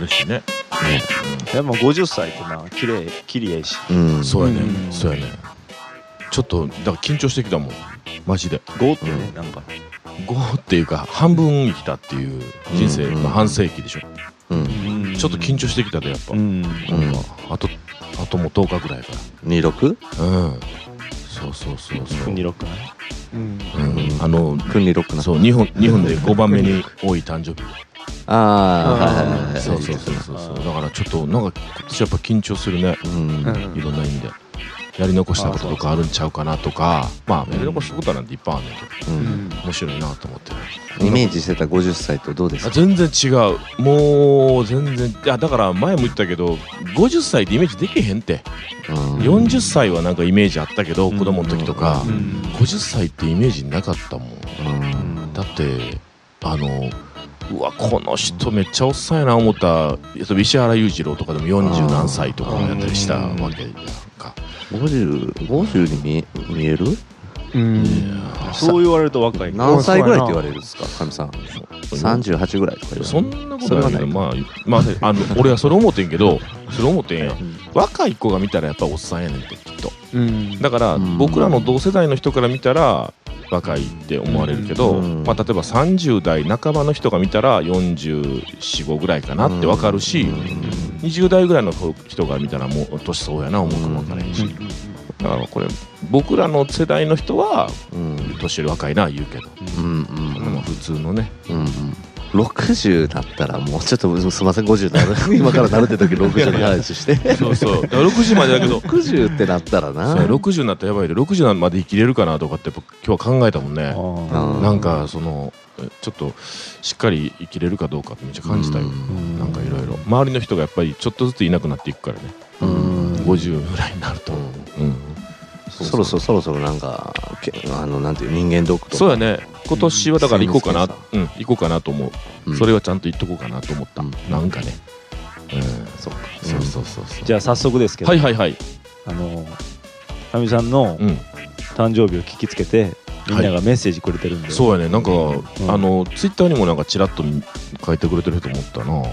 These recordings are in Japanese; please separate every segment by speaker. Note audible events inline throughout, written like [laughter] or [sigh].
Speaker 1: るしね。
Speaker 2: でも50歳ってな綺麗綺麗やし
Speaker 1: うん
Speaker 3: そうやね、
Speaker 2: うん
Speaker 3: そうやねちょっとだから緊張してきたもんマジで
Speaker 2: 5ってねなんか
Speaker 3: 5っていうか半分生きたっていう人生の半世紀でしょ、
Speaker 1: うん。
Speaker 2: うん
Speaker 3: ちょっと緊張してきたでやっぱ、
Speaker 2: うん
Speaker 3: なんかあとあともう10日ぐらいか
Speaker 1: 二六？
Speaker 3: らうんそうそうそうそう、
Speaker 2: 26かなうん
Speaker 3: うん、あの
Speaker 1: 君二六な。
Speaker 3: そう日本日本で5番目に多い誕生日
Speaker 1: ああ。
Speaker 3: そうそうそうそうそうだからちょっとなんか今年やっぱ緊張するね
Speaker 1: う。うん。
Speaker 3: いろんな意味でやり残したこととかあるんちゃうかなとかまあやり残したことなんていっぱいあるんだけど
Speaker 1: うん。
Speaker 3: 面白いなと思ってる
Speaker 1: イメージしてた五十歳とどうです
Speaker 3: あ
Speaker 1: か？
Speaker 3: 全然違うもう全然いやだから前も言ったけど50歳ってイメージできへんって
Speaker 1: うん。
Speaker 3: 40歳はなんかイメージあったけど
Speaker 2: うん
Speaker 3: 子供の時とか
Speaker 2: うん
Speaker 3: 50歳ってイメージなかったもん
Speaker 1: うん
Speaker 3: だってあのうわこの人めっちゃおっさんやな思った例えば石原裕次郎とかでも40何歳とかやったりしたわけやんか
Speaker 1: 五十五十に見え見える？
Speaker 2: そう言われると若い
Speaker 1: 何歳ぐらいって言われるんですか、かみさん。三十八ぐらいとか言われる。
Speaker 3: そんなことないけ
Speaker 1: それ
Speaker 3: ど、
Speaker 1: は
Speaker 3: まあ、まあ、あの、俺はそれ思ってんけど、それ思ってんや。若い子が見たらやっぱおっさんやねんって、きっと。
Speaker 2: うん
Speaker 3: だから、
Speaker 1: うん
Speaker 3: 僕らの同世代の人から見たら、若いって思われるけど、
Speaker 1: うん
Speaker 3: まあ、例えば30代半ばの人が見たら44、5ぐらいかなってわかるし、20代ぐらいの人が見たらもう年そうやな思うかもわからへんし、だからこれ僕らの世代の人は
Speaker 1: うん
Speaker 3: 年より若いな言うけど、
Speaker 1: うん
Speaker 3: まあ普通のね
Speaker 1: うんうん。60だったらもうちょっとすみません50なる今からなるって時60の話
Speaker 3: [laughs]
Speaker 1: して
Speaker 3: そうそう60までだけど
Speaker 1: 60ってなったらな
Speaker 3: そう60になったらやばいで60まで生きれるかなとかってやっぱ今日は考えたもんね
Speaker 1: ー
Speaker 3: なんかそのえちょっとしっかり生きれるかどうかってめっちゃ感じたよ、
Speaker 2: ん
Speaker 3: なんかいろいろ周りの人がやっぱりちょっとずついなくなっていくからね、
Speaker 1: うん
Speaker 3: 50ぐらいになると、うん
Speaker 1: そろそろそろそろなんかけあのなんていう人間ドックとか
Speaker 3: そうやね今年はだから行こうかな
Speaker 1: そう
Speaker 3: うん行こうかなと思う、
Speaker 1: うん
Speaker 3: それはちゃんと言っとこうかなと思った、
Speaker 1: うん
Speaker 3: なんかね、うん
Speaker 1: そうか
Speaker 3: そうそうそうそう
Speaker 2: じゃあ早速ですけど
Speaker 3: はいはいはい、
Speaker 2: あのかみさんの
Speaker 3: うん、
Speaker 2: 誕生日を聞きつけてみんながメッセージくれてるんで
Speaker 3: そうやねなんか、
Speaker 2: ん
Speaker 3: あのツイッターにもなんかちらっと書いてくれてると思っ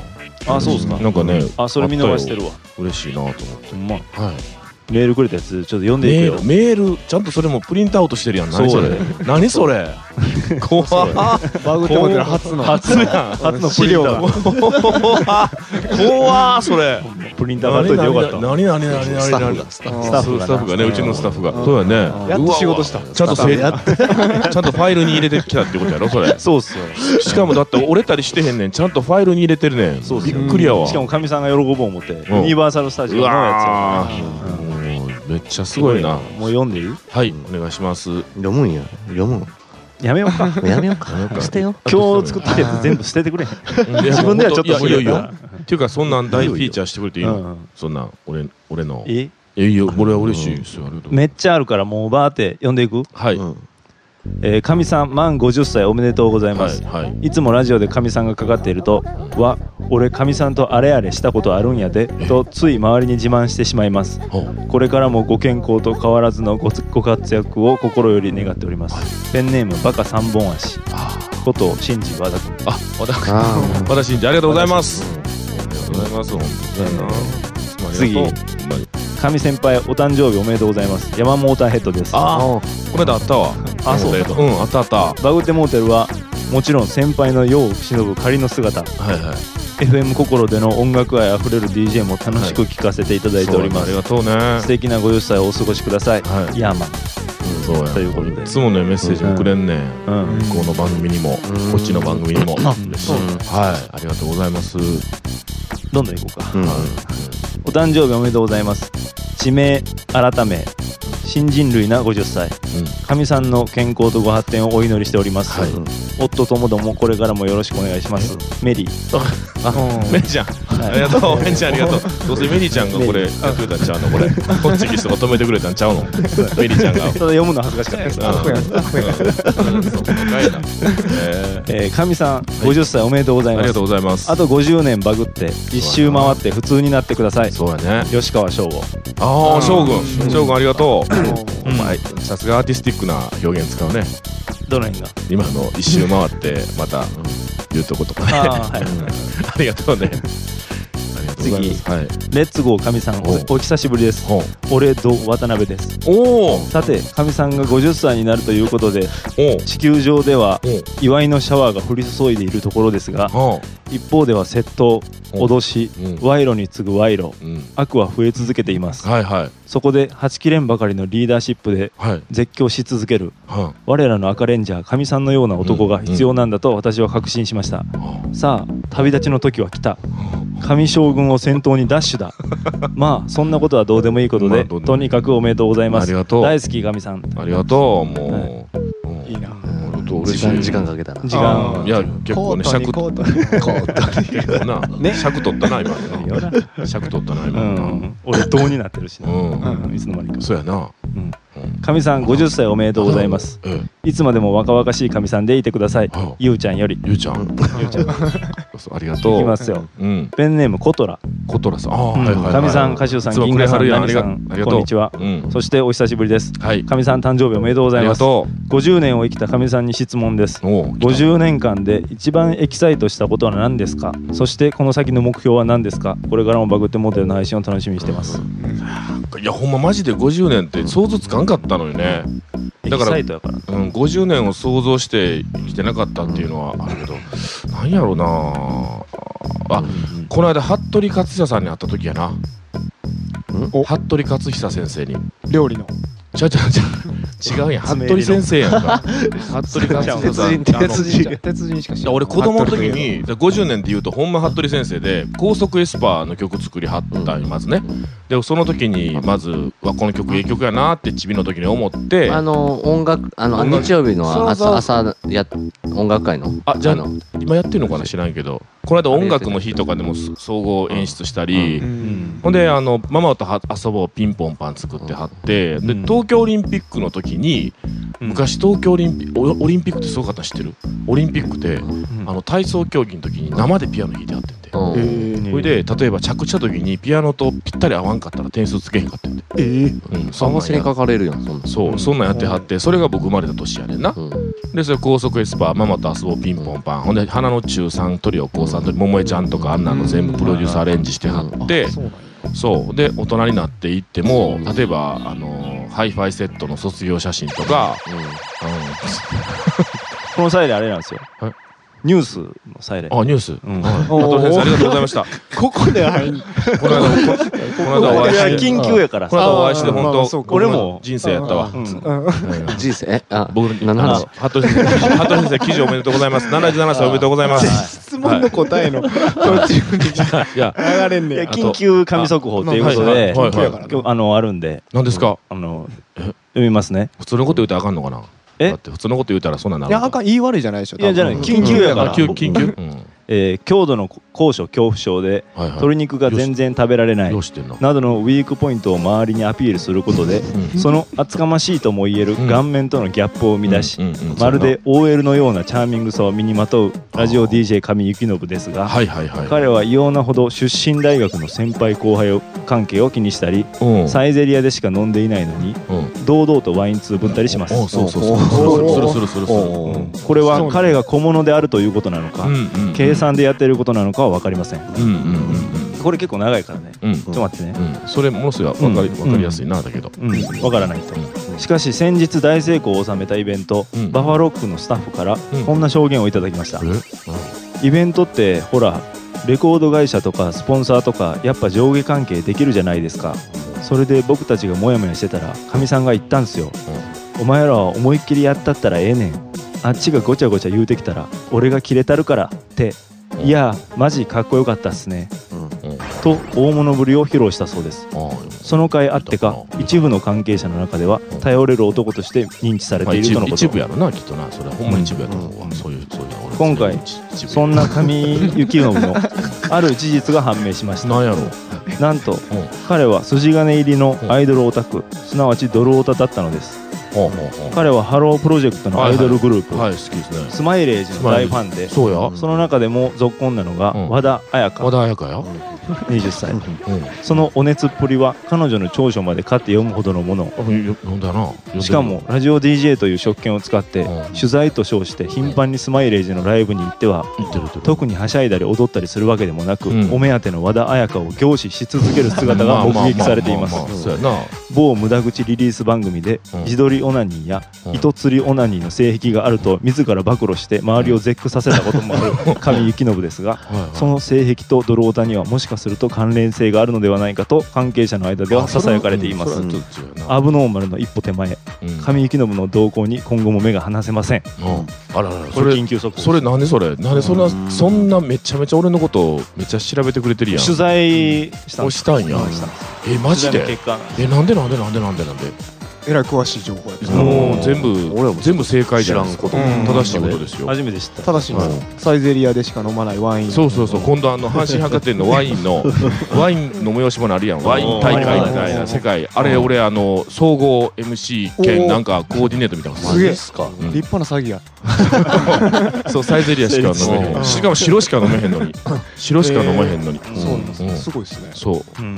Speaker 3: たな
Speaker 2: あそうですか
Speaker 3: なんかね、
Speaker 2: あそれ見逃してるわ
Speaker 3: 嬉しいなと思って、
Speaker 2: ほんま
Speaker 3: はい、
Speaker 2: メールくれたやつちょっと読んでいく
Speaker 3: メ
Speaker 2: よ
Speaker 3: ールメールちゃんとそれもプリントアウトしてるやん
Speaker 2: そう
Speaker 3: 何それ何それ怖っ
Speaker 4: バグってもうてる初の
Speaker 3: 初やん
Speaker 2: 初のプリンター
Speaker 3: 怖っそれ
Speaker 2: プリンターがといてよかった
Speaker 3: 何何何何何
Speaker 1: スタッフ
Speaker 3: 何
Speaker 1: がスタッ
Speaker 4: うん
Speaker 1: フ
Speaker 2: スタッフが
Speaker 3: スタッフがねうちのスタッフがそうやね
Speaker 4: やっと仕事した
Speaker 3: ちゃんとせいちゃんとファイルに入れてきたってことやろそれ
Speaker 2: そうっすよ
Speaker 3: しかもだって折れたりしてへんねんちゃんとファイルに入れてるねん
Speaker 2: そうっす
Speaker 3: び
Speaker 2: よ
Speaker 3: っくりやわ
Speaker 2: しかもかみさんが喜ぼう思ってユ
Speaker 3: ん
Speaker 2: ニバーサル・スタジオ
Speaker 3: う
Speaker 2: の
Speaker 3: わ
Speaker 2: やつや
Speaker 3: ーもうめっちゃすごいな
Speaker 2: もう読んでいい
Speaker 3: はいお願いします
Speaker 1: 読むんや読むん
Speaker 2: やめようか [laughs]
Speaker 1: やめようか捨てよ
Speaker 2: 今日作った [laughs] やつ全部捨ててくれへん
Speaker 3: 自
Speaker 2: 分ではちょっと
Speaker 3: いやいやいやっていうかそんなん大フィーチャーしてくれていい
Speaker 2: うんう
Speaker 3: の
Speaker 2: ん
Speaker 3: そんなん俺俺のい
Speaker 2: いい
Speaker 3: やいや俺は嬉しいですよありがとう
Speaker 2: めっちゃあるからもうバーって読んでいく
Speaker 3: は
Speaker 1: う
Speaker 3: い
Speaker 1: うん
Speaker 3: は
Speaker 2: えーかみさん満50歳おめでとうござい
Speaker 3: い
Speaker 2: ます
Speaker 3: はい
Speaker 2: いつもラジオでかみさんがかかっていると「わ俺かみさんとあれあれしたことあるんやで」とつい周りに自慢してしまいます
Speaker 3: ほう
Speaker 2: これからもご健康と変わらずのごつご活躍を心より願っておりますペンネームバカ三本足こと新次和田君
Speaker 3: あ私
Speaker 1: あ
Speaker 3: [laughs]
Speaker 1: ー
Speaker 3: 私んじありがとうございますありがとうございます本当だよな
Speaker 2: 次
Speaker 3: ほんまに
Speaker 2: かみ先輩お誕生日おめでとうございます山モーターヘッドです
Speaker 3: あこの間あったわ
Speaker 2: あそう
Speaker 3: だうんあったあったは
Speaker 2: バグテモーテルはもちろん先輩の世を忍ぶ仮の姿
Speaker 3: いはい
Speaker 2: FM 心での音楽愛あふれる DJ も楽しく聴かせていただいておりま
Speaker 3: あ
Speaker 2: す、
Speaker 3: りがとうね
Speaker 2: 素敵なご容赦をお過ごしください、
Speaker 3: はい
Speaker 2: ヤーマン
Speaker 3: そうや
Speaker 2: ということで
Speaker 3: いつもねメッセージもくれんねん
Speaker 2: うんうん
Speaker 3: 向こうの番組にも
Speaker 1: うん
Speaker 3: こっちの番組にも嬉しい
Speaker 1: うん
Speaker 3: はいありがとうございます
Speaker 2: どんどんいこうか、
Speaker 1: うん
Speaker 2: お誕生日おめでとうございます地名改め新人類な50歳かみさんの健康とご発展をお祈りしております、
Speaker 3: はい
Speaker 2: 夫ともどもこれからもよろしくお願いしますメリ
Speaker 3: [laughs]
Speaker 2: ー
Speaker 3: メリちゃん、ありがとう、メリちゃん、ありがと [laughs] う。どうせメリちゃんがこれ、やってくれたんちゃうの、これ。こっちに人が止めてくれたんちゃうの。メリちゃんが。うん
Speaker 2: ただ読むの恥ずかしかった
Speaker 3: [laughs]
Speaker 2: です
Speaker 3: うんそうかいなえ
Speaker 2: えーかみさん50歳おめでとうござい
Speaker 3: ーあ
Speaker 2: ま
Speaker 3: りが
Speaker 2: す
Speaker 3: とうございます
Speaker 2: あ。と50年バグって一周回って普通になってください
Speaker 3: そうやね。
Speaker 2: 吉川翔吾
Speaker 3: ああ、翔くん、翔くん、ありがとう。お前、さすがアーティスティックな表現使うね。
Speaker 2: どの辺が
Speaker 3: 今の一周回って、また。言うとことかね。
Speaker 2: [laughs] ああはい
Speaker 3: ありがとうね。
Speaker 2: 次
Speaker 3: はい
Speaker 2: レッツゴー神さん
Speaker 3: おう
Speaker 2: おお久しぶりです
Speaker 3: ほう
Speaker 2: 俺と渡辺です
Speaker 3: おー
Speaker 2: さて神さんが50歳になるということで
Speaker 3: おー
Speaker 2: 地球上では
Speaker 3: おー
Speaker 2: 祝いのシャワーが降り注いでいるところですが
Speaker 3: は
Speaker 2: 一方では窃盗
Speaker 3: お
Speaker 2: 脅し
Speaker 3: あうん
Speaker 2: 賄賂に次ぐ賄賂
Speaker 3: うん
Speaker 2: 悪は増え続けています
Speaker 3: はいはい
Speaker 2: そこではちきれんばかりのリーダーシップで
Speaker 3: はい
Speaker 2: 絶叫し続ける
Speaker 3: は
Speaker 2: 我らの赤レンジャー神さんのような男が必要なんだと私は確信しました
Speaker 3: あは
Speaker 2: さあ旅立ちの時は来た
Speaker 3: あ
Speaker 2: 神将軍を先頭にダッシ
Speaker 3: [laughs]
Speaker 2: ュだまあそんなことはどうでもいいこと
Speaker 3: まあ
Speaker 2: で
Speaker 3: どうでもいい
Speaker 2: とにかくおめでとうございま
Speaker 3: あり
Speaker 2: す
Speaker 3: がとう
Speaker 2: 大好き神さん
Speaker 3: ありがとうもううん
Speaker 4: いいな。
Speaker 3: 本当嬉
Speaker 1: 時
Speaker 3: しい
Speaker 1: 間時間かけたな
Speaker 2: 時間
Speaker 4: あー
Speaker 3: いや結構ね
Speaker 4: コート
Speaker 3: 尺
Speaker 4: にコートに
Speaker 3: 結構な、尺取ったな今
Speaker 2: [laughs]
Speaker 3: な尺取ったな
Speaker 2: う
Speaker 3: 今なん
Speaker 2: 俺どうになってるしな、
Speaker 3: うん、
Speaker 4: ん
Speaker 2: うんいつの間にか
Speaker 3: そうやな、
Speaker 2: う
Speaker 3: う
Speaker 2: ん
Speaker 3: ん
Speaker 2: 神さん50歳おめでとうございます
Speaker 3: え
Speaker 2: いつまでも若々しい神さんでいてください
Speaker 3: はあ
Speaker 2: ゆうちゃんより
Speaker 3: えゆうちゃん、ゆうちゃんそうありがとう
Speaker 2: いきますよ
Speaker 3: うん
Speaker 2: ペンネームコトラ
Speaker 3: コトラさんああ、
Speaker 2: うん
Speaker 3: はいはいはい
Speaker 2: かみさん歌手さん
Speaker 3: いつも
Speaker 2: 銀河さん
Speaker 3: くれは
Speaker 2: 何
Speaker 3: る
Speaker 2: さ
Speaker 3: や
Speaker 2: ん
Speaker 3: ありがとう
Speaker 2: こんにちは
Speaker 3: うん
Speaker 2: そしてお久しぶりです
Speaker 3: はい
Speaker 2: 神さん誕生日おめでとうござ
Speaker 3: あ
Speaker 2: い
Speaker 3: り
Speaker 2: ま
Speaker 3: が
Speaker 2: す
Speaker 3: と
Speaker 2: 50年を生きた神さんに質問です
Speaker 3: うおう
Speaker 2: 50年間で一番エキサイトしたことは何ですかそしてこの先の目標は何ですかこれからもバグってモデルの配信を楽しみにしてます
Speaker 3: いやほんまマジで50年って想像つかんかったのよね、
Speaker 2: エ
Speaker 3: だ
Speaker 2: キ
Speaker 3: から
Speaker 2: サイトやから
Speaker 3: うん、50年を想像して生きてなかったっていうのはあるけどなんやろうなあこの間服部克久さんに会った時やな
Speaker 4: お
Speaker 3: 服部克久先生に
Speaker 4: 料理の。
Speaker 3: ちゃうちゃうちゃう違うやん
Speaker 2: 爪
Speaker 3: 服
Speaker 2: 入
Speaker 3: 部
Speaker 2: れの
Speaker 3: 先生やんか服部克久
Speaker 1: 鉄
Speaker 3: さん
Speaker 1: 人鉄人
Speaker 4: 鉄人しか知らない。
Speaker 3: 俺子供の時にだから50年で言うとほんま服部先生で高速エスパーの曲作りはったんよまずねでその時にまずはこの曲いい曲やなってチビの時に思って
Speaker 1: あの音楽あの
Speaker 3: 音楽
Speaker 1: 日曜日の
Speaker 3: そうそう
Speaker 1: 朝朝や音楽会の
Speaker 3: あじゃあ
Speaker 1: の
Speaker 3: 今やってるのかな知らんけどこの間音楽の日とかでもす総合演出したり、
Speaker 1: う
Speaker 4: うん。
Speaker 3: ほんであのママとは遊ぼうピンポンパン作ってはって、で
Speaker 2: うん
Speaker 3: 東京オリンピックの時に、昔東京オリンピックオリンピックってすごかったの知ってるオリンピックで、あの体操競技の時に生でピアノ弾いてはってんで、
Speaker 1: うん
Speaker 4: え
Speaker 2: うん
Speaker 4: ー
Speaker 3: それで例えば着地した時にピアノとぴったり合わんかったら点数つけへんかったんで、
Speaker 4: えー
Speaker 3: うん、そ
Speaker 1: 合
Speaker 3: んな
Speaker 1: わ
Speaker 3: ん
Speaker 1: せに
Speaker 3: や
Speaker 1: かかれるやんそんな
Speaker 3: そう、そんなんやってはってそれが僕生まれた年やねんな、
Speaker 1: うん
Speaker 3: でそれ高速エスパーママと遊ぼうピンポンパン、ほんで花の中3トリオ高3トリオ桃江ちゃんとかあんなの全部プロデュースアレンジしてはって、
Speaker 4: あそうなんや
Speaker 3: そうで大人になっていっても例えばあのハイファイセットの卒業写真とか、
Speaker 2: この際であれなんですよ
Speaker 3: はい
Speaker 2: ニュースの際で
Speaker 3: うんあニュース
Speaker 2: うん
Speaker 3: 加藤先生ありがとうございました
Speaker 4: ここで入り。
Speaker 3: この間ここの間お
Speaker 2: いや
Speaker 3: 会いして
Speaker 2: 緊急やから
Speaker 3: この間お会いして
Speaker 4: あーまあまあそ
Speaker 3: 本
Speaker 4: う
Speaker 3: 当
Speaker 4: か
Speaker 2: 俺も
Speaker 3: 人生やったわ、
Speaker 2: うん
Speaker 3: うん
Speaker 1: 人生えあ
Speaker 3: 僕
Speaker 1: 何の話
Speaker 3: 服部先生服部先生記事おめでとうございます77歳おめでとうございます
Speaker 4: 質問の答えの途中に
Speaker 3: いや
Speaker 4: 流れん
Speaker 2: いや
Speaker 4: ねや。
Speaker 2: 緊急神速報ということで
Speaker 3: はいはい
Speaker 4: はい
Speaker 2: 今日あのあるんで
Speaker 3: 何ですか
Speaker 2: あの読みますね
Speaker 3: 普通のこと言うたらあかんのかな
Speaker 2: え
Speaker 3: だって普通のこと言うたらそんなんないるの
Speaker 4: や、あかん、言い悪いじゃないでしょ。
Speaker 2: いやじゃない
Speaker 4: 多分
Speaker 2: 緊急やから
Speaker 3: あ緊急緊急うん
Speaker 2: えー強度の高所恐怖症で
Speaker 3: はいはい
Speaker 2: 鶏肉が全然食べられない
Speaker 3: どうしてんの
Speaker 2: などのウィークポイントを周りにアピールすることで
Speaker 3: うん
Speaker 2: その厚かましいとも言える
Speaker 3: うん
Speaker 2: 顔面とのギャップを生み出し
Speaker 3: うんうんうん
Speaker 2: まるで OL のようなチャーミングさを身にまとうラジオ DJ 上幸信ですが
Speaker 3: はいはいはい
Speaker 2: 彼は異様なほど出身大学の先輩後輩を関係を気にしたり
Speaker 3: うん
Speaker 2: サイゼリアでしか飲んでいないのに
Speaker 3: うん
Speaker 2: 堂々とワインつぶったりします
Speaker 3: おそうそうそう
Speaker 4: お
Speaker 3: するするするするする
Speaker 1: お
Speaker 3: うん
Speaker 2: これは彼が小物であるということなのか
Speaker 3: うんうん
Speaker 2: 計算でやってることなのかは分かりません
Speaker 3: うんうんうん
Speaker 2: これ結構長いからね
Speaker 3: うんうん
Speaker 2: ちょっと待ってね
Speaker 3: うんそれものすごいわかり
Speaker 2: うん
Speaker 3: わかりやすいなだけど
Speaker 2: うん、わからないと、
Speaker 3: う
Speaker 2: しかし先日大成功を収めたイベント、
Speaker 3: うん
Speaker 2: バファロックのスタッフから
Speaker 3: うん
Speaker 2: こんな証言をいただきました、
Speaker 3: えうん
Speaker 2: イベントってほらレコード会社とかスポンサーとかやっぱ上下関係できるじゃないですかそれで僕たちがモヤモヤしてたらかみさんが言ったんすよお前らは思いっきりやったったらええねんあっちがごちゃごちゃ言うてきたら俺がキレたるからって
Speaker 3: うん
Speaker 2: いやーマジかっこよかったっすね
Speaker 3: うんうんあ
Speaker 2: と大物ぶりを披露したそうです
Speaker 3: ー
Speaker 2: その回あってか一部の関係者の中では頼れる男として認知され
Speaker 3: まあ
Speaker 2: ている
Speaker 3: 一
Speaker 2: との
Speaker 3: 部
Speaker 2: こ
Speaker 3: 一
Speaker 2: と
Speaker 3: 部やろなきっとなそれはほんま一部やと思うわそういうそういうの俺
Speaker 2: 今回
Speaker 3: 一部
Speaker 2: そんな上幸信のある事実が判明しました
Speaker 3: なんやろう
Speaker 2: なんと彼は筋金入りのアイドルオタクすなわちドルオタだったのです
Speaker 3: ほうほうほう
Speaker 2: 彼はハロープロジェクトのアイドルグループ、
Speaker 3: はい好きですね
Speaker 2: スマイレージの大ファンで
Speaker 3: そうや
Speaker 1: ん
Speaker 2: その中でもぞっこんだのが
Speaker 3: うん
Speaker 2: 和田彩香
Speaker 3: 和田彩香や
Speaker 2: 20歳
Speaker 3: うん
Speaker 2: そのお熱っぷりは彼女の長所まで買って読むほどのもの
Speaker 3: あよ読んだな読んでる
Speaker 2: しかもラジオ DJ という職権を使って
Speaker 3: うん
Speaker 2: 取材と称して頻繁にスマイレージのライブに行っては
Speaker 3: 言ってるって
Speaker 2: 特にはしゃいだり踊ったりするわけでもなく、
Speaker 3: うん
Speaker 2: お目当ての和田彩香を凝視し続ける姿が目撃されています
Speaker 3: まあまあまあまあそうやな
Speaker 2: 某無駄口リリース番組で
Speaker 3: うん
Speaker 2: 自撮りオナニーや
Speaker 3: うん
Speaker 2: 糸釣りオナニーの性癖があると自ら暴露して周りを絶句させたこともあ
Speaker 3: [laughs]
Speaker 2: る上幸信ですが
Speaker 3: はいはい
Speaker 2: その性癖と泥オタにはもしかすると関連性があるのではないかと関係者の間ではささやかれていま
Speaker 3: あ
Speaker 2: す
Speaker 3: それはうんそれはちょっと違うな
Speaker 2: アブノーマルの一歩手前
Speaker 3: うん
Speaker 2: 上幸信の動向に今後も目が離せません
Speaker 3: うんあららら
Speaker 2: こ
Speaker 3: そ
Speaker 2: れ
Speaker 3: れ
Speaker 2: 緊急速報
Speaker 3: それなんでそれなんでそん
Speaker 1: う
Speaker 3: なんそんなめちゃめちゃ俺のことをめっちゃ調べてくれてるやん
Speaker 2: 取材したん
Speaker 3: を
Speaker 2: です
Speaker 3: したんや
Speaker 2: したんです
Speaker 3: えマジ
Speaker 2: 取材の
Speaker 3: で
Speaker 2: 結果
Speaker 3: えなんでなんでなんでなんでなんで
Speaker 4: えらい詳しい情報やった
Speaker 1: うん
Speaker 3: もう全
Speaker 1: 俺は
Speaker 3: 部
Speaker 1: もう
Speaker 3: 全部正解じゃないですか
Speaker 1: 知ら
Speaker 4: んこと
Speaker 3: 正しいことですよ
Speaker 2: 初めて知った
Speaker 4: ただし
Speaker 3: はい
Speaker 4: サイゼリアでしか飲まないワイン
Speaker 3: そうそうそう今度あの阪神百貨店のワインのワインの催し物あるやんワイン大会みたいな世界あれ俺あの総合 MC 兼なんかコーディネートみたいなの
Speaker 1: マ
Speaker 4: す
Speaker 1: ジ
Speaker 4: げえ
Speaker 1: っすか
Speaker 3: うん
Speaker 4: 立派な詐欺や
Speaker 3: そうサイゼリアしか飲めへ
Speaker 1: うんん
Speaker 3: しかも白しか飲めへんのに白しか飲めへんのに
Speaker 1: ん
Speaker 4: そうなんです
Speaker 3: うん
Speaker 4: ねすごいですね
Speaker 3: そう
Speaker 2: うん
Speaker 3: うんえ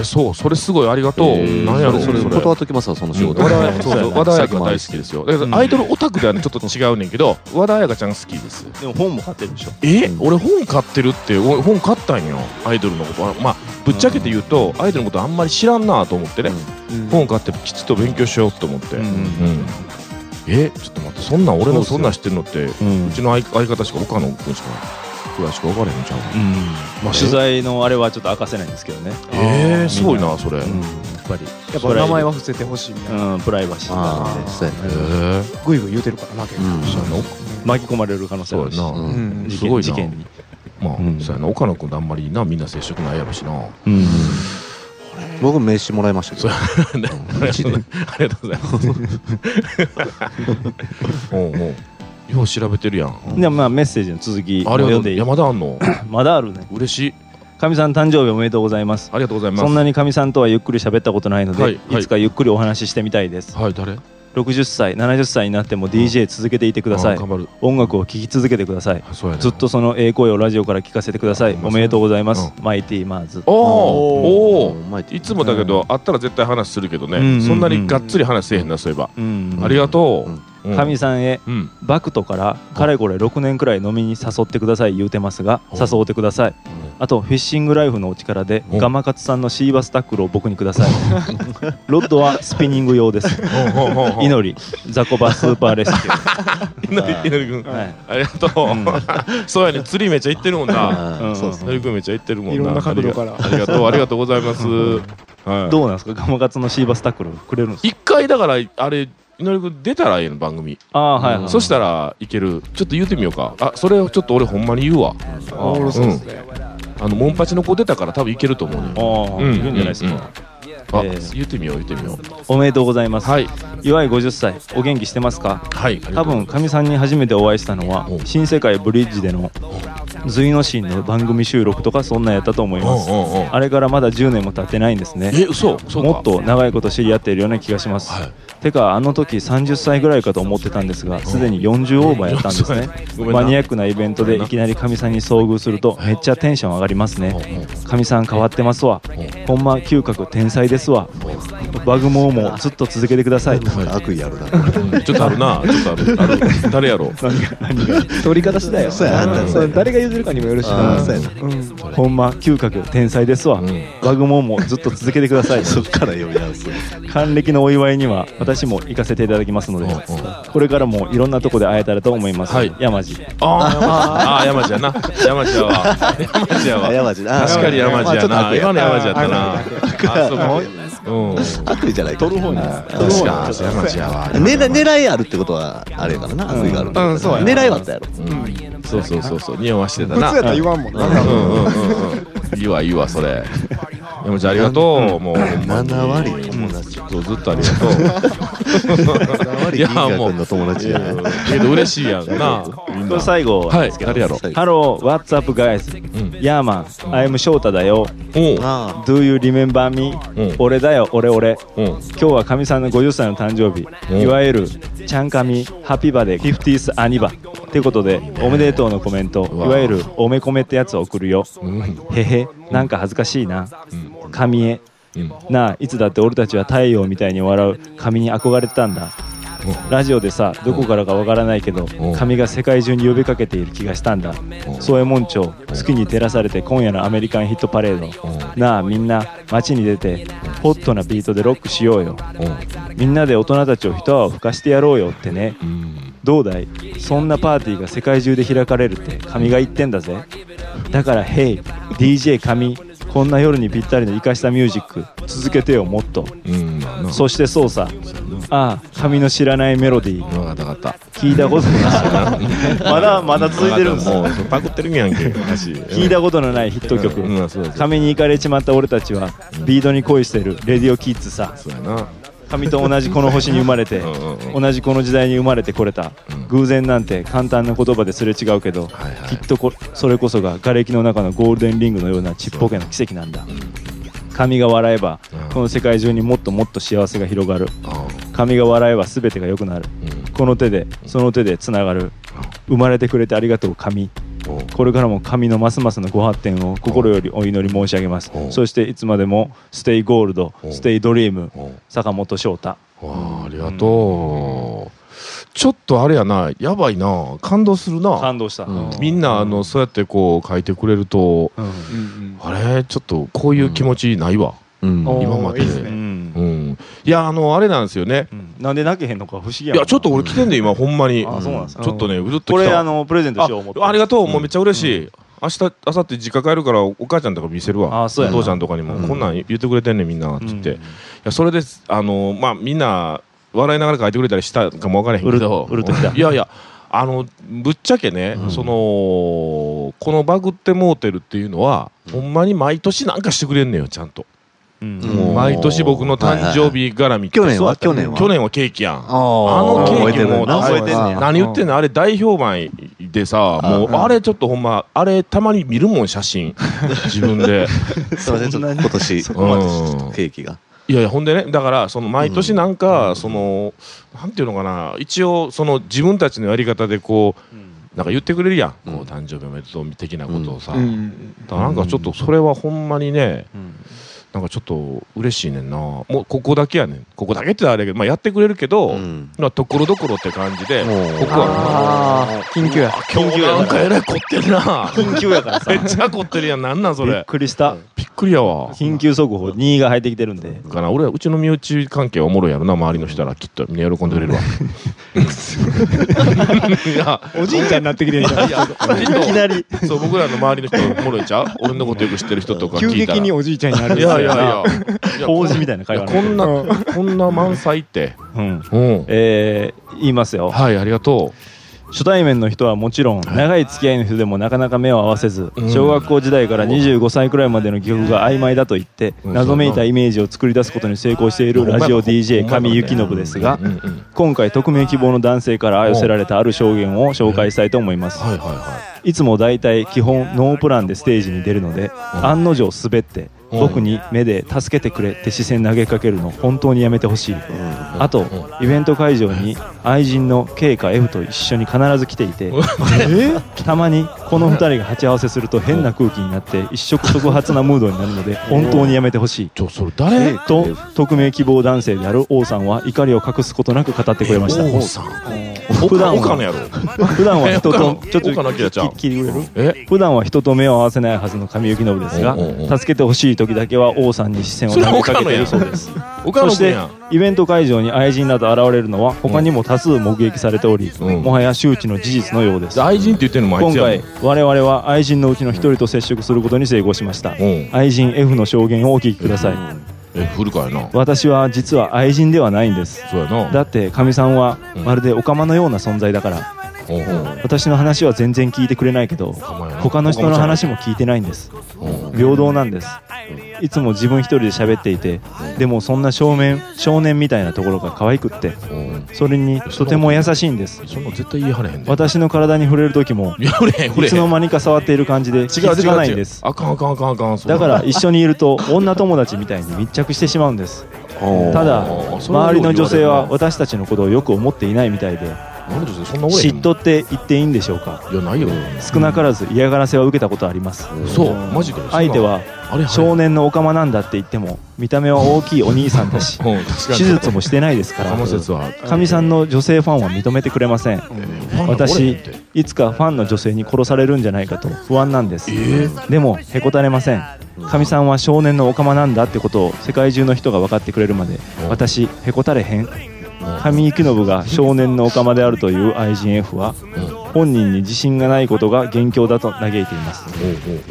Speaker 3: ーそうそれすごいありがとう
Speaker 1: えー
Speaker 3: なんやろ
Speaker 1: それそれ断っときますわその仕
Speaker 3: 和
Speaker 1: 事
Speaker 3: 田彩香そうそう和田彩香大好きですよだけ
Speaker 2: うん
Speaker 3: どアイドルオタクではねちょっと違うねんけど和田彩香ちゃん好きです
Speaker 2: でも本も買ってるでしょ
Speaker 3: え俺本買ってるってお本買ったんよアイドルのことあまあぶっちゃけて言うとアイドルのことあんまり知らんなと思ってね
Speaker 4: うん
Speaker 3: 本買ってきちっと勉強しようと思ってうん
Speaker 2: ん
Speaker 3: えちょっと待ってそんなん俺のそんなん知ってるのってう
Speaker 2: うん
Speaker 3: ちの相相方しか岡野君しかぐらいしか分からへんちゃう
Speaker 2: まあ、取材のあれはちょっと明かせないんですけどね、
Speaker 3: えーすごいなそれへ
Speaker 2: やっぱり
Speaker 4: やっぱ名前は伏せてほしいみたいな
Speaker 2: うんプライバシーがあっ
Speaker 1: ああ
Speaker 2: て
Speaker 1: そうや
Speaker 3: え
Speaker 1: ね
Speaker 4: グイグイ言うてるからな結構
Speaker 1: うん
Speaker 3: そうやな
Speaker 2: 巻き込まれる可能性
Speaker 3: そ
Speaker 2: あ
Speaker 3: う
Speaker 2: るし
Speaker 3: やな
Speaker 1: う
Speaker 4: うんん
Speaker 2: 事
Speaker 3: すごい
Speaker 2: 件
Speaker 3: な
Speaker 2: 事件に、
Speaker 3: まあ、
Speaker 2: うん
Speaker 3: そうやな岡野君とあんまりなみんな接触ないやろしな
Speaker 1: 僕名刺もらいましたけど
Speaker 2: [laughs]
Speaker 1: うんうちで
Speaker 3: ありがとうございます [laughs] うんうんよう調べてるやんあ
Speaker 2: でまあメッセージの続き
Speaker 3: り
Speaker 2: を
Speaker 3: がと
Speaker 2: 読
Speaker 3: うん
Speaker 2: でいい
Speaker 3: 山田あんの
Speaker 2: まだあるね
Speaker 3: 嬉しい
Speaker 2: かみさん誕生日おめでとうございます
Speaker 3: ありがとうございます
Speaker 2: そんなにかみさんとはゆっくり喋ったことないので、
Speaker 3: はいいはい
Speaker 2: つかゆっくりお話ししてみたいです
Speaker 3: はい誰
Speaker 2: 60歳70歳になっても DJ 続けていてくださ
Speaker 3: あ
Speaker 2: い
Speaker 3: 頑張る
Speaker 2: 音楽を聴き続けてください
Speaker 3: あそうやね
Speaker 2: ずっとそのええ声をラジオから聞かせてください
Speaker 3: あ
Speaker 2: おめでとうございます、
Speaker 3: う
Speaker 2: マイティーマーズ
Speaker 3: おーお
Speaker 1: う
Speaker 3: お
Speaker 1: まいって
Speaker 3: いつもだけど、会ったら絶対話するけどね、
Speaker 2: うんうんうん
Speaker 3: そんなにがっつり話せえへんなそういえば、
Speaker 2: うん
Speaker 3: ありがとう、うん、
Speaker 2: 神さんへ
Speaker 3: うん
Speaker 2: バクトからかれこれ6年くらい飲みに誘ってください言うてますが
Speaker 3: お
Speaker 2: 誘うてくださいあとフィッシングライフのお力で
Speaker 3: お
Speaker 2: ガマカツさんのシーバスタックルを僕にくださいロッドはスピニング用です
Speaker 3: ほんほんほんほん
Speaker 2: 祈りザコバスーパーレスキュ
Speaker 3: [laughs]
Speaker 2: ー
Speaker 3: 祈り祈り君、
Speaker 2: はい
Speaker 3: ありがとう、
Speaker 2: うん
Speaker 3: そうやね釣りめっちゃ行ってるもんな
Speaker 1: あ
Speaker 2: う
Speaker 1: ー
Speaker 2: ん
Speaker 1: そうです
Speaker 3: のりくんめっちゃ行ってるもんない
Speaker 4: ろんな角度から
Speaker 3: ありがとうありがとうございます、はい、
Speaker 2: どうなんですかガマカツのシーバスタックルくれるんですか
Speaker 3: 一回だからあれ祈り君出たらええの番組
Speaker 2: ああはいはい
Speaker 3: そしたらいけるちょっと言うてみようかあそれをちょっと俺ほんまに言うわ
Speaker 2: あー
Speaker 4: おろそうですね
Speaker 3: あのモンパチの子出たから多分いけると思うねん
Speaker 2: ああ
Speaker 3: うん
Speaker 2: いるんじゃないですか
Speaker 3: あ、
Speaker 2: えー
Speaker 3: 言ってみよう言ってみよ
Speaker 2: おめでとうございます
Speaker 3: うはい
Speaker 2: 祝い50歳お元気してますか
Speaker 3: はい
Speaker 2: 多分かみさんに初めてお会いしたのは
Speaker 3: お
Speaker 2: 「新世界ブリッジ」での隋のシーンの番組収録とかそんなんやったと思います
Speaker 3: うんうんうん
Speaker 2: あれからまだ10年も経ってないんですね
Speaker 3: え嘘そうか
Speaker 2: もっと長いこと知り合っているような気がします、
Speaker 3: はい
Speaker 2: てかあの時30歳ぐらいかと思ってたんですがすでに40オーバーやったんですね
Speaker 3: ごめんな
Speaker 2: マニアックなイベントでいきなりかみさんに遭遇するとめっちゃテンション上がりますねかみさん変わってますわほんま嗅覚天才ですわバグモーもずっと続けてください
Speaker 1: なんか悪意あるなこれ
Speaker 3: うんちょっとあるなちょっとあるある誰やろ
Speaker 2: [laughs]
Speaker 3: う
Speaker 4: 取り方次第よ
Speaker 1: そうやあんた
Speaker 4: そう誰が譲るかにもよるし
Speaker 1: あ
Speaker 4: な
Speaker 1: ーそうやな
Speaker 4: うん
Speaker 2: ほんま嗅覚天才ですわ、
Speaker 3: ん
Speaker 2: バグモンもずっと続けてください
Speaker 3: [laughs]
Speaker 1: そっから読み直す
Speaker 2: 還暦のお祝いには私も行かせていただきますので、これからもいろんなとこで会えたらと思います、
Speaker 3: はい
Speaker 2: 山路
Speaker 3: あー山地あー山地やな山地やわ山地や
Speaker 1: あ
Speaker 3: わ
Speaker 1: 山地あー
Speaker 3: 確かに山地や
Speaker 1: まあ
Speaker 3: な
Speaker 1: ち
Speaker 3: 今
Speaker 1: ょっ
Speaker 3: の
Speaker 1: と
Speaker 3: 山地やったなあそうかうん
Speaker 1: 悪意じゃない取る方に
Speaker 3: 確
Speaker 1: 確
Speaker 3: か
Speaker 1: か
Speaker 3: に山地やわ
Speaker 1: 狙い狙いあるってことはあれやからな悪意があるってことやから
Speaker 4: うんそうやな
Speaker 1: 狙いはあったやろ
Speaker 3: そうそうそうそう匂わしてた
Speaker 4: 普通
Speaker 3: な
Speaker 4: やったら言わんもんな
Speaker 3: うんうんうんうんいいわいいわそれ山地ありがとうもうほんまに
Speaker 1: 7割友達
Speaker 3: そうずっとありがとう
Speaker 1: 7割
Speaker 3: いや
Speaker 1: 銀河
Speaker 3: もう
Speaker 1: 君の友達じゃない
Speaker 3: けど嬉しいやんなみん
Speaker 2: こ
Speaker 3: な
Speaker 2: れ最後、
Speaker 3: はい誰やろ
Speaker 1: 最後
Speaker 2: ハロー、What's up, guys?
Speaker 3: ん
Speaker 2: ヤーマン、アイム翔太だよ。
Speaker 3: うん
Speaker 1: あ
Speaker 2: Do you remember me?、
Speaker 3: うん
Speaker 2: 俺だよ、俺俺。
Speaker 3: うん
Speaker 2: 今日はかみさんの50歳の誕生日、
Speaker 3: うん
Speaker 2: いわゆる「ちゃんかみハッピーバーデーフィフティースアニバ」ってことでおめでとうのコメントい
Speaker 3: わ
Speaker 2: わゆるおめこめってやつを送るよ
Speaker 3: うん
Speaker 2: へへなんか恥ずかしいな
Speaker 3: うん
Speaker 2: 神へ
Speaker 3: うん
Speaker 2: なあいつだって俺たちは太陽みたいに笑う神に憧れてたんだラジオでさどこからかわからないけど
Speaker 3: うん
Speaker 2: 神が世界中に呼びかけている気がしたんだ
Speaker 3: ん
Speaker 2: 宗右衛門町月に照らされて今夜のアメリカンヒットパレードなあみんな街に出てホットなビートでロックしようよみんなで大人たちを一泡吹かしてやろうよってね
Speaker 3: うん
Speaker 2: どうだいそんなパーティーが世界中で開かれるって神が言ってんだぜだから「Hey DJ 神こんな夜にぴったりのイカしたミュージック続けてよもっと
Speaker 3: うんまあな」
Speaker 2: そしてそうさああ神の知らないメロディー
Speaker 3: わかったわかっ
Speaker 2: 聞いたことないまだまだ続いてるんです
Speaker 3: も
Speaker 2: よ
Speaker 3: うそれパクってるんやんけ話
Speaker 2: 聞いたことのないヒット曲
Speaker 3: うんうんそうそう
Speaker 2: 神に行かれちまった俺たちはビートに恋してるレディオキッズさ
Speaker 3: そうやな
Speaker 2: 神と同じこの星に生まれて
Speaker 3: うんうんうん
Speaker 2: 同じこの時代に生まれてこれた
Speaker 3: うん
Speaker 2: 偶然なんて簡単な言葉ですれ違うけど
Speaker 3: はいは
Speaker 2: き
Speaker 3: い
Speaker 2: っとこそれこそが瓦礫の中のゴールデンリングのようなちっぽけな奇跡なんだ神が笑えば
Speaker 3: うん
Speaker 2: この世界中にもっともっと幸せが広がる
Speaker 3: ああ
Speaker 2: 神が笑えば全てが良くなるこの手でその手でつながる生まれてくれてありがとう神
Speaker 3: うんおう
Speaker 2: これからも神のますますのご発展を心よりお祈り申し上げます
Speaker 3: お
Speaker 2: そしていつまでもステイゴールド
Speaker 3: お
Speaker 2: ステイドリーム
Speaker 3: おう
Speaker 2: 坂本翔太
Speaker 3: わあありがとうちょっとあれやなやばいな感動するな
Speaker 2: 感動した、
Speaker 1: うん
Speaker 3: みんなあのそうやってこう書いてくれると
Speaker 4: うん
Speaker 3: あれちょっとこういう気持ちないわ
Speaker 1: うん
Speaker 4: おー
Speaker 3: 今まで
Speaker 4: いいっす
Speaker 2: う
Speaker 4: ね
Speaker 2: ん
Speaker 3: うんいやあのあれなんですよね
Speaker 2: うんなんで泣けへんのか不思議
Speaker 3: い
Speaker 2: やな
Speaker 3: やちょっと俺来てんで今ほんまに
Speaker 2: あそうなんです
Speaker 3: ち
Speaker 2: か
Speaker 3: ょっとねうずっと
Speaker 2: こ
Speaker 3: 来
Speaker 2: れ
Speaker 3: た
Speaker 2: あのプレゼントしよう思って
Speaker 3: あありがとう、もうめっちゃ嬉し
Speaker 2: う
Speaker 3: い。明日、明後日実家帰るから、お母ちゃんとか見せるわ。
Speaker 2: あそうやな
Speaker 3: 父ちゃんとかにも、
Speaker 2: うん
Speaker 3: こんなん言ってくれてんねん、みんなって言って。
Speaker 2: う
Speaker 3: い
Speaker 2: ん
Speaker 3: や、それです、あの、まあ、みんな。笑いながら書いてくれたりしたかもわからへんけど。
Speaker 2: うるうるっときた
Speaker 3: [laughs] いやいや。あのぶっちゃけね、
Speaker 1: うん
Speaker 3: そのこのバグってモーテルっていうのは、ほんまに毎年なんかしてくれんねんよちゃんと、
Speaker 2: うん
Speaker 1: うん
Speaker 3: もう毎年僕の誕生日絡み、
Speaker 1: はいはいはい去年は
Speaker 3: そうやった
Speaker 1: 去年は
Speaker 3: 去年はケーキやん
Speaker 1: あの
Speaker 3: あのケーキも
Speaker 1: 覚えてんね
Speaker 3: あ
Speaker 1: や
Speaker 3: 何言ってんのあれ大評判でさ
Speaker 1: あ
Speaker 3: もう
Speaker 1: うん
Speaker 3: あれちょっとほんまあれたまに見るもん写
Speaker 1: [laughs]
Speaker 3: 真自分です
Speaker 1: いませんちょっと今年
Speaker 3: こまでしてた
Speaker 1: うんケーキが
Speaker 3: いやいやほんでねだからその毎年なん
Speaker 1: う
Speaker 3: か
Speaker 1: ん
Speaker 3: そのなんていうのかな一応その自分たちのやり方でこうなんか言ってくれるやんこ
Speaker 1: うん
Speaker 3: う誕生日おめでとう的なことをさ
Speaker 4: うんうん
Speaker 3: だからなんかちょっとそれはほんまにねなんかちょっと嬉しいねんなもうここだけやねんここだけってあれやけどまあやってくれるけど
Speaker 1: うん
Speaker 3: まあところどころって感じでここは
Speaker 4: ああ緊急や
Speaker 3: 今日なんかえらい凝ってるな
Speaker 2: 緊急やからさ
Speaker 3: めっちゃ凝ってるやんなんなんそ
Speaker 2: びっ
Speaker 3: れ
Speaker 2: くりした
Speaker 3: びっくりやわ
Speaker 2: 緊急速報2位が入ってきてるんで
Speaker 3: かな俺はうちの身内関係はおもろいやろな周りの人らきっとみんな喜んでくれるわいや
Speaker 4: おじいちゃんになってきてる
Speaker 3: いやき
Speaker 2: いきなり
Speaker 3: っとそう僕らの周りの人おもろいちゃう俺のことよく知ってる人とか
Speaker 4: 急
Speaker 3: 聞いたら
Speaker 4: 激におじいちゃんになる
Speaker 3: いやいやい
Speaker 4: や
Speaker 3: やいや
Speaker 2: 法事みたいな
Speaker 3: こ
Speaker 2: 会話
Speaker 3: こんなこんな満載って
Speaker 2: うん
Speaker 3: うん
Speaker 2: えー言いますよ
Speaker 3: はいありがと
Speaker 2: 初対面の人はもちろん長い付き合いの人でもなかなか目を合わせず
Speaker 3: うん
Speaker 2: 小学校時代から25歳くらいまでの記憶が曖昧だと言って
Speaker 3: うん
Speaker 2: 謎めいたイメージを作り出すことに成功しているラジオ DJ 上幸信ですが
Speaker 3: ううんうん
Speaker 2: 今回匿名希望の男性から寄せられたある証言を紹介したいと思います
Speaker 3: はいはいはい
Speaker 2: いつも大体基本ノープランでステージに出るので案の定滑って
Speaker 3: うん
Speaker 2: 僕に目で「助けてくれ」って視線投げかけるの本当にやめてほしいあとイベント会場に愛人の K か F と一緒に必ず来ていて
Speaker 3: [laughs]
Speaker 2: たまにこの2人が鉢合わせすると変な空気になって一触即発なムードになるので本当にやめてほしい
Speaker 3: ちょそれ誰
Speaker 2: と匿名希望男性である王さんは怒りを隠すことなく語ってくれました
Speaker 3: 王さん
Speaker 2: 普段は
Speaker 3: 岡野やろ
Speaker 2: 普段は人と
Speaker 3: え
Speaker 2: ちょっと
Speaker 3: 岡野明ちゃん
Speaker 2: 聞聞いてくれる
Speaker 3: え
Speaker 2: 普段は人と目を合わせないはずの神幸信ですが
Speaker 3: おうおうおう
Speaker 2: 助けてほしい時だけは王さんに視線を投げかけているそうです
Speaker 3: 岡
Speaker 2: そ
Speaker 3: 野
Speaker 2: し
Speaker 3: 君
Speaker 2: て
Speaker 3: やん
Speaker 2: イベント会場に愛人など現れるのは他にも多数目撃されており
Speaker 3: うん
Speaker 2: もはや周知の事実のようです
Speaker 3: 愛人って言ってんのもあい
Speaker 2: 今
Speaker 3: つやもん
Speaker 2: 回我々は愛人のうちの一人と接触することに成功しました
Speaker 3: うん
Speaker 2: 愛人 F の証言をお聞きください
Speaker 3: え古川やな
Speaker 2: 私は実は愛人ではないんです
Speaker 3: そうやな
Speaker 2: だってかみさんは
Speaker 3: うん
Speaker 2: まるでオカマのような存在だから
Speaker 3: うんうん
Speaker 2: 私の話は全然聞いてくれないけど
Speaker 3: 岡野やな
Speaker 2: 他の人の話も聞いてないんです
Speaker 3: うん
Speaker 2: 平等なんですいつも自分一人で喋っていてでもそんな少年少年みたいなところが可愛くって
Speaker 3: うん
Speaker 2: それにとても優しいんです
Speaker 3: そんなん絶対言いはれへんで
Speaker 2: 私の体に触れる時も
Speaker 3: いや触れへん触
Speaker 2: い
Speaker 3: れ
Speaker 2: つ
Speaker 3: へん
Speaker 2: の間にか触っている感じで気
Speaker 3: 違う
Speaker 2: づ
Speaker 3: 違
Speaker 2: か
Speaker 3: う
Speaker 2: ない
Speaker 3: 違
Speaker 2: ん
Speaker 3: う
Speaker 2: です
Speaker 3: あかんあかんあかんあかんそんな
Speaker 2: だから一緒にいると女友達みたいに密着してしまうんですただ
Speaker 3: あーそれは
Speaker 2: 周
Speaker 3: よう言わ
Speaker 2: り
Speaker 3: れるな
Speaker 2: の女性は私たちのことをよく思っていないみたいで
Speaker 3: なんで女性そんな俺へん
Speaker 2: 嫉妬って言っていいんでしょうか
Speaker 3: いやないよ
Speaker 2: 少なからず嫌がらせは受けたことあります
Speaker 3: そうマジかよ
Speaker 2: 相手は
Speaker 3: あれ
Speaker 2: 少年のオカマなんだって言っても見た目は大きいお兄さん
Speaker 3: [laughs]
Speaker 2: だし
Speaker 3: うん確か
Speaker 2: 手
Speaker 3: に
Speaker 2: 術もしてないですか
Speaker 3: こ
Speaker 2: ら
Speaker 3: の説は
Speaker 2: かみさんの女性ファンは認めてくれません
Speaker 3: ファンがおれへん
Speaker 2: 私
Speaker 3: って
Speaker 2: いつかファンの女性に殺されるんじゃないかと不安なんです
Speaker 3: え
Speaker 2: でもへこたれませんかみさんは少年のオカマなんだってことを世界中の人が分かってくれるまで私へこたれへん上幸信が少年のオカマであるという愛人 F は本人に自信がないことが元凶だと嘆いています、
Speaker 3: おうおうおう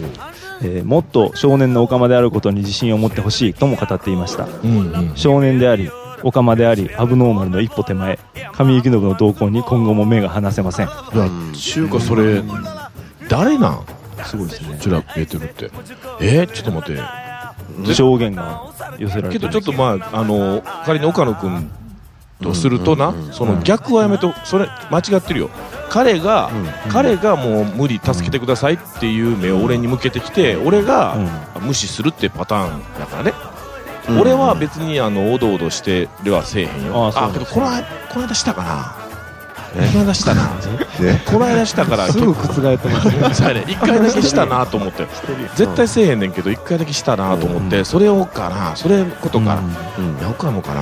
Speaker 2: えーもっと少年のオカマであることに自信を持ってほしいとも語っていました
Speaker 3: うんうん
Speaker 2: 少年でありオカマでありアブノーマルの一歩手前上幸信の動向に今後も目が離せません
Speaker 3: いや中華それ誰なん
Speaker 2: すごいですね
Speaker 3: ちら見えてるってえーちょっと待って
Speaker 2: 証言が寄せられ
Speaker 3: け
Speaker 2: て
Speaker 3: ど
Speaker 2: る
Speaker 3: ちょっとまああの仮に岡野君とするとな、
Speaker 1: うんうんうん
Speaker 3: その逆はやめとそれ間違ってるよ彼が、彼がもう無理助けてくださいっていう目を俺に向けてきて俺
Speaker 2: うん
Speaker 3: が無視するってパターンだからね、
Speaker 1: うん
Speaker 3: 俺は別にあのおどおどしてではせえへんよ
Speaker 2: あそう
Speaker 3: あけどこの間この間したかなこの間したなこの間したから
Speaker 4: すぐ覆ってますね
Speaker 3: そうやね一回だけしたなと思って絶対せえへんねんけど一回だけしたなと思って、それをかなそれことか、
Speaker 2: うん
Speaker 1: うん
Speaker 3: いや岡野かな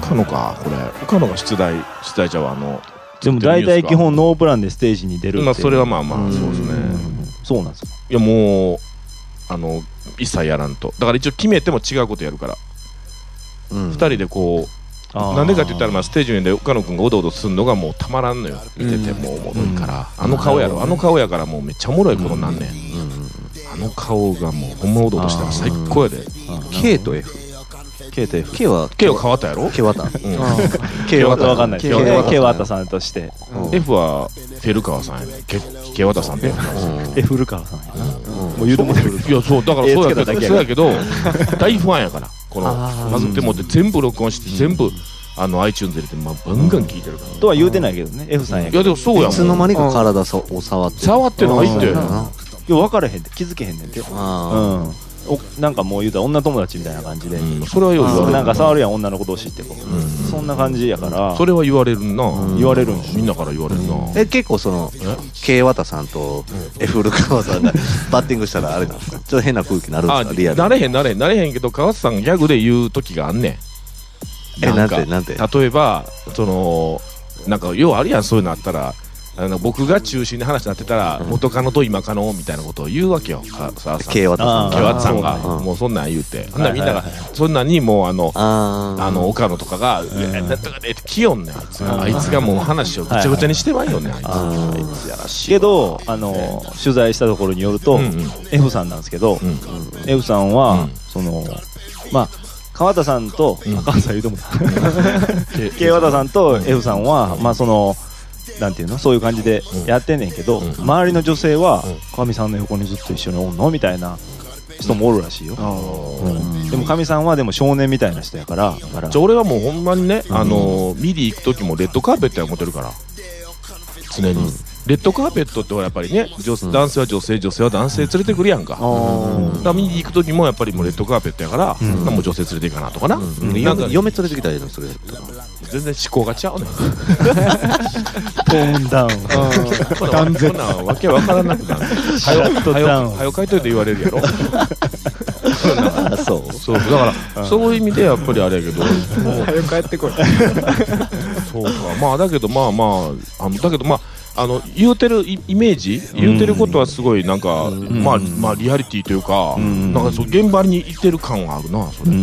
Speaker 3: 岡野かこれ岡野が出題出題じゃああの
Speaker 2: でも大体基本ノープランでステージに出るっていう
Speaker 3: まあそれはまあまあそうですね
Speaker 2: そうなんですよ
Speaker 3: いやもうあの一切やらんとだから一応決めても違うことやるから
Speaker 1: うん
Speaker 3: 二人でこう
Speaker 2: あー
Speaker 3: なんでかって言ったらまあステージ上で岡野君がおどおどすんのがもうたまらんのよ見ててもうおもろいからあの顔やろあの顔やからもうめっちゃおもろいことなんねんあの顔がもうほんまおどおどしたら最高やで
Speaker 1: K と F
Speaker 2: K と F
Speaker 1: K は
Speaker 3: K は変わったやろ
Speaker 1: K 渡
Speaker 3: うん
Speaker 2: K はわかんないですけど
Speaker 1: K は
Speaker 2: K はたさんとして
Speaker 3: F は照川さんやねけけわたさんで
Speaker 2: え古川さんやなもう言うても古
Speaker 3: いやそうだからそうやけど、
Speaker 2: 絵つけただけやから
Speaker 3: そうやけど大ファンやからこの「まずっても」って全部録音して全部あの iTunes で入れて、まあ、バンガン聴いてるから、
Speaker 2: とは言うてないけどね F さんや
Speaker 3: い
Speaker 2: け
Speaker 3: やで
Speaker 2: ど
Speaker 3: もそうや
Speaker 1: い
Speaker 3: も
Speaker 1: つの
Speaker 3: ん
Speaker 1: 間にか体さを触って
Speaker 3: 触ってないって
Speaker 1: うんあ
Speaker 2: いや分からへんって気づけへんねんてうん
Speaker 1: あ
Speaker 2: おなんかもう言うたら女友達みたいな感じで
Speaker 3: うんそれはよう言われる
Speaker 2: なんか触るやん女の子同士ってこうそんな感じやから
Speaker 3: それは言われるな、
Speaker 1: うん
Speaker 2: 言われるん
Speaker 3: みんなから言われるな、
Speaker 1: え結構その K 渡さんと F ルカワさん
Speaker 3: [laughs]
Speaker 1: がバッティングしたらあれなんですかちょっと変な空気になるんで
Speaker 3: あ
Speaker 1: すかリアル
Speaker 3: なれへんなれへんなれへんけど川瀬さんがギャグで言う時があんねん
Speaker 1: えなん
Speaker 3: か
Speaker 1: てなんて
Speaker 3: 例えばそのなんかようあるやんそういうのあったらあの僕が中心で話になってたら元カノと今カノみたいなことを言うわけよ川沢さん
Speaker 1: K 渡さん
Speaker 2: あー
Speaker 3: ケワッツさんが
Speaker 1: うん
Speaker 3: もうそんなん言うてほんならみんな
Speaker 2: は
Speaker 3: がそんなんにもうあの
Speaker 1: あー
Speaker 3: あの岡野とかが「いやなんとかで」って来よんねんあいつあいつがもう話をぐちゃぐちゃにしてまんよねあいつ
Speaker 1: あ
Speaker 3: あいつやらしい
Speaker 2: けどあの取材したところによると
Speaker 3: うんうん
Speaker 2: F さんなんですけど
Speaker 3: うん
Speaker 2: F さん
Speaker 3: う
Speaker 2: は
Speaker 3: ん
Speaker 2: そのまあ川田さんと
Speaker 3: うん
Speaker 2: あ川田さん言うてもた [laughs] K 和田さんと F さんは、まあそのなんていうのそういう感じでやってんねんけど、
Speaker 3: うん
Speaker 2: 周りの女性は
Speaker 3: うん
Speaker 2: かみ、さんの横にずっと一緒におんのみたいな人もおるらしいよ、うんでもかみさんはでも少年みたいな人やからだから
Speaker 3: じゃあ俺はもうほんまにねあのミディ行く時もレッドカーペットや思ってるから常にレッドカーペットってほらやっぱりね女男性は女性女性は男性連れてくるやんかだから見に行く時もやっぱりもうレッドカーペットやから、
Speaker 2: ん
Speaker 3: もう女性連れていかなとかな,、
Speaker 1: うん嫁
Speaker 3: なんか
Speaker 1: 嫁連れてきたらいいのそれ
Speaker 3: 全然思考が違うねん
Speaker 2: トーンダウン
Speaker 3: ほなほなわけわからなくなる。
Speaker 2: シャット
Speaker 3: はよ
Speaker 2: ダウン
Speaker 3: はよ書いといて言われるやろ。 [laughs]
Speaker 1: あそう
Speaker 3: そうだからそういう意味でやっぱりあれやけど、 [laughs]
Speaker 4: 早く帰ってこい
Speaker 3: そうかまあだけどまあまああのだけどまあ。あの言うてるイイメージ言うてることはすごいなんか、まあまあリアリティというか、
Speaker 2: ん
Speaker 3: なんかそう現場に行ってる感はあるなそれ、な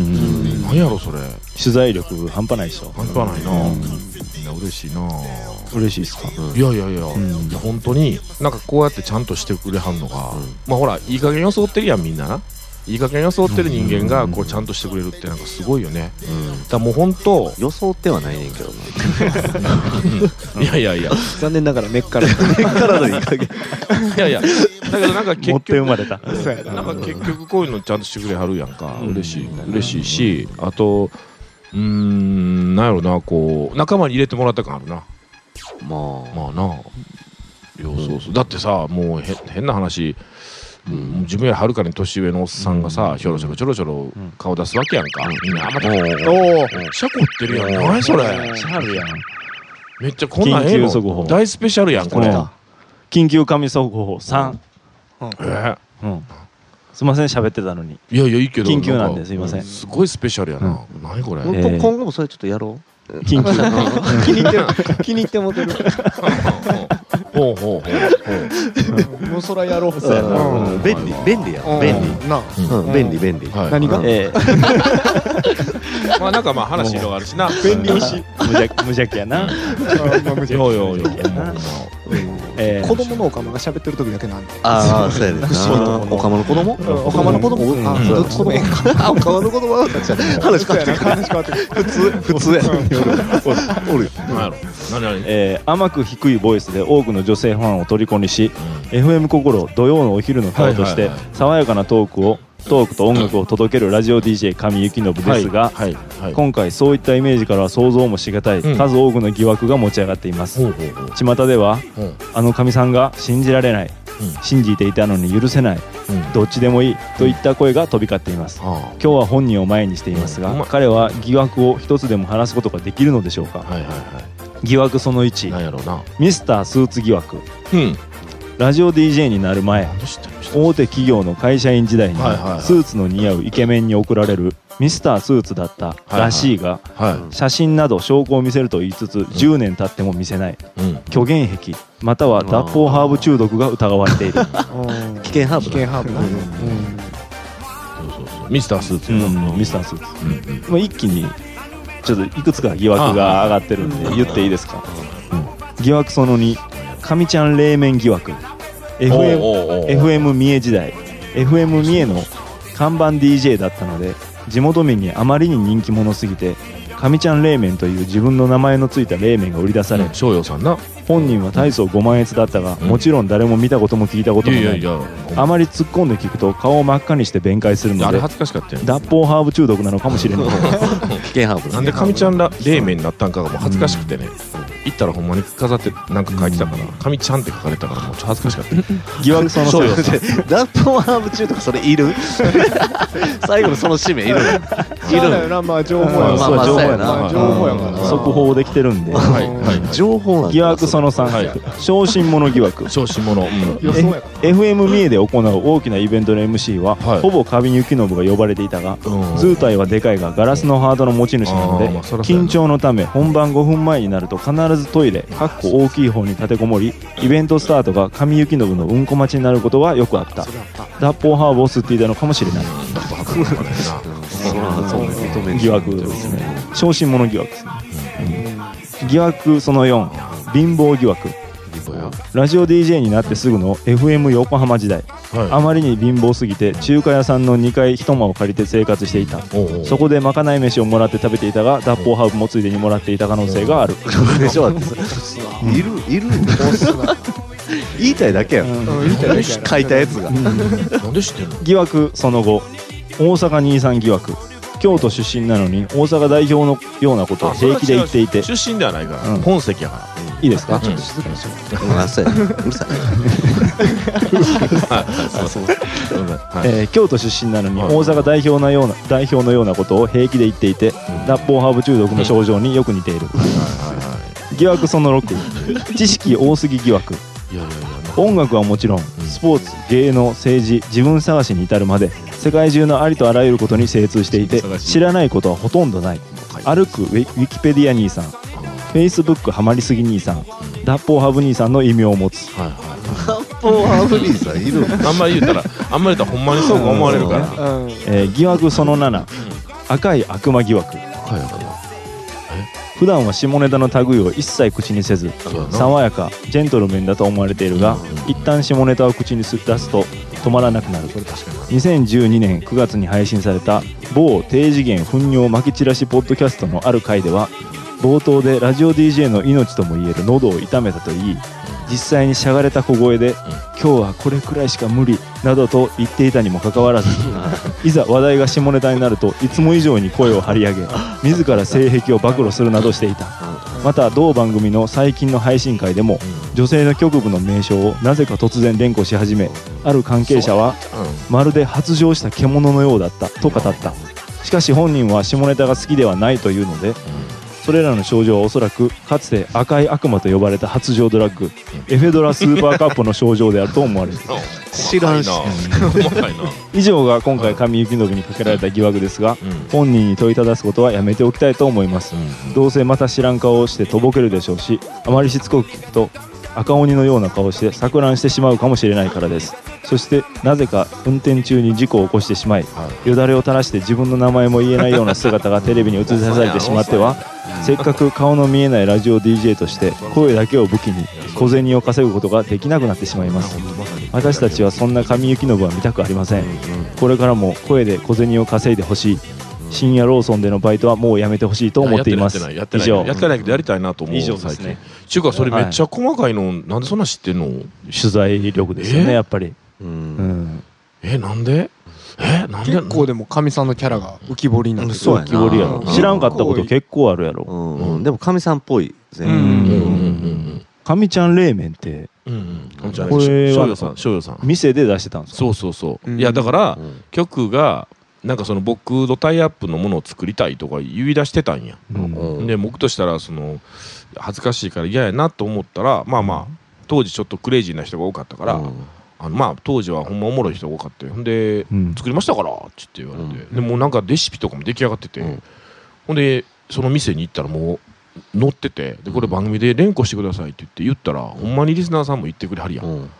Speaker 3: んやろそれ
Speaker 2: 取材力半端ないでしょ
Speaker 3: 半端ないな、みんな嬉しいな
Speaker 2: 嬉しいっすか、
Speaker 3: いやいやいや、いや本当になんかこうやってちゃんとしてくれはんのが、まあほらいい加減装ってるやんみんなないい加減装ってる人間がこうちゃんとしてくれるってなんかすごいよね、だからもう本当
Speaker 1: 予想ってはないねんけどな
Speaker 3: いやいやいや
Speaker 4: 残念ながら根っから
Speaker 1: 体にいい加減
Speaker 3: いやいやだけどなんか
Speaker 2: 持
Speaker 3: 結
Speaker 2: って
Speaker 3: 局
Speaker 2: 生まれた
Speaker 3: なんか結局こういうのちゃんとしてくれはるやんか、嬉しい嬉しいしあとうーんなんやろなこう仲間に入れてもらった感あるな
Speaker 1: まあ、
Speaker 3: まあなようそうそうだってさもうへ変な話
Speaker 1: うん
Speaker 3: 自分よりはるかに年上のおっさんがさ、ひょろちょろちょろちょろ顔出すわけやんか、みんなあまたおおシャコ売ってるやん何それ
Speaker 2: シャールやん
Speaker 3: めっちゃこんなんええ
Speaker 2: 緊急速報
Speaker 3: の大スペシャルやんこれ、
Speaker 2: うん緊急神速報3、
Speaker 3: えー
Speaker 2: うん、すいません喋ってたのに
Speaker 3: いやいやいいけど
Speaker 2: 緊急なんで
Speaker 3: か
Speaker 2: すいません
Speaker 3: うすごいスペシャルやな、何これ、
Speaker 1: もう
Speaker 2: えー
Speaker 1: 今後もそれちょっとやろ [laughs]
Speaker 2: 緊急
Speaker 4: 気に入ってる気に入ってもてる
Speaker 3: ほうほうほうほ
Speaker 4: もうそらやろう
Speaker 1: う。うん
Speaker 3: うん
Speaker 1: 便利、便利や。便利。
Speaker 4: 利なあ
Speaker 1: うん、便利、便利
Speaker 3: う。はい
Speaker 4: 何が
Speaker 2: ええ
Speaker 3: まあなんかまあ話広がるし
Speaker 2: [laughs]
Speaker 3: な
Speaker 4: 便利推し
Speaker 2: 無邪無邪気やな
Speaker 4: まあ無邪気
Speaker 3: ようようよう
Speaker 2: ええ
Speaker 4: 子供のおかまが喋ってる時だけなんで
Speaker 1: ああ、そうやねんな。
Speaker 4: 不思議なもの
Speaker 1: おかまの子供
Speaker 4: うんおかまの子供
Speaker 1: うん
Speaker 4: あ
Speaker 1: うん
Speaker 4: どっちでもええんか
Speaker 1: あ、おかまの子供 [laughs] は話変わってくる。
Speaker 4: 話変わってく
Speaker 1: 普
Speaker 4: る
Speaker 1: 通、普通や。
Speaker 2: [laughs]
Speaker 1: おる。
Speaker 3: 何やろ何々
Speaker 2: えー甘く低いボイスで多くの女性ファンを虜にし FM 心土曜のお昼の顔とし
Speaker 3: は
Speaker 2: て
Speaker 3: いはいはい
Speaker 2: 爽やかなトークをトークと音楽を届けるラジオ DJ 上幸信ですが、
Speaker 3: はいはい
Speaker 2: 今回そういったイメージからは想像もしがたい
Speaker 3: うん
Speaker 2: 数多くの疑惑が持ち上がっています、
Speaker 3: ほうほうほう
Speaker 2: 巷では
Speaker 3: ほう
Speaker 2: あのかみさんが信じられない、
Speaker 3: うん
Speaker 2: 信じていたのに許せない
Speaker 3: うん
Speaker 2: どっちでもいいといった声が飛び交っています
Speaker 3: は
Speaker 2: 今日は本人を前にしていますが、
Speaker 3: うん
Speaker 2: 彼は疑惑を一つでも話すことができるのでしょう
Speaker 3: あ
Speaker 2: か
Speaker 3: はいはいはい
Speaker 2: 疑惑その1、
Speaker 3: 何やろうな
Speaker 2: ミスタースーツ疑惑
Speaker 3: うん
Speaker 2: ラジオ DJ になる
Speaker 3: あ
Speaker 2: 前
Speaker 3: の人の人
Speaker 2: 大手企業の会社員時代に
Speaker 3: はいはいはい
Speaker 2: スーツの似合うイケメンに贈られるミスタースーツだったらしいが
Speaker 3: は
Speaker 2: 写真など証拠を見せると言いつつ10年経っても見せない
Speaker 3: いうん
Speaker 2: 虚言癖または脱法ハーブ中毒が疑われている、
Speaker 1: 危険ハーブ
Speaker 4: 危
Speaker 1: な。
Speaker 4: 険ハーブな
Speaker 3: そうそうそうミスタースーツ
Speaker 2: う
Speaker 3: や
Speaker 2: ん
Speaker 3: な
Speaker 2: ミスタースーツ、
Speaker 3: うんうん
Speaker 2: まあ、一気にちょっといくつか疑惑が上がってるんで言っていいですか、うん疑惑その2かみちゃん冷麺疑惑 FM
Speaker 3: おうおうおう
Speaker 2: FM 三重時代 FM 三重の看板 DJ だったので地元民にあまりに人気者すぎて「かみちゃん冷麺」という自分の名前のついた冷麺が売り出され
Speaker 3: うん翔陽さんな
Speaker 2: 本人は大層ご満悦だったが
Speaker 3: うん
Speaker 2: もちろん誰も見たことも聞いたこ
Speaker 3: い
Speaker 2: とも
Speaker 3: や
Speaker 2: ないい
Speaker 3: やいや
Speaker 2: あまり突っ込んで聞くと顔を真っ赤にして弁解するの
Speaker 3: あれ
Speaker 2: で
Speaker 3: 恥ずかしかったよ
Speaker 2: 脱法ハーブ中毒なのかもしれない
Speaker 1: 危険ハーブ
Speaker 3: なんでかみちゃんら冷麺になったんかがもう恥ずかしくてね行ったらほんまに飾ってなんか書いてたから「かみちゃん」って書かれたからもうちょっと恥ずかしかった
Speaker 2: 疑惑その
Speaker 1: そう
Speaker 2: 3
Speaker 1: よ。 [laughs] ダッポンハーブ中とかそれいる [laughs] 最後のその締めいる
Speaker 4: いるよなまあ情報や
Speaker 1: まあまあそうやな
Speaker 4: まあ情報やから
Speaker 3: うん
Speaker 4: な
Speaker 2: 速報できてるんで
Speaker 3: はいはいはい
Speaker 1: 情報なんだ
Speaker 2: 疑惑その3、
Speaker 3: はい
Speaker 2: 昇進者疑惑
Speaker 3: 小心者うん
Speaker 4: 予想やか
Speaker 2: FM 三重で行う大きなイベントの MC は、
Speaker 3: はい
Speaker 2: ほぼ上幸信が呼ばれていたが、
Speaker 3: うん
Speaker 2: 図体はでかいがガラスのハードの持ち主なので、
Speaker 3: あーまあそらそうやな
Speaker 2: 緊張のため本番5分前になると必ずトイレかっこ大きい方に立てこもりイベントスタートが上幸信のうんこ待ちになることはよくあった脱法ハーブを吸っていたのかもしれない
Speaker 1: その発音認める
Speaker 2: 疑惑ですね小心者疑惑ですね、疑惑その4貧乏疑惑ラジオ DJ になってすぐの FM 横浜時代あまりに貧乏すぎて中華屋さんの2階一間を借りて生活していたそこでまかない飯をもらって食べていたが脱法ハーブもついでにもらっていた可能性がある、
Speaker 1: でしょだってそれいる [laughs] いる言いたいだけやん
Speaker 2: うん
Speaker 1: 書いたやつが
Speaker 3: なんで知ってんの
Speaker 2: 疑惑その後大阪23疑惑京都出身なのに大阪代表のようなことを平気で言っていて
Speaker 3: 出身ではないから
Speaker 2: うん
Speaker 3: 本籍やか
Speaker 2: [laughs] いいですか、
Speaker 3: らうん
Speaker 1: うんあそうやうるさい
Speaker 2: えー京都出身なのに
Speaker 3: は
Speaker 2: 大
Speaker 3: い
Speaker 2: 阪代表のような代表のようなことを平気で言っていて脱法ハーブ中毒の症状によく似ている、疑惑その6知識多すぎ疑惑
Speaker 3: いやいやいや
Speaker 2: 音楽はもちろんスポーツ芸能政治自分探しに至るまで世界中のありとあらゆることに精通していて
Speaker 3: 自分探し
Speaker 2: 知らないことはほとんどない歩くウィウィキペディア兄さんフェイスブックハマりすぎ兄さん脱法ハブ兄さんの異名を持つ
Speaker 3: はいはい
Speaker 1: ポンハーブ兄さんいる
Speaker 3: あんまり言ったらあんまり言ったらほんまにそうか思われるから
Speaker 4: うん
Speaker 2: えー疑惑その7赤い悪魔疑惑普段は下ネタの類を一切口にせず
Speaker 3: そうやな
Speaker 2: 爽やかジェントルメンだと思われているが一旦下ネタを口にす出すと止まらなくなる2012年9月に配信された某低次元糞尿まき散らしポッドキャストのある回では冒頭でラジオ DJ の命ともいえる喉を痛めたといい実際にしゃがれた小声で「今日はこれくらいしか無理」などと言っていたにもかかわらずいざ話題が下ネタになるといつも以上に声を張り上げ自ら性癖を暴露するなどしていたまた同番組の最近の配信会でも女性の局部の名称をなぜか突然連呼し始めある関係者はまるで発情した獣のようだったと語ったしかし本人は下ネタが好きではないというのでそれらの症状はおそらくかつて赤い悪魔と呼ばれた発情ドラッグエフェドラスーパーカップの症状であると思われる
Speaker 1: 知らんし
Speaker 3: 細かいな。
Speaker 2: 以上が今回神幸信にかけられた疑惑ですが本人に問いただすことはやめておきたいと思いますどうせまた知らん顔をしてとぼけるでしょうしあまりしつこく聞くと赤鬼のような顔をして錯乱してしまうかもしれないからですそしてなぜか運転中に事故を起こしてしまいよだれを垂らして自分の名前も言えないような姿がテレビに映し出されてしまってはせっかく顔の見えないラジオ DJ として声だけを武器に小銭を稼ぐことができなくなってしまいます私たちはそんな神幸信は見たくありませんこれからも声で小銭を稼いでほしい深夜ローソンでのバイトはもうやめてほしいと思っています
Speaker 3: やって
Speaker 2: 以
Speaker 3: ないやってない
Speaker 2: 上
Speaker 3: やってないけどやりたいなと思う。
Speaker 2: 以上ですね
Speaker 3: 最近。ちゅうかそれめっちゃ細かいの、なんでそんな知ってんの？
Speaker 2: 取材力ですよね
Speaker 3: え
Speaker 2: やっぱり、
Speaker 1: う
Speaker 2: うんん、
Speaker 3: えなんで？えなんで？
Speaker 4: 結構でもかみさんのキャラが浮き彫りになってる
Speaker 1: そうやな
Speaker 2: 浮き彫りや
Speaker 1: う
Speaker 2: ろ
Speaker 1: ん
Speaker 2: 知らんかったこと結構あるやろ
Speaker 1: うんうんでもかみさんっぽい全
Speaker 4: う
Speaker 1: 員
Speaker 3: うん
Speaker 4: ん
Speaker 3: うんうん
Speaker 2: かみちゃん冷麺って
Speaker 3: うんうんうん。
Speaker 1: こ
Speaker 2: れは
Speaker 3: 翔陽さん翔陽さん。
Speaker 2: 店で出してたんですか
Speaker 3: そうそうそう、
Speaker 4: うん
Speaker 3: いやだから
Speaker 1: うん
Speaker 3: 曲がなんかその僕のタイアップのものを作りたいとか言い出してたんや、
Speaker 2: うん
Speaker 1: うん
Speaker 3: で僕としたらその恥ずかしいから嫌やなと思ったらまあまあ当時ちょっとクレイジーな人が多かったから、
Speaker 1: うん
Speaker 3: あのまあ当時はほんまおもろい人が多かったよほんで
Speaker 2: うん
Speaker 3: 作りましたからっつって言われて、
Speaker 1: う
Speaker 3: でもうなんかレシピとかも出来上がってて、
Speaker 1: うん
Speaker 3: ほんでその店に行ったらもう載っててでこれ番組で連呼してくださいって言って言ったら、ほんまにリスナーさんも言ってくれはるやん
Speaker 1: うん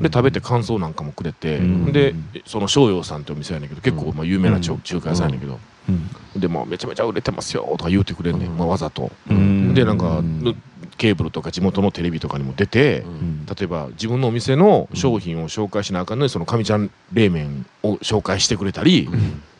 Speaker 3: で食べて感想なんかもくれて、
Speaker 2: うん
Speaker 3: でその逍遥さんってお店やねんけど結構まあ有名な中,、中華屋さんやねんけど、
Speaker 2: うん
Speaker 3: でもうめちゃめちゃ売れてますよとか言うてくれんねん、
Speaker 1: うん
Speaker 3: まあ、わざと、
Speaker 2: うん
Speaker 3: でなんか
Speaker 2: うん
Speaker 3: ケーブルとか地元のテレビとかにも出て、
Speaker 2: うん
Speaker 3: 例えば自分のお店の商品を紹介しなあかんのにそのかみちゃん冷麺を紹介してくれたり、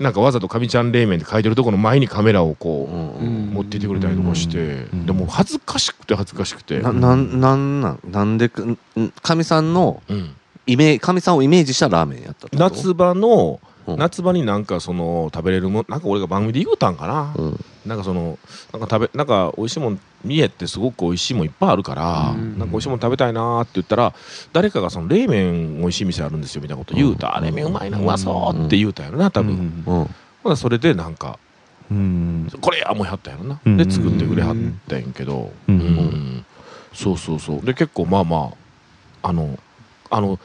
Speaker 3: なんかわざとかみちゃん冷麺って書いてるところの前にカメラをこ
Speaker 1: う
Speaker 3: う、
Speaker 1: ん
Speaker 3: 持っていってくれたりとかして、
Speaker 2: うん
Speaker 3: でもう恥ずかしくて恥ずかしくて。
Speaker 1: ななんなんなんなんでくんかみさんの
Speaker 3: うん
Speaker 1: イメージかみさんをイメージしたラーメンやったってこと
Speaker 3: 夏場の、
Speaker 1: うん
Speaker 3: 夏場になんかその食べれるもんなんか俺が番組で言うたんかな、
Speaker 1: うん
Speaker 3: なんかそのなんか食べなんか美味しいもん三重ってすごく美味しいもんいっぱいあるから、
Speaker 4: うん
Speaker 3: なんか美味しいもん食べたいなーって言ったら誰かがその冷麺美味しい店あるんですよみたいなこと言うた、
Speaker 1: うん
Speaker 3: 冷麺うまいなうまそうって言うたんやろな多分、
Speaker 1: うん
Speaker 3: ほなそれでなんか
Speaker 2: うん
Speaker 3: これやもうやったんやろな、
Speaker 2: うん
Speaker 3: で作ってくれはったんやけど、
Speaker 2: うん
Speaker 3: うんそうそうそうで結構まあまああのあの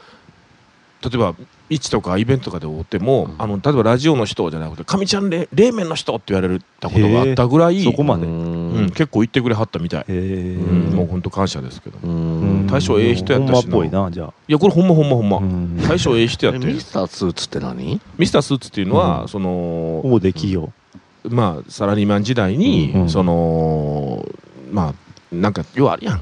Speaker 3: 例えば市とかイベントとかでおっても、
Speaker 1: うん
Speaker 3: あの例えばラジオの人じゃなくて「かみちゃんれ冷麺の人」って言われたことがあったぐらい、
Speaker 2: へーそこまで
Speaker 1: うん
Speaker 3: うん、結構言ってくれはったみたい、
Speaker 2: へえ
Speaker 3: うんもう本当感謝ですけど、
Speaker 1: うん
Speaker 3: 大将ええ人やったしな
Speaker 2: ほんまっぽいなじゃあ
Speaker 3: いやこれほんまほんまほんま、
Speaker 2: うん
Speaker 3: 大将ええ人や
Speaker 1: え
Speaker 3: って
Speaker 1: ミスタースーツって何
Speaker 3: ミスタースーツっていうのは、
Speaker 2: うん
Speaker 3: その
Speaker 2: 大手企業
Speaker 3: まあサラリーマン時代に、
Speaker 2: うん
Speaker 3: そのまあなんか要はあるやん、
Speaker 1: うん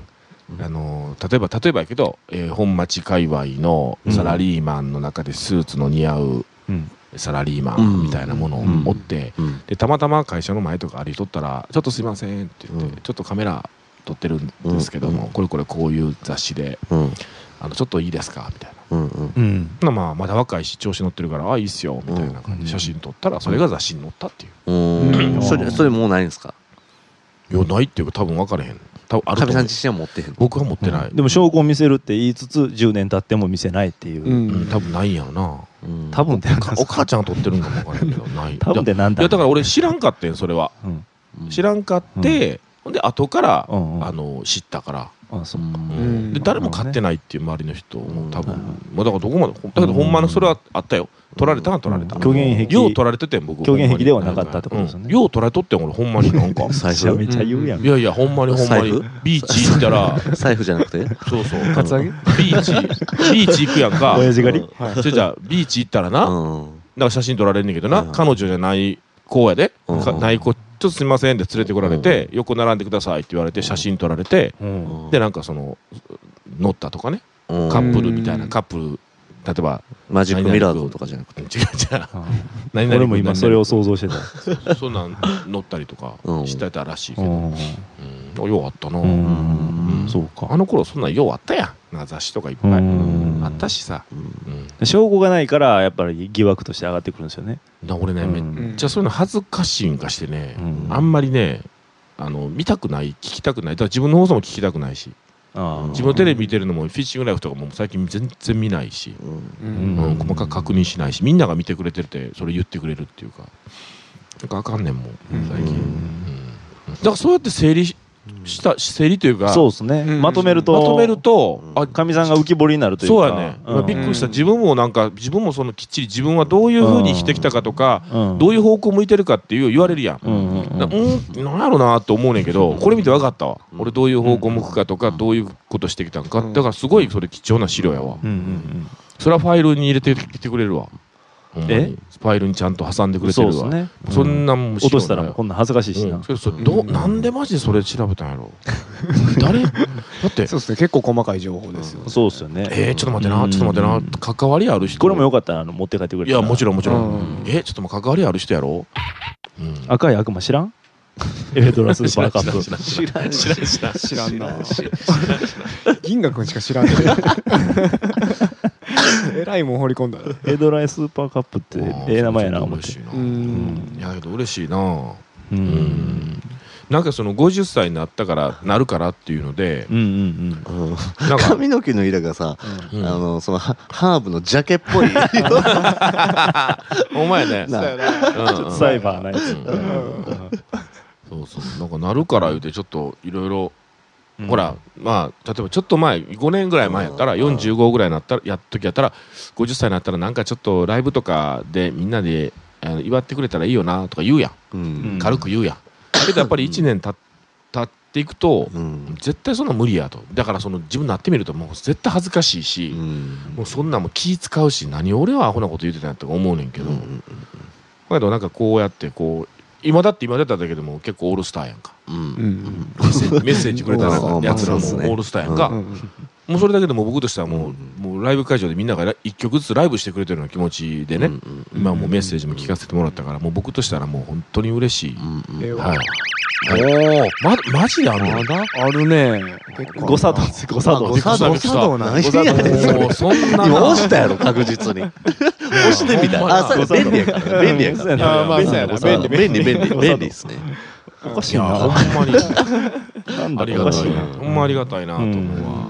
Speaker 3: あの例えば例えばやけど、えー本町界隈のサラリーマンの中でスーツの似合う
Speaker 2: うん
Speaker 3: サラリーマンみたいなものを持って、
Speaker 1: うん
Speaker 3: でたまたま会社の前とか歩いとったら「ちょっとすいません」って言って、
Speaker 1: うん
Speaker 3: ちょっとカメラ撮ってるんですけども、
Speaker 1: うん
Speaker 3: これこれこういう雑誌で
Speaker 1: うん
Speaker 3: あのちょっといいですかみたいな。
Speaker 1: うんうん
Speaker 2: うん
Speaker 3: まあまあまだ若いし調子乗ってるからあいいっすよみたいな感じで
Speaker 2: うん
Speaker 3: 写真撮ったらそれが雑誌に載ったっていう
Speaker 1: うん
Speaker 2: うん
Speaker 1: それそれもうないんですか
Speaker 3: いやないっていうか多分分からへん多分ある
Speaker 1: か
Speaker 3: と
Speaker 1: みさ
Speaker 3: 思
Speaker 1: ん
Speaker 3: う
Speaker 1: 自身は持ってへん
Speaker 3: 僕は持ってない、
Speaker 2: でも証拠を見せるって言いつつ10年経っても見せないっていう、
Speaker 4: うん
Speaker 3: うん多分ないんやろな
Speaker 1: うん
Speaker 2: 多分ってなんか
Speaker 3: お母ちゃんが撮ってるんかも分からへんけ [laughs] どない
Speaker 2: 多分ってなん
Speaker 3: い
Speaker 2: だ
Speaker 3: やだから俺知らんかったんそれは
Speaker 2: うん
Speaker 3: 知らんかって、ほんで後から、
Speaker 2: うんうん
Speaker 3: あの知ったから、
Speaker 2: あそう
Speaker 4: うん
Speaker 3: で誰も買ってないっていう周りの人も多分、
Speaker 2: うん
Speaker 3: もうだからどこまでだけどほんまのそれはあったよ取られたは取られた、
Speaker 2: うん虚言癖
Speaker 3: よう取られててん僕
Speaker 2: 虚言癖ではなかったってことですよね
Speaker 3: うんよう取られとってん俺ほんまに
Speaker 2: [laughs]
Speaker 3: なんか
Speaker 1: 財
Speaker 2: めちゃめ
Speaker 1: 布
Speaker 2: ちゃ言うやん
Speaker 3: いやいやほんまにほんま
Speaker 1: 財
Speaker 3: に
Speaker 1: 布
Speaker 3: ビーチ行ったら
Speaker 1: 財布じゃなくて
Speaker 3: そうそう
Speaker 2: [laughs]
Speaker 4: カツアゲ
Speaker 3: ビーチビーチ行くやんか
Speaker 2: 親父狩り
Speaker 3: じゃじゃビーチ行ったらな、だ
Speaker 1: うん
Speaker 3: から写真撮られんねんけどな、
Speaker 1: うん
Speaker 3: 彼女じゃない子やで、
Speaker 1: うん
Speaker 3: かない子ちょっとすいませんって連れてこられて、横並んでくださいって言われて写真撮られて、
Speaker 2: うん
Speaker 3: でなんかその乗ったとかね
Speaker 1: うん
Speaker 3: カップルみたいうなんカップル例えば
Speaker 1: マジックミラーズとかじゃなくて
Speaker 3: 違う違う
Speaker 2: あ
Speaker 3: 何々
Speaker 2: [laughs] 俺も今それを想像してた
Speaker 3: そ
Speaker 2: [laughs]
Speaker 3: んなん乗ったりとか
Speaker 1: うん
Speaker 3: してたらしいけ
Speaker 2: う
Speaker 3: ど、
Speaker 2: ん
Speaker 3: うんようあったな、
Speaker 2: うん
Speaker 1: うん
Speaker 2: うんそうか
Speaker 3: あの頃そんなんようあったやん名指しとかいっぱい
Speaker 2: うん
Speaker 3: あったしさ、うん、
Speaker 2: 証拠がないからやっぱり疑惑として上がってくるんですよね、
Speaker 3: だ俺ね、
Speaker 2: うん
Speaker 3: めっちゃそういうの恥ずかしいんかしてね、
Speaker 2: うん
Speaker 3: あんまりねあの見たくない聞きたくないだから自分の放送も聞きたくないし
Speaker 2: あー
Speaker 3: 自分のテレビ見てるのもフィッシングライフとかも最近全然見ないし、
Speaker 4: う
Speaker 3: うん
Speaker 4: ん
Speaker 2: うん
Speaker 3: 細かく確認しないしみんなが見てくれてるってそれ言ってくれるっていうかなんかあかんねんもん最近、うんだからそうやって整理しした整理というか
Speaker 2: そうですね、
Speaker 4: うん
Speaker 2: まとめると
Speaker 3: まとめると、
Speaker 1: うん
Speaker 3: あ
Speaker 2: かみさんが浮き彫りになるという
Speaker 3: そ
Speaker 2: か
Speaker 3: うやね、
Speaker 2: ん
Speaker 3: びっくりした
Speaker 4: うん
Speaker 3: 自分もなんか自分もそのきっちり自分はどういうふうにしてきたかとか、
Speaker 2: うん
Speaker 3: どういう方向向いてるかっていう言われるやん、
Speaker 2: うんうん
Speaker 3: なうん、なんやろなと思うねんけどこれ見て分かったわ俺どういう方向向くかとかどういうことしてきたんかだからすごいそれ貴重な資料やわ
Speaker 2: うんうん
Speaker 3: それはファイルに入れてきてくれるわほんまに
Speaker 2: え
Speaker 3: ファイルにちゃんと挟んで
Speaker 2: う
Speaker 3: く
Speaker 2: ん
Speaker 3: れて
Speaker 2: そう
Speaker 3: る
Speaker 2: で
Speaker 3: わ
Speaker 2: す
Speaker 3: そ,、
Speaker 2: ね
Speaker 3: んなもん
Speaker 2: 落としたら
Speaker 3: 知らんわ
Speaker 2: こんな恥ずかしいし
Speaker 3: う、
Speaker 2: なん
Speaker 3: それそれどうなんでマジでそれ調べたんや
Speaker 2: [laughs]
Speaker 3: ろ誰だって
Speaker 4: そうですね結構細かい情報ですよ
Speaker 2: そうっすよね、
Speaker 3: えー、ちょっと待ってな、
Speaker 2: うん
Speaker 3: ちょっと待ってな、関わりある人。
Speaker 2: これもよかったらあの持って帰ってくれ
Speaker 3: いや、もち
Speaker 2: ろ
Speaker 3: ろ
Speaker 2: ん
Speaker 3: んもちろん。
Speaker 4: うん
Speaker 3: えー、ちょっともう関わりある人やろうん。
Speaker 2: 赤い悪魔知 [laughs] らんエレドラスーパーカップ
Speaker 1: 知らん知らん知らん
Speaker 4: 知らんな
Speaker 1: 知らん
Speaker 4: 銀河君しか知らんねえらいもん放り込んだな
Speaker 2: エレドラスーパーカップってええ名前やな思って
Speaker 3: 嬉しいな。う
Speaker 4: う
Speaker 3: ん
Speaker 4: ん
Speaker 3: いや、けど嬉しいな。
Speaker 2: うん
Speaker 3: う
Speaker 2: う
Speaker 3: んん。なんかその50歳になったから、なるからっていうので、
Speaker 2: うんうん
Speaker 1: うん
Speaker 3: なんか、
Speaker 1: 髪の毛の色がさ、
Speaker 3: うん
Speaker 1: あのそのハハーブのジャケっぽい
Speaker 3: [laughs] お前ね。
Speaker 1: な
Speaker 3: うんうん
Speaker 2: サイバーなやつ
Speaker 3: うんそうそう。なんかなるから言うて、ちょっといろいろ、
Speaker 2: うん
Speaker 3: ほら、まあ、例えばちょっと前、5年ぐらい前やったら、
Speaker 1: うん
Speaker 3: 45ぐらいになったら、やっときやったら、50歳になったら、なんかちょっとライブとかでみんなであの祝ってくれたらいいよなとか言うやん。
Speaker 1: うん
Speaker 3: 軽く言うやん。けどやっぱり1年た経っていくと、
Speaker 1: うん
Speaker 3: 絶対そんな無理やと。だからその自分になってみると、もう絶対恥ずかしいし、
Speaker 1: うん
Speaker 3: もうそんなんも気使うし、何俺はアホなこと言ってたんやとか思うねんけど、だけどなんかこうやって、こう、今だって今だっただけでも結構オールスターやんか。
Speaker 1: う
Speaker 4: うんん
Speaker 3: メッ [laughs] セージメッセージくれたなんかやつらもオ
Speaker 1: そうっすね
Speaker 3: ールスターやんか。もうそれだけでも僕としてはもう,、もうライブ会場でみんなが一曲ずつライブしてくれてるような気持ちでね、
Speaker 1: うんうん
Speaker 3: 今もうメッセージも聞かせてもらったからもう僕としたらもう本当に嬉しい、
Speaker 1: うん
Speaker 4: ええわ
Speaker 3: はい、おおまマジであんの
Speaker 4: あるね結
Speaker 2: 誤作動誤作動
Speaker 1: 誤作動
Speaker 3: 誤作動
Speaker 1: 何
Speaker 4: 誤
Speaker 1: やねんそれ
Speaker 3: もうそんな
Speaker 1: 今押したやろ確実に押してみた
Speaker 3: ほんまや
Speaker 1: あそれ便利やから便利やか
Speaker 2: そう
Speaker 1: ら
Speaker 2: や
Speaker 4: あーまあそうやな
Speaker 1: 誤作動
Speaker 4: 便利
Speaker 1: 便利便利便利ですね
Speaker 2: おかし
Speaker 3: い
Speaker 2: い
Speaker 3: や
Speaker 2: な
Speaker 3: ほんまに
Speaker 2: なんだ
Speaker 3: あり
Speaker 2: かお
Speaker 3: が
Speaker 2: か
Speaker 3: た
Speaker 2: しい
Speaker 3: いな
Speaker 2: な
Speaker 3: ほんまありがたいなと思うわ、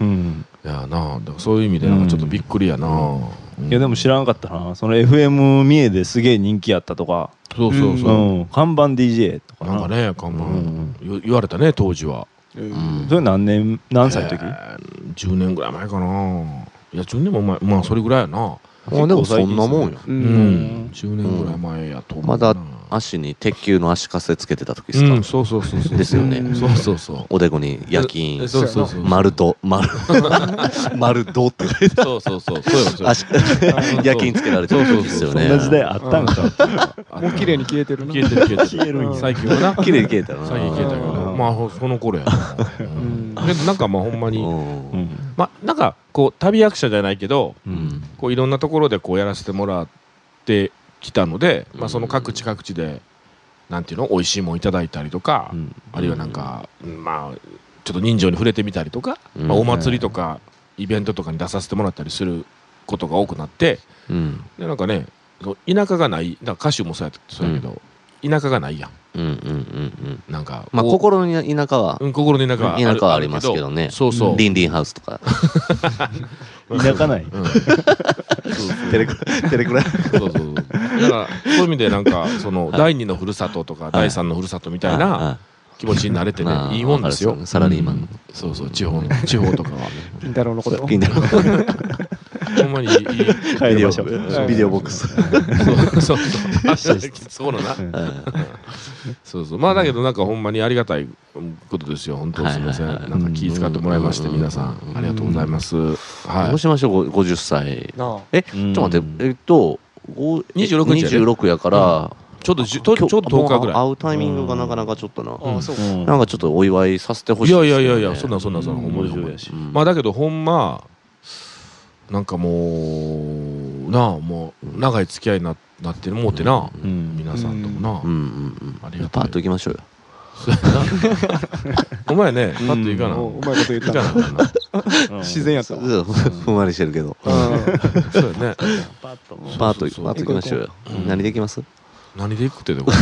Speaker 2: うん
Speaker 3: いやなあだからそういう意味でなんかちょっとびっくりやな、うん
Speaker 2: いやでも知らんかったなその FM 三重ですげえ人気やったとか
Speaker 3: そうそう
Speaker 2: う
Speaker 3: そう、
Speaker 2: ん看板 DJ とか
Speaker 3: なんかね看板、
Speaker 2: うん
Speaker 3: 言言われたね当時は
Speaker 1: うん
Speaker 2: それ何年何歳の時
Speaker 3: えー10年ぐらい前かないや10年も前まあそれぐらいやな
Speaker 1: あでもそんなもんよ
Speaker 4: う
Speaker 3: うんん10年ぐらい前やと思う
Speaker 1: ま
Speaker 3: な
Speaker 1: だ足に鉄球の足かせつけてた時で
Speaker 3: う
Speaker 1: す
Speaker 3: ん
Speaker 1: か
Speaker 3: そうそうそうそう
Speaker 1: ですよね
Speaker 3: そうそうそう
Speaker 1: おでこに夜勤
Speaker 3: えそうそうそう
Speaker 1: 丸と丸丸とって書いて
Speaker 3: そうそうそうそうよそうよ
Speaker 1: 足夜勤つけられてる時ですよ
Speaker 2: そ
Speaker 1: ね
Speaker 2: んな時代あったんか
Speaker 4: もう綺麗に消えてるな
Speaker 3: 消えてる消えてる
Speaker 2: 消えるんや
Speaker 3: 最近はな
Speaker 1: 綺麗に消えたな
Speaker 3: 最近消えたけど
Speaker 2: うん
Speaker 3: まあほその頃やなうん
Speaker 4: う
Speaker 3: けどなんかまあほんま
Speaker 1: う
Speaker 3: に
Speaker 1: ん
Speaker 2: うん
Speaker 3: まあなんかこう旅役者じゃないけど
Speaker 2: うん
Speaker 3: こういろんなところでこうやらせてもらってきたのでまあその各地各地でなんていうの美味しいもんいただいたりとか
Speaker 2: うん
Speaker 3: あるいはなんか、まあちょっと人情に触れてみたりとか、
Speaker 1: うん
Speaker 3: まあお祭りとかイベントとかに出させてもらったりすることが多くなって
Speaker 1: うん
Speaker 3: でなんかねその田舎がないだから歌手もそうやそうやけど、田舎がないやん
Speaker 1: うんうんうんうん
Speaker 3: なんか
Speaker 1: まあ
Speaker 3: こう
Speaker 1: 心の田舎は
Speaker 3: うん心の田舎は
Speaker 1: 田舎はありますけどね
Speaker 3: そうそう、
Speaker 1: リンリンハウスとか
Speaker 2: 田舎ない
Speaker 3: うん、そうそう
Speaker 1: テ
Speaker 3: [laughs]
Speaker 1: レクテレクラ
Speaker 3: そうそう
Speaker 1: [laughs]
Speaker 3: そうだからそういう意味でなんかその第二のふるさととか第三のふるさとみたいな気持ちになれて
Speaker 1: [laughs] まあ
Speaker 3: ねいいもんです
Speaker 1: わか
Speaker 3: よ
Speaker 1: るっすよねサラリーマンの
Speaker 3: そうそう地方の地方とかは
Speaker 4: 金太郎のこと
Speaker 1: 気になる
Speaker 3: ほんまにいいいい
Speaker 1: [laughs]
Speaker 2: 帰りましょ
Speaker 1: ビ
Speaker 2: う
Speaker 1: デオビデオボックス
Speaker 3: [laughs] そうそうそう。 [laughs] そうだな。
Speaker 1: うん
Speaker 3: そうそう。まあだけどなんかほんまにありがたいことですよ。本当すみません。
Speaker 1: はいはいはい
Speaker 3: なんか気遣ってもらいまして皆さんありがとうございます。
Speaker 1: ど
Speaker 3: は
Speaker 1: うしましょうご50歳
Speaker 4: なあ
Speaker 1: えちょっと待ってえっとご
Speaker 3: 26日やね
Speaker 1: 26やから
Speaker 3: い。ちょっとじゅとちょっと10日ぐら
Speaker 1: 会うタイミングがなかなかちょっとな
Speaker 4: あそうか
Speaker 2: うん
Speaker 1: なんかちょっとお祝いさせてほ
Speaker 3: い。
Speaker 1: し
Speaker 3: い
Speaker 1: い
Speaker 3: や
Speaker 1: です
Speaker 3: い
Speaker 1: よ
Speaker 3: や
Speaker 1: ね
Speaker 3: いやいや、そんなんそんなんそんなんほんまにほんまに。まあだけどほんまなんかもうなあもう長い付き合いにななってるもうてな
Speaker 2: うん
Speaker 3: 皆さんとも
Speaker 1: うん
Speaker 3: な
Speaker 1: うんうん
Speaker 3: あり
Speaker 1: や
Speaker 3: が
Speaker 1: っぱ
Speaker 3: た
Speaker 1: 会
Speaker 3: い
Speaker 1: っ。ときましょうよ
Speaker 3: [laughs] お前ね、パッといかな。
Speaker 4: おううまいこと言
Speaker 3: い
Speaker 4: っ
Speaker 3: かな
Speaker 4: た
Speaker 3: あかんな。
Speaker 4: 自然やった
Speaker 1: そう
Speaker 4: わ
Speaker 1: そうふんわりしてるけど。
Speaker 4: う
Speaker 3: そうやね。
Speaker 2: パッと
Speaker 1: パート、パート行きましょうよ
Speaker 3: 行こう行こうう。ん
Speaker 1: 何できます
Speaker 3: 何で行くってどこ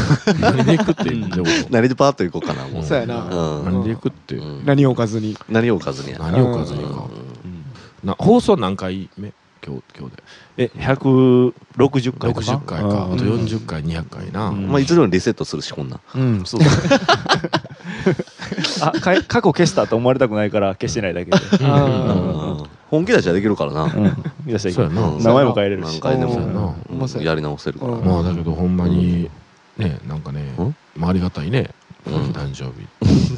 Speaker 3: 何で行くってどこ
Speaker 1: 何でパート行こうかな、も
Speaker 3: うん
Speaker 1: う。
Speaker 4: そうや
Speaker 1: うん
Speaker 4: な
Speaker 3: 何で行くって
Speaker 1: う。ん
Speaker 4: ん何をおかずに
Speaker 1: 何をおかずにやな。
Speaker 3: 何を数にか。な放送何回目今日今日で。
Speaker 2: え160回とか
Speaker 3: 60回か。あと40回、200回な。
Speaker 2: うん
Speaker 1: まあ、いつでもリセットするし、こんなん。
Speaker 2: うんうんそうだあか過去消したと思われたくないから消してないだけで、
Speaker 4: あ
Speaker 1: うん本気出しはできるからな。
Speaker 2: うん、いらっしゃい
Speaker 3: そうやな。
Speaker 1: うん
Speaker 2: 名前も変えれる
Speaker 1: 何
Speaker 2: し
Speaker 1: 回で
Speaker 4: そう
Speaker 3: やな
Speaker 1: もうん
Speaker 4: まさに
Speaker 1: やり直せるから。
Speaker 4: うん
Speaker 3: まあだけどほんまに、ね、なんかね
Speaker 1: うん、
Speaker 3: まあありがたいね。
Speaker 1: うん
Speaker 3: 誕生日。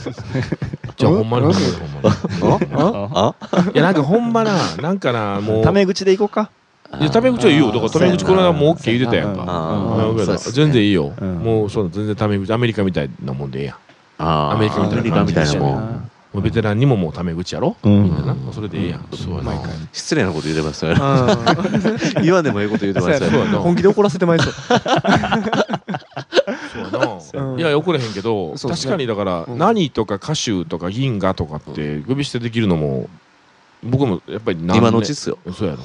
Speaker 3: じゃあほんまにほんまにほんまに。
Speaker 2: あ
Speaker 1: あ
Speaker 3: いやなんかほんまな、なんかな、もう。
Speaker 2: タメ口でいこうか
Speaker 3: いやタメ口はいいよ。だからタメ口この間もう
Speaker 2: そう
Speaker 3: OK 言
Speaker 2: や
Speaker 3: うて
Speaker 2: な
Speaker 3: たやんか。
Speaker 1: あ
Speaker 3: な
Speaker 1: ー
Speaker 3: んか
Speaker 1: そうですね
Speaker 3: 全然いいよ。
Speaker 2: うん
Speaker 3: もうそう全然タメ口、アメリカみたいなもんでええやん。
Speaker 1: あー
Speaker 3: アメリカみたいな
Speaker 1: アメリカみたいなも
Speaker 3: 感
Speaker 1: ん。
Speaker 3: もうベテランにももうタメ口やろ、
Speaker 2: うん
Speaker 3: みんなな。それでええやん。そうやな。
Speaker 1: 失礼なこと言うてますよ。
Speaker 4: あ
Speaker 1: 言わんでもええこと言うてま
Speaker 4: そうや
Speaker 1: す
Speaker 4: な
Speaker 3: そ
Speaker 1: よ。
Speaker 3: うやな
Speaker 4: 本気で怒らせてまいそう
Speaker 3: そうや
Speaker 4: う
Speaker 3: な。
Speaker 4: ん
Speaker 3: いや、怒れへんけど、
Speaker 4: そうで
Speaker 3: 確
Speaker 4: すね
Speaker 3: かにだから、
Speaker 4: うん
Speaker 3: 何とか歌手とか銀河とかって、首してできるのも、僕もやっぱり何年
Speaker 1: 今のうちっすよ。
Speaker 3: そうやろ。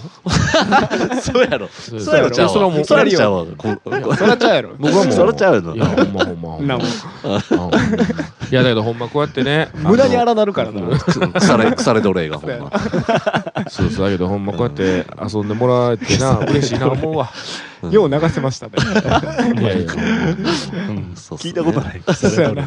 Speaker 1: そうやろ。
Speaker 3: そ
Speaker 1: そうやろちゃう
Speaker 3: それはも
Speaker 1: わ。
Speaker 3: う、
Speaker 1: そ
Speaker 3: そうう
Speaker 1: や
Speaker 3: やろ
Speaker 1: ろちゃうわ。こん
Speaker 4: そらちゃうやろ
Speaker 3: 僕はもう、
Speaker 1: それちゃうの
Speaker 3: いや、ほんまほんまほんま。
Speaker 4: なもん
Speaker 3: うんいや、だけどほんまこうやってね。
Speaker 4: [laughs] 無駄に
Speaker 3: あの
Speaker 4: 荒なるからな
Speaker 1: もう腐れ、腐れ奴隷がほんま。
Speaker 3: そうそうだけどほんまこうやって遊んでもらえて
Speaker 4: [laughs]
Speaker 3: な、嬉しいな思うわ。
Speaker 1: うん
Speaker 4: よう流せましたね
Speaker 3: いやいや
Speaker 1: 聞。
Speaker 2: 聞いたことないい
Speaker 4: そうやな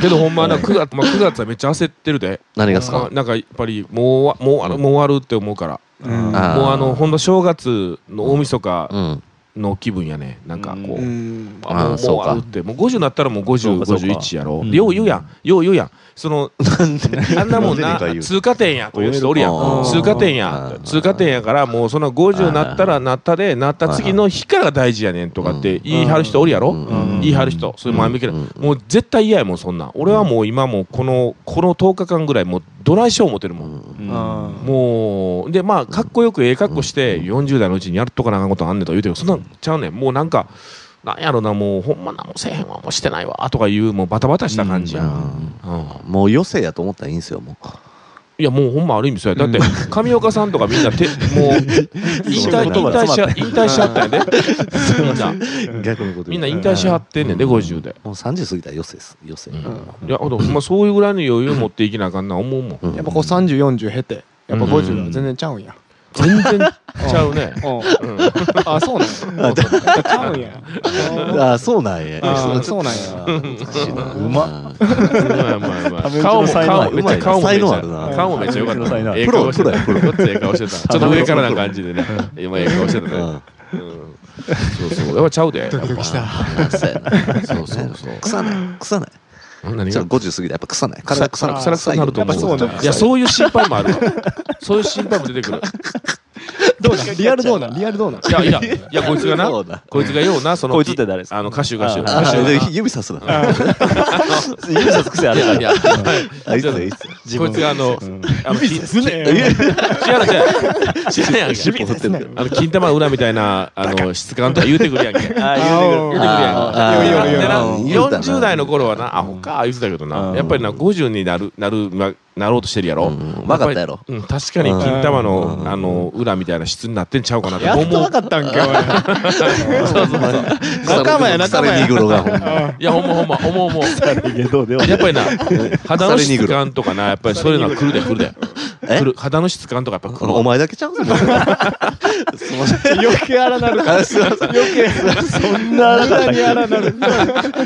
Speaker 3: けどほんまな9月、まあ、9月はめっちゃ焦ってるで。
Speaker 1: 何がです
Speaker 3: まあ
Speaker 1: か
Speaker 3: なんかやっぱりもう、もう、あのもう終わるって思うから。
Speaker 4: うん
Speaker 1: あー
Speaker 3: もうあの、ほんと正月の大晦
Speaker 1: う
Speaker 3: 日
Speaker 1: ん。
Speaker 3: の気分やね。なんかこう。
Speaker 4: うん
Speaker 3: あもう
Speaker 1: あ
Speaker 3: も
Speaker 1: ー
Speaker 3: う
Speaker 1: そうか
Speaker 3: 終わるってもう50になったらもう
Speaker 2: そう
Speaker 3: 50、
Speaker 2: かそうか
Speaker 3: 51やろ、
Speaker 2: うん
Speaker 3: よう言うやん、よう言うやん、その
Speaker 1: [laughs] なんで
Speaker 3: あんなもん
Speaker 1: な
Speaker 3: なん
Speaker 1: でなんか言う
Speaker 3: 通過点やという人おるや
Speaker 1: あ
Speaker 3: ん
Speaker 1: ー
Speaker 3: 通過点
Speaker 1: あ
Speaker 3: や
Speaker 1: ー
Speaker 3: 通過点やからもうその50なったらなったでなった次の日からが大事やねんとかって言い張る人おるや
Speaker 1: うん
Speaker 3: ろ
Speaker 2: うん
Speaker 3: 言い張る人そういう前向きな
Speaker 1: うん
Speaker 3: もう絶対嫌やもんそんなん俺はもう今もうこのこの10日間ぐらいもうどないしよう思ってるもん
Speaker 2: うん
Speaker 4: あー
Speaker 3: もうでまあかっこよくええ格好して40代のうちにやっとかなあかんことあんねんとか言うてるそんなんちゃうねんもうなんかなんやろなもうほんまなんもせえへんわもうしてないわとかいうもうバタバタした感じやん、うん
Speaker 1: もう余生やと思ったらいいんすよ、もう。
Speaker 3: いやもうほんまある意味そうやだって上岡さんとかみんな [laughs] てもう引退
Speaker 1: そう
Speaker 3: 引退しは引退しはったんやでみんな
Speaker 1: 逆のこと
Speaker 3: みんな引退しはってんねんで50で。
Speaker 1: もう30過ぎたら余生です。余生。
Speaker 3: いやほんとほんまそういうぐらいの余裕持っていきなあかんな思うもん
Speaker 1: うん
Speaker 4: やっぱこう3040経てやっぱ50は全然ちゃうんや
Speaker 3: 全然ちゃう [laughs] ね
Speaker 4: う
Speaker 3: う
Speaker 4: ん
Speaker 3: ん
Speaker 4: [laughs] あそうなんやちゃうん [laughs] や
Speaker 1: ああ、そうなんや。
Speaker 4: あーそうなんや
Speaker 1: う
Speaker 2: うま
Speaker 1: っ。
Speaker 3: ま
Speaker 2: [laughs]
Speaker 3: あまあまあ
Speaker 2: 多分
Speaker 3: 顔
Speaker 2: う
Speaker 3: も
Speaker 2: ちの才能
Speaker 3: 顔
Speaker 2: あ
Speaker 3: も
Speaker 2: る
Speaker 3: めっちゃ顔もめっち
Speaker 1: 才能ある
Speaker 3: ゃ
Speaker 1: な
Speaker 3: 顔もめっちゃよかっ
Speaker 2: うちの才能
Speaker 3: た
Speaker 2: あ
Speaker 3: え
Speaker 2: る
Speaker 3: え顔してた
Speaker 1: プロ
Speaker 3: ちょっとええ顔してたちょっと上からな感じでね今ええ顔してたね
Speaker 1: うん
Speaker 3: うんそうそうやっぱちゃうでやっぱ
Speaker 4: ドキドキした
Speaker 1: そうやな
Speaker 3: そうそうそう
Speaker 1: 腐ない。腐ない。
Speaker 3: 何
Speaker 1: じゃ
Speaker 3: が
Speaker 1: あ50過ぎたらやっぱ腐ない。
Speaker 3: 腐
Speaker 1: 体
Speaker 3: ら腐
Speaker 1: 腐
Speaker 3: ら
Speaker 1: ら
Speaker 3: 腐ら腐らなると思う
Speaker 4: やっぱそうなんや
Speaker 3: いやそういう心配もあるわそういう心配も出てくる
Speaker 4: ど [laughs] うなんリアルどうなんリアルどうなん
Speaker 3: いやいやいやこいつがな
Speaker 1: そうだ
Speaker 3: こいつがようなその
Speaker 2: こいつって誰ですか
Speaker 3: あの歌手歌手
Speaker 2: あ
Speaker 1: あ
Speaker 3: 歌手
Speaker 1: で指さすな。
Speaker 2: 指さす癖あるから
Speaker 3: いやはい
Speaker 1: あいつだいいっすよ。
Speaker 2: 自
Speaker 3: こい
Speaker 2: 分
Speaker 3: つがあの
Speaker 2: うん
Speaker 3: あのき
Speaker 4: 胸
Speaker 3: 知らない知らない知らないやん
Speaker 1: 尻尾振ってるけど。
Speaker 3: あの金玉の裏みたいなあの質感とか言うてくるやんけ
Speaker 2: あー言うてくる
Speaker 4: あー
Speaker 1: あー
Speaker 4: いやいやいや
Speaker 3: でな
Speaker 1: 言うたな
Speaker 3: 40代の頃はな、アホか、言ってたけどな、やっぱりな、50になる、なる、まなろうとしてるやろ。
Speaker 1: うんうんわかったやろ
Speaker 3: ぱりうん、確かに金玉の、あの、裏みたいな質になってんちゃうかなと
Speaker 4: や
Speaker 3: 思
Speaker 4: っと
Speaker 3: う
Speaker 4: わ。かったんか
Speaker 1: そうそうそう。
Speaker 4: 仲間や仲間や
Speaker 1: 腐れに黒がほんま。
Speaker 3: いや、ほんまほんま、思う思う。
Speaker 2: 誰けどでは
Speaker 3: やっぱりな、肌の質感とかな、やっぱりそういうのは来るで、来るで。
Speaker 1: え
Speaker 3: 来る肌の質感とかやっぱ来るわ
Speaker 1: お前だけちゃうんすよ。すいません。
Speaker 4: おい余計荒なるから
Speaker 1: あすいません。余計そんな
Speaker 4: 無駄に荒なる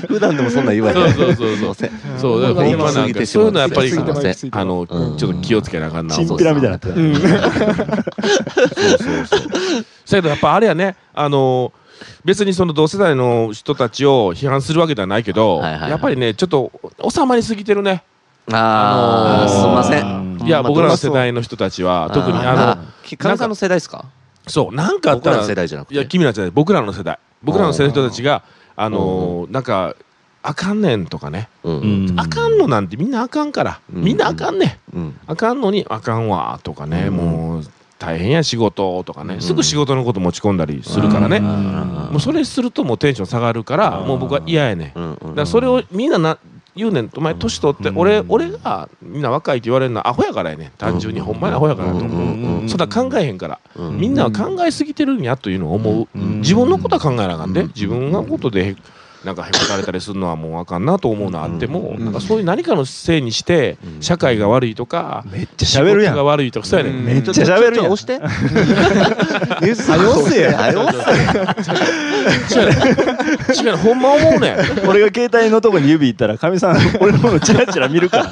Speaker 1: 普段でもそんなん言わない。
Speaker 3: そうそうそう
Speaker 1: すいません。
Speaker 3: そう、だからほんま
Speaker 1: ほ
Speaker 3: な
Speaker 1: んま過
Speaker 3: ん
Speaker 1: ぎ
Speaker 3: か、
Speaker 1: てし
Speaker 3: そう
Speaker 1: ま
Speaker 3: いううのはやっぱり
Speaker 1: 過ぎてま、
Speaker 4: す
Speaker 3: あの、
Speaker 1: うん
Speaker 3: ちょっと気をつけなあかんな。
Speaker 2: チンピラみたいになってる
Speaker 4: うん
Speaker 3: そうそうそう。せやけどやっぱあれやね、あの別にその同世代の人たちを批判するわけではないけど、
Speaker 1: はいはいはい
Speaker 3: やっぱりね、ちょっと収まりすぎてるね。
Speaker 1: あ
Speaker 3: あのー
Speaker 1: ー、すいませ
Speaker 2: うん
Speaker 1: ん。
Speaker 3: いや、僕らの世
Speaker 1: 代。
Speaker 3: 代の人たちは、特に
Speaker 1: ー
Speaker 3: あの、、
Speaker 1: カナさんの世代ですか
Speaker 3: そう、なんかあっ
Speaker 1: 僕
Speaker 3: た
Speaker 1: ら
Speaker 3: ら、
Speaker 1: の世
Speaker 3: い
Speaker 1: 代じゃなくて。
Speaker 3: や、君らじゃない、僕らの世代。僕らの世代の人たちが、あのなんか、あかんねんとかね、
Speaker 1: うん
Speaker 2: うん
Speaker 3: あかんのなんてみんなあかんから、
Speaker 1: うん
Speaker 3: みんなあかんねん。
Speaker 1: うん。
Speaker 3: あかんのにあかんわとかね、
Speaker 1: うん
Speaker 3: もう大変や仕事とかね、
Speaker 1: うん
Speaker 3: すぐ仕事のこと持ち込んだりするからね、
Speaker 2: うん
Speaker 3: もうそれするともうテンション下がるから、
Speaker 2: うん
Speaker 3: もう僕は嫌やねん。だ
Speaker 1: うん。
Speaker 3: からそれをみんなな言うねんお前年取って俺俺がみんな若いって言われるのはアホやからやねん単純にほんまにアホやからやと思うそんな考えへんから
Speaker 1: うん
Speaker 3: みんなは考えすぎてるんやというのを思う
Speaker 2: うん
Speaker 3: 自分のことは考えなあかんで
Speaker 1: うん
Speaker 3: 自分のことでへなんかへこたれたりするのはもうあかんなと思うのはあってもなんかそういう何かのせいにして
Speaker 1: うん
Speaker 3: 社会が悪いとか
Speaker 2: めっちゃ喋るや
Speaker 3: 仕事が
Speaker 2: ん
Speaker 3: 悪いとかそうやねん
Speaker 4: めっ
Speaker 2: ちゃ喋るやん
Speaker 1: ちょっと押して。ニュース押せ
Speaker 4: [laughs]
Speaker 1: や。早押せ。
Speaker 3: 違うほんま思うねん
Speaker 2: 俺が携帯のとこに指いったらかみさん俺のものチラチラ見るから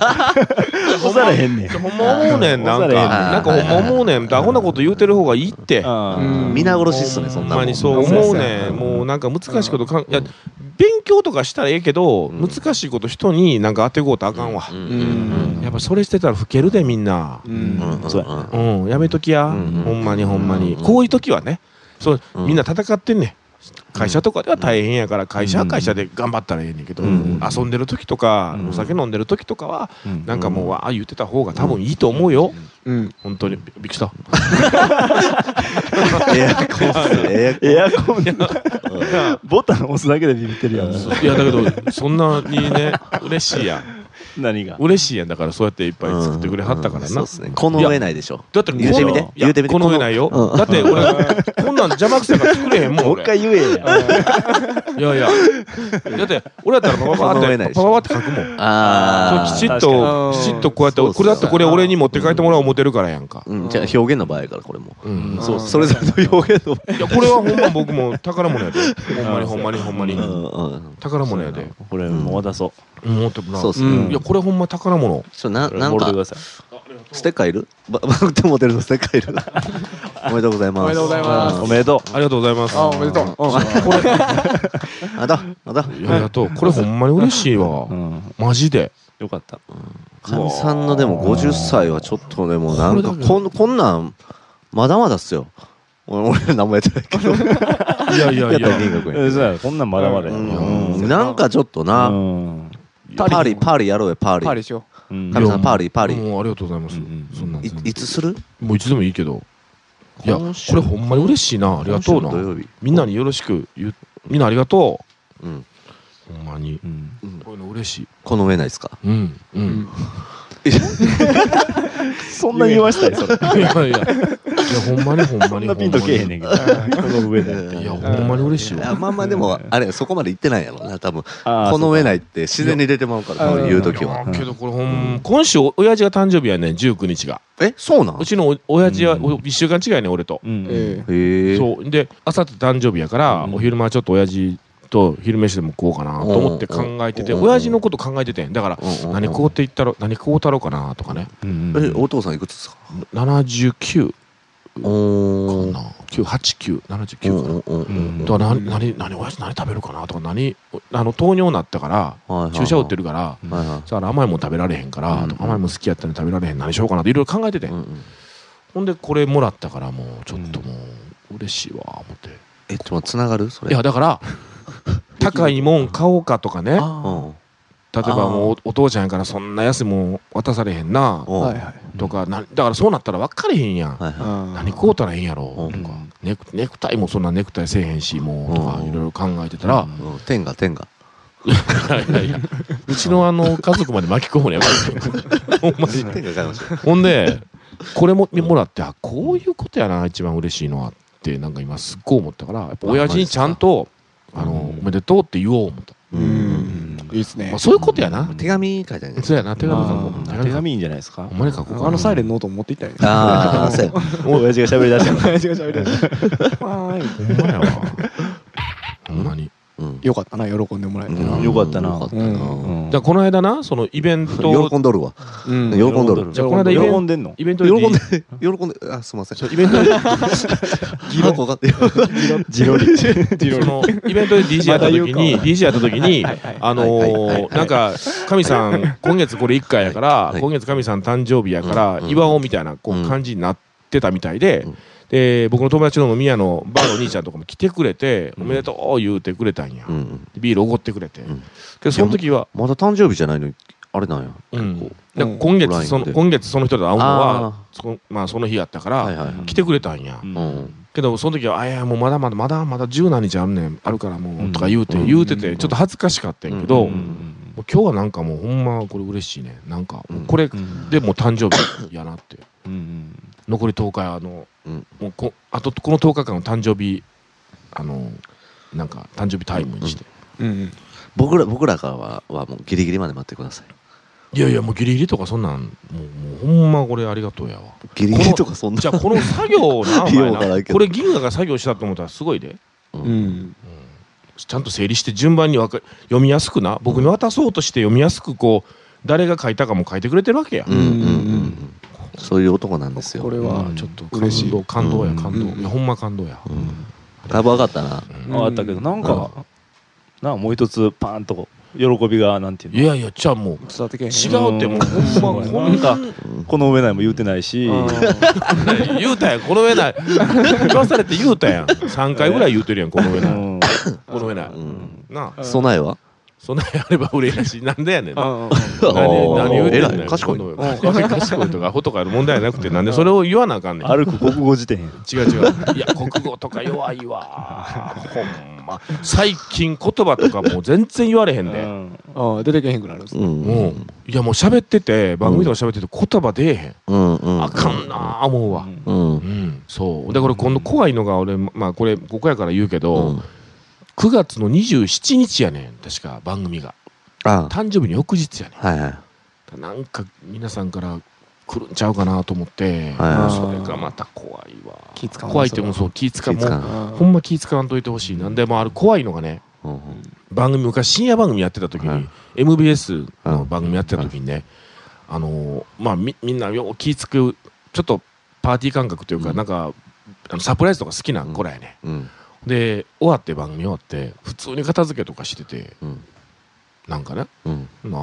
Speaker 2: 押されへんねん
Speaker 3: ほんま思うねんなん [laughs] か
Speaker 2: あー
Speaker 3: なんかほんま思うねんアホなこと言うてる方がいいって
Speaker 2: あー
Speaker 4: うん
Speaker 1: 皆殺しっすね、そんな
Speaker 3: ほん
Speaker 1: も
Speaker 3: ま
Speaker 1: ん。
Speaker 3: にそう思うね
Speaker 2: うん
Speaker 3: もうなんか難しいことかんいや勉強とかしたらええけど
Speaker 1: ん
Speaker 3: 難しいこと人になんか当てこうとあかんわ
Speaker 1: うん
Speaker 3: やっぱそれしてたら老けるでみんな
Speaker 4: うん
Speaker 1: うんうん
Speaker 2: そうや
Speaker 1: う
Speaker 3: うんやめときやほ
Speaker 1: うん
Speaker 3: んまにほんまに
Speaker 1: うん
Speaker 3: こういう時はねそう
Speaker 1: うん
Speaker 3: みんな戦ってんねん会社とかでは大変やから会社は会社で頑張ったらええねんけど
Speaker 1: うん
Speaker 3: 遊んでる時とか
Speaker 1: うん
Speaker 3: お酒飲んでる時とかは
Speaker 2: うん
Speaker 3: なんかもうわあ言ってた方が多分いいと思うよ
Speaker 4: うん
Speaker 3: 本当にびびっくりした
Speaker 1: んエアコンっすねエアコン
Speaker 2: エアコンのボタン押すだけでビビってるやん
Speaker 3: いやだけどそんなにね嬉しいやん
Speaker 2: 何が
Speaker 3: 嬉しいやんだからそうやっていっぱい作ってくれはったから
Speaker 1: うんそ
Speaker 3: な、
Speaker 1: うっすね。この上ないでしょ。
Speaker 3: だってこの
Speaker 1: 言うてみて
Speaker 3: いや
Speaker 1: 言うてみて
Speaker 3: この上ないよ、
Speaker 1: うん
Speaker 3: だって俺こんなん邪魔くせえから作れへんもん
Speaker 2: もう
Speaker 3: 俺
Speaker 2: 一回言えや
Speaker 3: いやいやだって俺だったらパパパ
Speaker 1: この
Speaker 3: ー
Speaker 1: 上
Speaker 3: っ
Speaker 1: ないで
Speaker 3: て
Speaker 1: しょ
Speaker 3: パパパーって書くもんそう
Speaker 1: ああ
Speaker 3: き。ちっ
Speaker 2: 確
Speaker 4: か
Speaker 3: と
Speaker 4: に
Speaker 3: きちっとこうやって
Speaker 1: そうっす
Speaker 3: これだってこれ俺に持って帰ってもらおう思ってるからやんか、
Speaker 1: うん、じゃあ表現の場合やから、これも。
Speaker 3: うん
Speaker 1: そう、それぞれの表現の場
Speaker 3: いやこれはほんま僕も宝物やでほんまにほんまにほんまに、
Speaker 1: 合。うんうん。
Speaker 3: 宝物やで
Speaker 2: これもう渡そう
Speaker 3: 思ってもな
Speaker 1: そうっす
Speaker 4: う
Speaker 1: ね。
Speaker 4: ん
Speaker 3: いやこれほんま宝物
Speaker 1: ちょ、な、
Speaker 2: これ
Speaker 1: なん
Speaker 2: もろてく
Speaker 1: か
Speaker 2: だ、さい
Speaker 1: ステッカーいるば、ば、ってモデルのステッカーい [laughs] るおめでとうございます。
Speaker 4: おめでとうございます
Speaker 2: おめでと、
Speaker 3: ありがとうございます
Speaker 4: あおめでとううん
Speaker 1: す。あだ、あだ。
Speaker 3: いやありがとうこれほんまに嬉しいう
Speaker 2: う
Speaker 3: わ
Speaker 2: ん、
Speaker 3: マジで
Speaker 2: よかった
Speaker 1: かみさんのでも50歳はちょっとでもなんか
Speaker 3: これだけ
Speaker 1: こんこんなんまだまだっすよ俺俺名前言ってないけど
Speaker 3: いやいやいや
Speaker 1: 銀学
Speaker 2: えそうやこんなんまだまだや
Speaker 1: 園うんなんかちょっと
Speaker 2: う
Speaker 1: なんパーリーパーリーやろうよパーリ
Speaker 4: パーリ
Speaker 1: ー
Speaker 4: ーしよ
Speaker 2: うん
Speaker 1: かみさんパーリーパーリー
Speaker 3: もうありがとうございます、
Speaker 2: うんうん
Speaker 3: そんなん全然
Speaker 1: いいつする
Speaker 3: もういつでもいいけどいやこ
Speaker 1: 今週
Speaker 3: れほんまに嬉しいなありがとう
Speaker 1: 今週
Speaker 3: な
Speaker 1: の土曜日
Speaker 3: みんなによろしく言うみんなありがと
Speaker 1: うん
Speaker 3: うほんまに
Speaker 2: うん
Speaker 3: こういうの嬉しい
Speaker 1: この上ないですか
Speaker 3: うんう
Speaker 4: うん
Speaker 2: そんな言わしたいそれ
Speaker 3: いやいやいやほんまにほんまに
Speaker 2: そ
Speaker 3: ほ
Speaker 2: ん
Speaker 3: ん
Speaker 2: な
Speaker 3: ま
Speaker 2: ピンとけえへん
Speaker 3: に
Speaker 2: ねんけどこの上で
Speaker 1: い
Speaker 3: いやほんまに嬉しい
Speaker 1: い
Speaker 3: わ
Speaker 1: やまあまあでもあれそこまで行ってないやろな多分
Speaker 2: あー
Speaker 1: この上ないって自然に出てまうから多分言う時
Speaker 3: い
Speaker 1: は
Speaker 3: やけどこれほん今週お親父が誕生日やねん19日が
Speaker 1: えそうなん
Speaker 3: うちのお親父は
Speaker 2: うん
Speaker 3: 1週間違いやねん俺と
Speaker 2: うん
Speaker 4: え
Speaker 1: へえ
Speaker 3: そうであさって誕生日やから
Speaker 2: うん
Speaker 3: お昼間ちょっと親父と昼飯でも食おうかなと思って考えてて
Speaker 1: うん
Speaker 3: 親父のこと考えててんだから何
Speaker 1: こ
Speaker 3: こうって言ったろ何こうたろうかなとかね
Speaker 2: うん
Speaker 1: えお父さんいくつですか
Speaker 3: 79か
Speaker 1: おー
Speaker 3: な98979かな、
Speaker 1: うん
Speaker 2: うん
Speaker 3: だから何何何おやつ何食べるかなとか何あの糖尿になったから注射打って
Speaker 1: る
Speaker 3: るから
Speaker 1: はいは
Speaker 3: だ
Speaker 1: い
Speaker 3: から甘いもん食べられへんから、
Speaker 1: うん
Speaker 3: とか甘いもん好きやったら食べられへん何しようかなっていろいろ考えてて、
Speaker 1: うんうん
Speaker 3: ほんでこれもらったからもうちょっともう嬉しいわ思って、
Speaker 1: えちょっとつながるそれ
Speaker 3: いやだから
Speaker 1: [laughs]
Speaker 3: 高いもん買おうかとかね例え
Speaker 1: うん
Speaker 3: ばもうおお父ちゃんやからそんな安いもん渡されへんな
Speaker 4: え
Speaker 1: おう
Speaker 4: はいはい
Speaker 3: とかなだからそうなったら分かれへんやん
Speaker 1: はいはい
Speaker 3: 何
Speaker 4: 何
Speaker 3: 買うたらええんやろ
Speaker 1: う
Speaker 3: と
Speaker 1: ん
Speaker 3: かネクネクタイもそんなネクタイせえへんしもうとか
Speaker 1: うん
Speaker 3: いろいろ考えてたら
Speaker 1: うん天が天が
Speaker 3: いやいやいや [laughs] うちのあの家族まで巻き込むのや
Speaker 1: [laughs]
Speaker 3: ばいほんまに
Speaker 1: 天が買いました
Speaker 3: ほんでこれももらってあこういうことやな一番嬉しいのはってなんか今すっごい思ったからやっぱ親父にちゃんと「
Speaker 1: あ
Speaker 3: あの
Speaker 1: うん
Speaker 3: おめでとう」って言おう思った、
Speaker 1: う
Speaker 4: うんんいいっすね
Speaker 3: まあ、そういうことやな
Speaker 1: 手紙書いたんじゃない
Speaker 3: そうやな手紙書こ
Speaker 2: あ
Speaker 3: う
Speaker 2: ー手紙いいんじゃないですか
Speaker 3: ほんまに書こうか
Speaker 4: あのサイレンノート持っていったらいい
Speaker 1: ああそうや
Speaker 2: 親父が喋り出したの
Speaker 4: [laughs] 違う違う違うはーい
Speaker 3: ほんまやわほんまに
Speaker 1: うん
Speaker 4: よかったな喜んでもらえて
Speaker 1: うん
Speaker 2: よかったな
Speaker 1: よかった
Speaker 4: う
Speaker 1: な
Speaker 3: だからこの間なそのイベント
Speaker 1: [laughs] 喜んどるわ
Speaker 4: うん
Speaker 1: 喜んどる
Speaker 3: じゃあこの間イベン
Speaker 2: 喜んでんの
Speaker 3: イベント
Speaker 1: 喜
Speaker 3: で
Speaker 1: んで喜んであすいません
Speaker 3: そうイベン
Speaker 1: [laughs]
Speaker 3: トで
Speaker 1: ギロ分かって
Speaker 2: 自撮り
Speaker 3: そ
Speaker 1: [laughs]
Speaker 3: のイベントで DJ やった時に DJ やった時に
Speaker 4: はいはい
Speaker 3: あの
Speaker 1: はいはい
Speaker 3: ーなんか神さん今月これ1回やから
Speaker 1: はい
Speaker 3: 今月神さん誕生日やか
Speaker 1: うん
Speaker 3: ら祝おうみたいなこ
Speaker 1: うん
Speaker 3: う感じになってたみたいで
Speaker 1: うん
Speaker 3: で僕の友達の宮のバーのお兄ちゃんとかも来てくれておめでとう言うてくれたんや
Speaker 1: うんうん
Speaker 3: ビールおごってくれて
Speaker 1: ん
Speaker 3: けどその時は
Speaker 1: まだ誕生日じゃないのにあれなんや
Speaker 3: うん
Speaker 4: う
Speaker 3: なんんか今月
Speaker 1: ラインで
Speaker 3: その今月その人と会うのは
Speaker 1: あ
Speaker 3: そのまあその日やったか
Speaker 1: はい
Speaker 3: ら
Speaker 1: はいはい
Speaker 3: 来てくれたんや
Speaker 2: う
Speaker 1: うん
Speaker 3: けどその時は「あいやもうまだまだまだまだ十何日あるねんあるからも
Speaker 2: う」
Speaker 3: うんとか言うて、
Speaker 2: うん
Speaker 3: 言うててちょっと恥ずかしかったんやけど、
Speaker 1: うん
Speaker 3: もう今日はなんかもうほんまこれ嬉しいねなんか
Speaker 1: うん
Speaker 3: これ
Speaker 2: うん
Speaker 3: でもう誕生日やなって
Speaker 2: うん
Speaker 3: 残り10日あの、
Speaker 1: うん
Speaker 3: もうこあとこの10日間の誕生日あのなんか誕生日タイムにして、
Speaker 4: うん
Speaker 1: 僕ら僕らからははもうギリギリまで待ってください
Speaker 3: いやいやもうギリギリとかそんなんもうもうほんまこれありがとうやわ
Speaker 1: ギリギリとかそんな
Speaker 3: [laughs] じゃあこの作業をなお前
Speaker 1: ようわからん
Speaker 3: な
Speaker 1: けど
Speaker 3: これ銀河が作業したと思ったらすごいで
Speaker 4: うんうん
Speaker 3: ちゃんと整理して順番にわか読みやすくな僕に渡そうとして読みやすくこう誰が書いたかも書いてくれてるわけや、
Speaker 1: うんうんうんうんそういう男なんですよ
Speaker 4: これ
Speaker 3: ま
Speaker 4: は
Speaker 3: あちょっと感動
Speaker 4: 嬉しい
Speaker 3: 感動や
Speaker 1: うん
Speaker 3: 感動、いやほんま感動や、
Speaker 1: うんだいぶ分かったな
Speaker 2: うんあったけどなんかなあもう一つパーンと喜びがなんていう
Speaker 3: いやいやじゃあもう [laughs]
Speaker 4: 伝わってけへん
Speaker 3: 違うってもうほんまこんな
Speaker 2: のこの上ないも言うてないし
Speaker 3: 言うたやんこの上ない [laughs] 言わされて言うたやん3回ぐらい言うてるやんこの上
Speaker 2: う
Speaker 3: ない
Speaker 2: ん
Speaker 3: この上ない
Speaker 1: うん
Speaker 3: なあ
Speaker 1: 備えは
Speaker 3: そんなんやれば嬉しいしなんでやねん
Speaker 4: あ
Speaker 3: 何何言うてんねん
Speaker 1: 偉い賢い
Speaker 3: この上ない賢いとかほとかある問題じゃなくてなんでそれを言わなあかんねん
Speaker 2: 歩く国語辞
Speaker 3: 違
Speaker 2: 典
Speaker 3: う違ういや国語とか弱いわほんま最近言葉とかもう全然言われへん
Speaker 2: う
Speaker 3: で
Speaker 2: ん
Speaker 4: あ出てけへんくなるんです
Speaker 1: うん
Speaker 3: もういやもう喋ってて番組とか喋ってて言葉出えへん
Speaker 1: うんうん
Speaker 3: あかんなあ思うわ
Speaker 1: う
Speaker 3: う
Speaker 1: ん
Speaker 3: んそうでこれ今度怖いのが俺まあこれここやから言うけ
Speaker 1: う
Speaker 3: ど
Speaker 1: ん
Speaker 3: 9月の27日やねん確か番組が
Speaker 1: あ
Speaker 3: 誕生日の翌日やね
Speaker 1: はいはい
Speaker 3: んなんか皆さんから来るんちゃうかなと思って
Speaker 1: はい
Speaker 3: それがまた怖いわ
Speaker 4: 気使うな
Speaker 3: 怖いってもうそう気使う
Speaker 1: 気使う
Speaker 3: もう
Speaker 4: あ
Speaker 3: ほんま気使わんといてほしいなんでもあれ怖いのがね
Speaker 1: うん
Speaker 3: 番組昔深夜番組やってた時に、
Speaker 1: はい
Speaker 3: MBS の番組やってた時にね、あのーまあみみんなよう気ぃつくちょっとパーティー感覚というか、
Speaker 1: うん
Speaker 3: なんかあのサプライズとか好きな
Speaker 1: うん
Speaker 3: 子らやね、
Speaker 1: うん
Speaker 3: で終わって番組終わって普通に片付けとかしてて
Speaker 1: うん
Speaker 3: なんかね
Speaker 1: うん
Speaker 3: なあ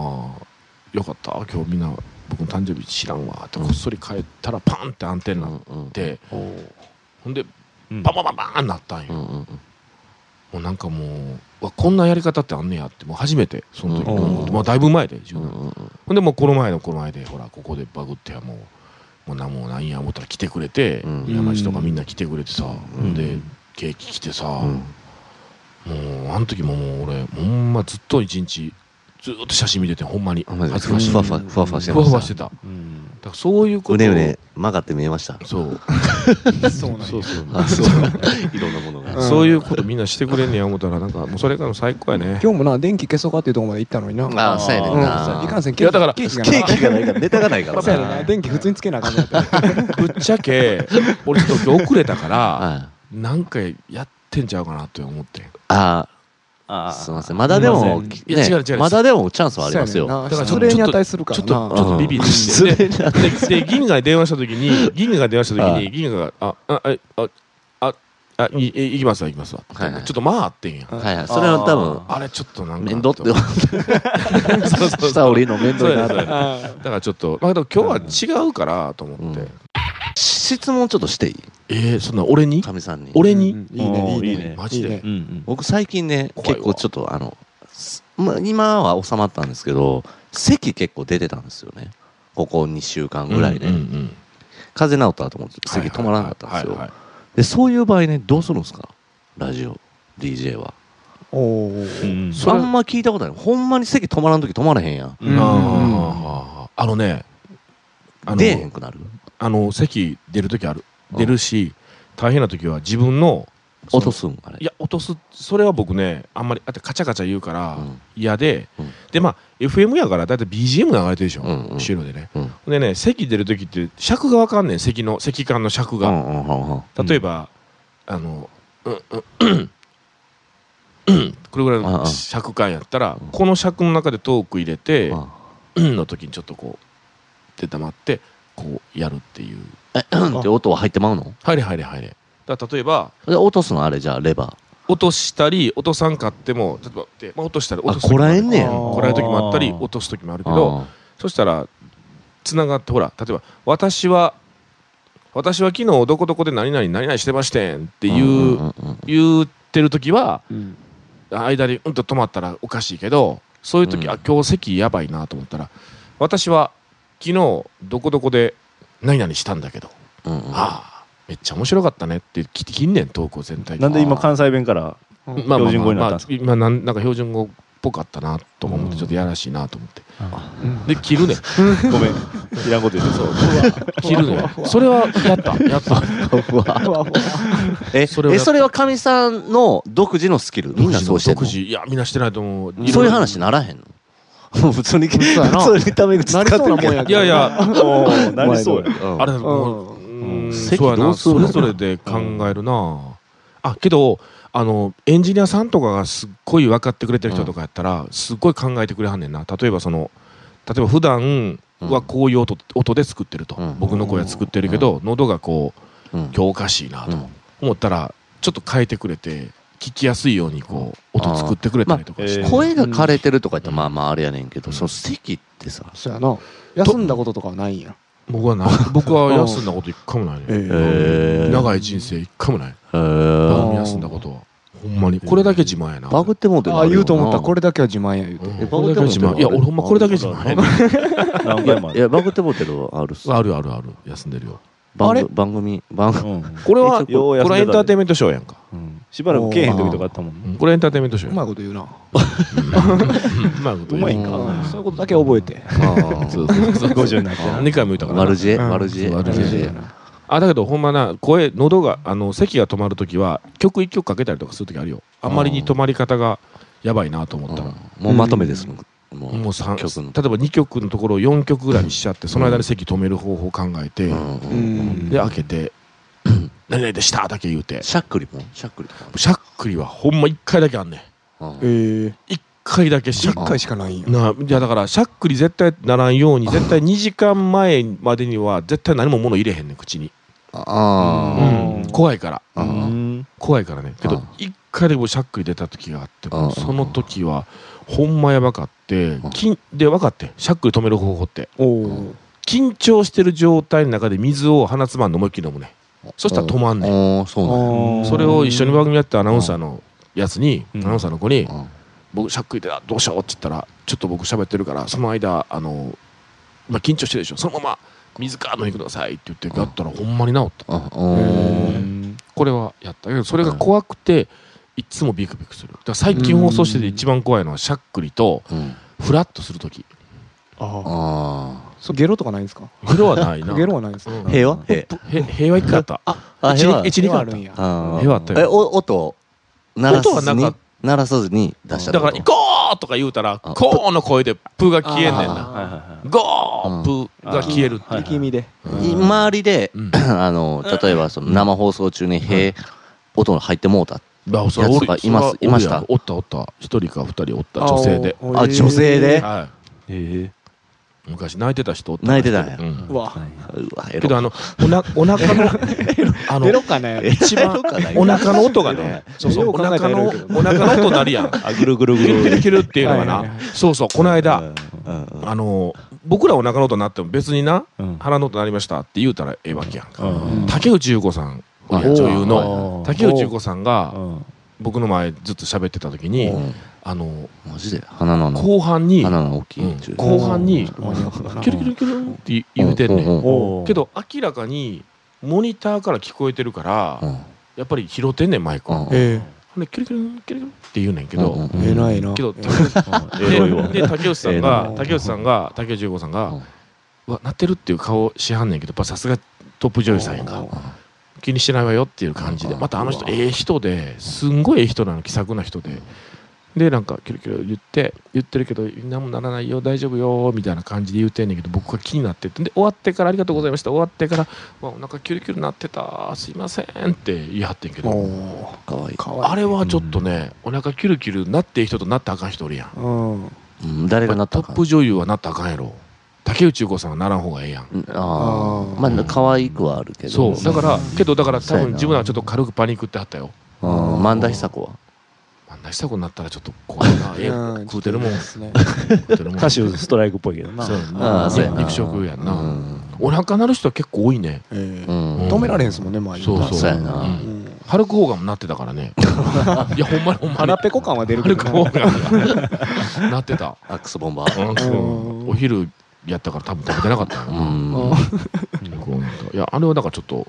Speaker 3: よかった今日みんな僕の誕生日知らんわってこっそり帰ったらパンってアンテン
Speaker 1: う
Speaker 3: なっ
Speaker 1: んうん
Speaker 3: て、ほんで
Speaker 2: うん
Speaker 3: バンバンバンバンなったんよ、
Speaker 1: うんうん
Speaker 3: もうなんかもううわこんなやり方ってあんねやってもう初めてその時に思っ
Speaker 2: う
Speaker 3: て、
Speaker 2: ん
Speaker 3: まあ、だいぶ前で10年、
Speaker 1: うんうん
Speaker 3: ほんでもうこの前のこの前でほらここでバグってはもうもうなんもうなんや思ったら来てくれて、
Speaker 1: うん
Speaker 3: 山地とかみんな来てくれてさ、
Speaker 1: うん
Speaker 3: ほんでケーキ来てさ、
Speaker 1: うん
Speaker 3: もうあの時ももう俺ほんまずっと一日ずーっと写真見ててほんまに
Speaker 1: あマジで
Speaker 3: 恥ずかしい
Speaker 1: ふわふわふわふわして
Speaker 3: ふわ
Speaker 1: ま
Speaker 3: ふわして
Speaker 1: した
Speaker 3: だか
Speaker 2: うん
Speaker 3: らそういうことを
Speaker 1: うねうね曲がって見えました
Speaker 3: そう
Speaker 4: あそうなんや
Speaker 3: そうそう
Speaker 1: あそういろんなもの
Speaker 4: ん
Speaker 1: が
Speaker 3: そういうことみんなしてくれんねや思ったらなんかもうそれからの最高やね
Speaker 4: 今日もな電気消そうかっていうとこまで行ったのにな
Speaker 1: ああそうやねん
Speaker 4: うんいか
Speaker 1: なん
Speaker 4: せん
Speaker 3: いやだから
Speaker 4: ケーキが
Speaker 1: ケー
Speaker 4: な
Speaker 1: キがないからネタがないから
Speaker 4: そうや
Speaker 1: な
Speaker 4: ねんな電気普通につけなあかんな
Speaker 3: [laughs]
Speaker 4: って
Speaker 3: ぶっちゃけ俺ちょっと今日遅れたから、
Speaker 1: [laughs] はい
Speaker 3: なんかやってんちゃうかなって思って
Speaker 1: ああすいませんまだでも
Speaker 4: す
Speaker 3: いませんいや違う違
Speaker 1: ね
Speaker 3: う
Speaker 1: まだでもチャンスはありますよ
Speaker 4: だ
Speaker 3: だ
Speaker 4: か
Speaker 3: かららちょ
Speaker 4: 失礼に
Speaker 3: ちょっと
Speaker 4: 値するか
Speaker 3: ち
Speaker 4: ら
Speaker 3: ょっと
Speaker 4: な
Speaker 3: ちょっとビビってでで銀河に電話した時
Speaker 1: [laughs]
Speaker 3: に銀河が電話した時
Speaker 1: はい
Speaker 3: に銀河が「ああああああいい行きますわ行きますわ」
Speaker 1: はいはい
Speaker 3: ちょっと回ってんや
Speaker 1: はいはいそれは多分
Speaker 3: あれちょっとなんか
Speaker 1: 面倒って
Speaker 3: そうそうそう
Speaker 1: [laughs] 下降りるの面倒にな
Speaker 3: そうやそう
Speaker 1: る
Speaker 3: やだからちょっとまあでも今日は違うからと思って、
Speaker 1: うん質問ちょっとしていい
Speaker 3: えー、そんな俺に
Speaker 1: かみさんに
Speaker 3: 俺
Speaker 4: うん
Speaker 3: に、
Speaker 4: うんいいね
Speaker 2: おー
Speaker 4: い
Speaker 2: い
Speaker 4: い
Speaker 2: い
Speaker 4: ね
Speaker 2: ね
Speaker 3: マジで
Speaker 4: いいね
Speaker 2: うんうん
Speaker 1: 僕最近ね
Speaker 3: 怖いわ
Speaker 1: 結構ちょっとあの、すまあ、今は収まったんですけど咳結構出てたんですよねここ2週間ぐらいね、
Speaker 3: うんうんうん
Speaker 1: 風邪治ったと思って咳止まらなかったんで
Speaker 3: は
Speaker 1: す
Speaker 3: いはい
Speaker 1: よ
Speaker 3: はい
Speaker 1: でそういう場合ねどうするんですかラジオ DJ は
Speaker 4: おお
Speaker 2: うん
Speaker 1: あんま聞いたことないほんまに咳止まらん時止まらへんやん
Speaker 2: うん
Speaker 3: あーあのねあの
Speaker 1: 出えへんくなる
Speaker 3: あの席出る時ある出るし大変な時は自分のその
Speaker 1: 落とすんあれ
Speaker 3: いや落とすそれは僕ねあんまりあってカチャカチャ言うから
Speaker 1: うん
Speaker 3: 嫌で、
Speaker 1: うん
Speaker 3: でまあ FM やからだいたい BGM 流れてるでしょ、
Speaker 1: うんうん
Speaker 3: 後ろでね
Speaker 1: うん
Speaker 3: でね席出る時って尺がわかんねん席の席間の尺
Speaker 1: うんう
Speaker 3: が、
Speaker 1: んうんうん
Speaker 3: 例えばあのうんうんうんこれぐらい
Speaker 1: あ
Speaker 3: の
Speaker 1: あ
Speaker 3: 尺間やったら
Speaker 1: うん
Speaker 3: この尺の中でトーク入れて、
Speaker 1: あ
Speaker 3: うんの時にちょっとこうで黙ってこうやるっていう
Speaker 1: うんって音は入ってまうの
Speaker 3: 入れ入れ入れだから例えば
Speaker 1: で落とすのあれじゃあレバ
Speaker 3: 落としたり落とさんかっても例えばで、まあ、落としたり
Speaker 1: ー
Speaker 3: 落
Speaker 1: あ
Speaker 3: とす時
Speaker 1: こ
Speaker 3: もあ
Speaker 1: らえ
Speaker 3: る
Speaker 1: んねや
Speaker 2: あー
Speaker 3: こらえる時もあったり
Speaker 2: あー
Speaker 3: 落とす時もあるけど
Speaker 1: あ
Speaker 3: そしたらつながってほら例えば「私は私は昨日どこどこで何々何々してましてん」って
Speaker 1: ー
Speaker 3: いう,、
Speaker 1: んんうん
Speaker 3: 言ってる時は
Speaker 4: うん
Speaker 3: 間にうんと止まったらおかしいけどそういう時、
Speaker 1: うん
Speaker 3: あ今日席やばいなと思ったら「私は昨日どこどこで何々したんだけど、
Speaker 1: うんうん
Speaker 3: ああめっちゃ面白かったね」ってききんねんトークを全体的に
Speaker 2: なんで今関西弁から
Speaker 4: うん
Speaker 3: まあまあ
Speaker 2: 標準語になったんです
Speaker 3: まあ今なんなんか標準語ぽかったなとか思ってちょっとやらしいなと思って
Speaker 2: あ
Speaker 3: で切るねん
Speaker 2: ごめんいらんこと言ってそう
Speaker 3: 切
Speaker 2: [laughs]
Speaker 3: るねんそれはやったやった
Speaker 1: うわ
Speaker 4: ふわ
Speaker 3: [laughs]
Speaker 4: ふわ
Speaker 1: え
Speaker 3: そ
Speaker 1: そ
Speaker 3: れを
Speaker 1: れ
Speaker 3: やっ
Speaker 1: えそれはかみさんの独自のスキルみんなそうしてる
Speaker 3: 独自いやみんなしてないと思う
Speaker 1: そういう話ならへんのもう普通に普
Speaker 4: やな
Speaker 1: 通にタメ口使
Speaker 4: な
Speaker 1: っ
Speaker 4: り
Speaker 1: て
Speaker 4: そ
Speaker 1: る
Speaker 4: うなもん
Speaker 1: けど
Speaker 4: や
Speaker 3: い
Speaker 4: けど
Speaker 3: やいや
Speaker 2: おーなりそうや
Speaker 1: うん
Speaker 3: あれもう
Speaker 4: う
Speaker 3: うんん
Speaker 1: 席
Speaker 3: そうや
Speaker 1: ど
Speaker 3: な
Speaker 1: うする
Speaker 3: そ
Speaker 1: の
Speaker 3: れぞれで考えるなあけどあのエンジニアさんとかがすっごい分かってくれてる人とかやったらすっごい考えてくれはんねんな例えばその例えば普段はこういう音音で作ってると
Speaker 1: うん
Speaker 3: 僕の声は作ってるけど喉がこう
Speaker 1: うん
Speaker 3: 今日おかしいな
Speaker 1: う
Speaker 3: と
Speaker 1: ん
Speaker 3: 思ったらちょっと変えてくれて聞きやすいようにこう音作ってくれたりとかして
Speaker 2: まあえー
Speaker 1: 声が枯れてるとか言ったらまあまああれやねんけ
Speaker 3: う
Speaker 1: ど
Speaker 3: ん
Speaker 1: その席ってさ
Speaker 4: そうやな休んだこととかはないんや
Speaker 3: 僕はな僕は休んだこと一回もないね
Speaker 1: [laughs] えー
Speaker 3: 長い人生一回もない
Speaker 1: へー
Speaker 4: あー
Speaker 3: 休んだことはほんまにこれだけ自慢やな
Speaker 1: バグってもうてる
Speaker 4: ああ言うと思ったこ
Speaker 1: れ
Speaker 4: れだけは自慢や言うて
Speaker 3: うん
Speaker 1: え
Speaker 3: これだけ自慢いや俺ほんまこれだけ自慢
Speaker 2: 何
Speaker 1: い
Speaker 2: 回
Speaker 1: や
Speaker 2: もあ
Speaker 1: い
Speaker 2: る
Speaker 1: やバグってもうてるあるっす
Speaker 3: あるあるある休んでるよ
Speaker 1: 番
Speaker 4: あれ
Speaker 1: 組番組番組
Speaker 2: うん
Speaker 3: これは
Speaker 1: え
Speaker 3: これ
Speaker 2: ようやってた
Speaker 3: は
Speaker 2: ね
Speaker 3: エンターテインメントショーやんか
Speaker 2: しばらくけえへん時とかあったもんね
Speaker 3: これエンターテインメントショ
Speaker 4: う
Speaker 3: ーや
Speaker 4: ま
Speaker 3: ん
Speaker 4: いこと言うな
Speaker 3: うまいこと
Speaker 2: うまい
Speaker 3: 言
Speaker 2: ん
Speaker 3: う
Speaker 2: か
Speaker 1: うん
Speaker 4: そういうことだけ覚えて
Speaker 1: [laughs] あ
Speaker 3: そう
Speaker 1: ー
Speaker 3: そうそう
Speaker 2: 50になって
Speaker 3: 2回も言ったからな
Speaker 1: 悪知恵
Speaker 3: うん
Speaker 1: 悪知恵
Speaker 3: そう悪
Speaker 1: 悪
Speaker 3: 知
Speaker 1: 知
Speaker 3: 恵
Speaker 1: 恵
Speaker 3: あだけどほんまな声喉があの咳が止まるときは曲一曲かけたりとかするときあるよあんまりに止まり方がやばいなと思ったら
Speaker 1: うんもうまとめですもう
Speaker 3: もう三例え
Speaker 1: 曲の
Speaker 3: ば2曲のところを4曲ぐらいにしちゃってその間に咳止める方法を考えて
Speaker 1: うんう
Speaker 4: うんん
Speaker 3: で開けて [clears throat] 「何々でした」だけ言うて
Speaker 1: しゃっくりもしゃっくりとか
Speaker 3: しゃっくりはほんま1回だけあんね
Speaker 1: うん
Speaker 4: えー
Speaker 3: ん1回だけしゃっ
Speaker 4: 1回しかないんや
Speaker 3: ないやだからしゃっくり絶対ならんように絶対2時間前までには絶対何も物入れへんねん口に、
Speaker 1: あ
Speaker 3: うん怖いから
Speaker 1: あ
Speaker 2: う
Speaker 1: あ
Speaker 2: ん
Speaker 3: 怖いからねけ
Speaker 1: う
Speaker 3: ど
Speaker 1: ん
Speaker 3: 一回でもしゃっくり出た時があって
Speaker 1: うん
Speaker 3: その時はほんまやばかって
Speaker 1: ん
Speaker 3: 緊で分かってしゃっくり止める方法って
Speaker 4: おお
Speaker 3: 緊張してる状態の中で水を鼻つまんで思いっきり飲むねそしたら止まんね
Speaker 1: ああそうなんや
Speaker 3: んそれを一緒に番組やってたアナウンサーのやつにア
Speaker 2: うん
Speaker 3: ナウンサーの子に
Speaker 1: うん
Speaker 3: 「僕しゃっくり出たどうしよう」って言ったら「ちょっと僕喋ってるからその間あの、まあ、緊張してるでしょそのまま水から飲んでください」って言ってやったらほんまに治った
Speaker 1: あ
Speaker 4: へ
Speaker 1: うん
Speaker 3: これはやったけどそれが怖くていつもビクビクするだから最近放送してて一番怖いのはしゃっくりと
Speaker 1: うん
Speaker 3: フラッとする時
Speaker 4: ああ
Speaker 1: あ
Speaker 4: そうゲロとかないんですか
Speaker 3: ゲロはない
Speaker 4: [laughs]
Speaker 3: な
Speaker 4: ゲロはないんです
Speaker 3: う
Speaker 4: か
Speaker 3: ん
Speaker 1: あ平和
Speaker 3: へ平和一回あった
Speaker 1: あ
Speaker 3: 一
Speaker 1: 平和
Speaker 3: 日一日
Speaker 4: ゲロ
Speaker 3: あ
Speaker 4: あ
Speaker 3: っ
Speaker 4: るん
Speaker 3: た
Speaker 4: や
Speaker 1: あー
Speaker 3: 平和あった
Speaker 1: え
Speaker 3: よ
Speaker 1: お音鳴らさず
Speaker 3: 音はなか
Speaker 1: に
Speaker 3: っ
Speaker 1: 鳴らさずに出したっ
Speaker 3: だ
Speaker 1: てこ
Speaker 3: から「
Speaker 1: と
Speaker 3: 行こう!」とか言うたら「
Speaker 1: あ
Speaker 3: こう!」の声で「プ」が消えんねん
Speaker 2: はい
Speaker 3: な
Speaker 2: はいは
Speaker 3: 「ゴー!」「プ」が消えるって
Speaker 2: はいいう
Speaker 4: 力みで
Speaker 1: い周りで、
Speaker 3: うん
Speaker 1: [laughs] あの例えばその生放送中に「へえ音が入ってもうた」
Speaker 3: あそれおる
Speaker 1: やつがいます
Speaker 3: それ
Speaker 1: いました
Speaker 3: おるやんおったおった一人か二人おった女性で
Speaker 4: おー
Speaker 1: あ女性で
Speaker 4: え
Speaker 3: はい
Speaker 2: へえ
Speaker 3: い昔泣いてた人おった
Speaker 1: 泣いてたんや
Speaker 3: う
Speaker 4: ーうんわ
Speaker 1: うわエ
Speaker 3: けど
Speaker 1: ロ
Speaker 3: あのおなお腹
Speaker 4: [laughs]
Speaker 3: のあの
Speaker 4: ゲロかね
Speaker 3: 一番お腹の音がね、そうそう、
Speaker 4: よ
Speaker 3: お
Speaker 4: う考えた
Speaker 3: 腹の、
Speaker 4: らや
Speaker 3: お
Speaker 4: るけどね
Speaker 3: 腹の音なるやん。
Speaker 2: あぐるぐるぐ
Speaker 3: キュルキュ
Speaker 2: る
Speaker 3: ルキュルっていうのが
Speaker 4: はい
Speaker 3: な
Speaker 4: はいは、
Speaker 3: そうそう、この
Speaker 2: う
Speaker 3: 間
Speaker 2: ん、
Speaker 1: うんうん
Speaker 3: あの、僕らお腹の音なっても別にな
Speaker 2: うん、
Speaker 3: 腹の音なりましたって言うたらええわけやんか。
Speaker 2: うん
Speaker 3: 竹内優子さん、
Speaker 1: あ
Speaker 3: 女優
Speaker 1: はいはい
Speaker 3: の、竹内優子さん
Speaker 2: う
Speaker 3: が、
Speaker 2: ん
Speaker 3: 僕の前ずっと喋ってた時に
Speaker 1: う、ん
Speaker 3: あの、
Speaker 1: マジで鼻の穴
Speaker 3: 後半に、
Speaker 1: 鼻の大き
Speaker 3: う
Speaker 1: い
Speaker 3: ん
Speaker 1: 中
Speaker 3: 後半に、キ
Speaker 4: ちょっとマニアックだな
Speaker 3: ュルキュルキュルって言うてんねん。
Speaker 1: うう
Speaker 2: おー
Speaker 3: けど明らかに、モニターから聞こえてるから
Speaker 1: う、ん
Speaker 3: やっぱり拾ってんねん、マイクを。
Speaker 1: うん
Speaker 4: え
Speaker 3: ほんで、キュルキュルキュルキュルって言うねんけ
Speaker 1: う
Speaker 3: ど
Speaker 1: んうん、
Speaker 4: え偉いな
Speaker 3: けど、竹
Speaker 2: うんエロいわ
Speaker 3: 内で、竹内さん
Speaker 4: え
Speaker 3: が
Speaker 4: え、な
Speaker 3: 竹内さんが、竹内優子さん
Speaker 1: う
Speaker 3: が
Speaker 1: ん、
Speaker 3: うわ、なってるっていう顔しはんねんけど、やっぱさすがトップ女優さんやんか
Speaker 4: うん、
Speaker 3: 気にしてないわよっていう感じで、
Speaker 1: うん
Speaker 3: またあの人、ええ人で、すんごいええ人なの、気さくな人で。で、なんか、キュルキュル言って、言ってるけど、何もならないよ、大丈夫よ、みたいな感じで言うてんねんけど、僕が気になってて、で、終わってから、ありがとうございました、終わってから、うわ、お腹キュルキュルなってた、すいませんって言いはってんけ
Speaker 4: お
Speaker 3: ど、
Speaker 4: お
Speaker 1: かわいい
Speaker 4: かわい
Speaker 3: あれはちょっとね、お腹キュルキュルなってええ人となってあかん人おるやん。
Speaker 4: いうん
Speaker 1: うん誰がなっ
Speaker 3: ト
Speaker 1: たらあ
Speaker 3: ッ
Speaker 1: かん
Speaker 3: プ女優はなったらあかんやろ竹内優子さんはならん方がええやん
Speaker 1: うんあ
Speaker 4: あ
Speaker 1: あ
Speaker 4: ー
Speaker 1: まあ可愛くはあるけど
Speaker 3: そうだからけどだから多
Speaker 1: そうや
Speaker 3: 分
Speaker 1: な
Speaker 3: 自分らはちょっと軽くパニックってあったよ
Speaker 1: うん萬田久子は
Speaker 3: あんなしたことになったらちょっと怖いなええ
Speaker 4: うん
Speaker 3: 食うてるもん
Speaker 4: ちょっといいで
Speaker 3: 食
Speaker 4: すね
Speaker 3: うてるもん
Speaker 2: 歌手ストライクっぽいけどな
Speaker 3: そうや
Speaker 1: あ
Speaker 3: な
Speaker 1: ーそうやな
Speaker 3: 肉食やん
Speaker 1: う
Speaker 3: なんお腹なる人は結構多いね
Speaker 4: えー
Speaker 1: うん
Speaker 4: 止められへんすもんね前に
Speaker 3: そうそう
Speaker 1: そうやな
Speaker 3: うん
Speaker 4: ん
Speaker 3: ハルク・ホーガンもなってたから
Speaker 1: [laughs]
Speaker 3: ねいやほんまにほんまに
Speaker 4: 腹ペコ感は出
Speaker 3: ハ
Speaker 4: るけ
Speaker 3: ル
Speaker 4: ど
Speaker 3: ク・
Speaker 4: な
Speaker 3: ホーガンがなってた
Speaker 1: アックスボンバー
Speaker 3: うんお昼やったから多分食べてなかったよ
Speaker 1: う
Speaker 3: なん
Speaker 4: うん
Speaker 3: うんいやあれはだからちょっと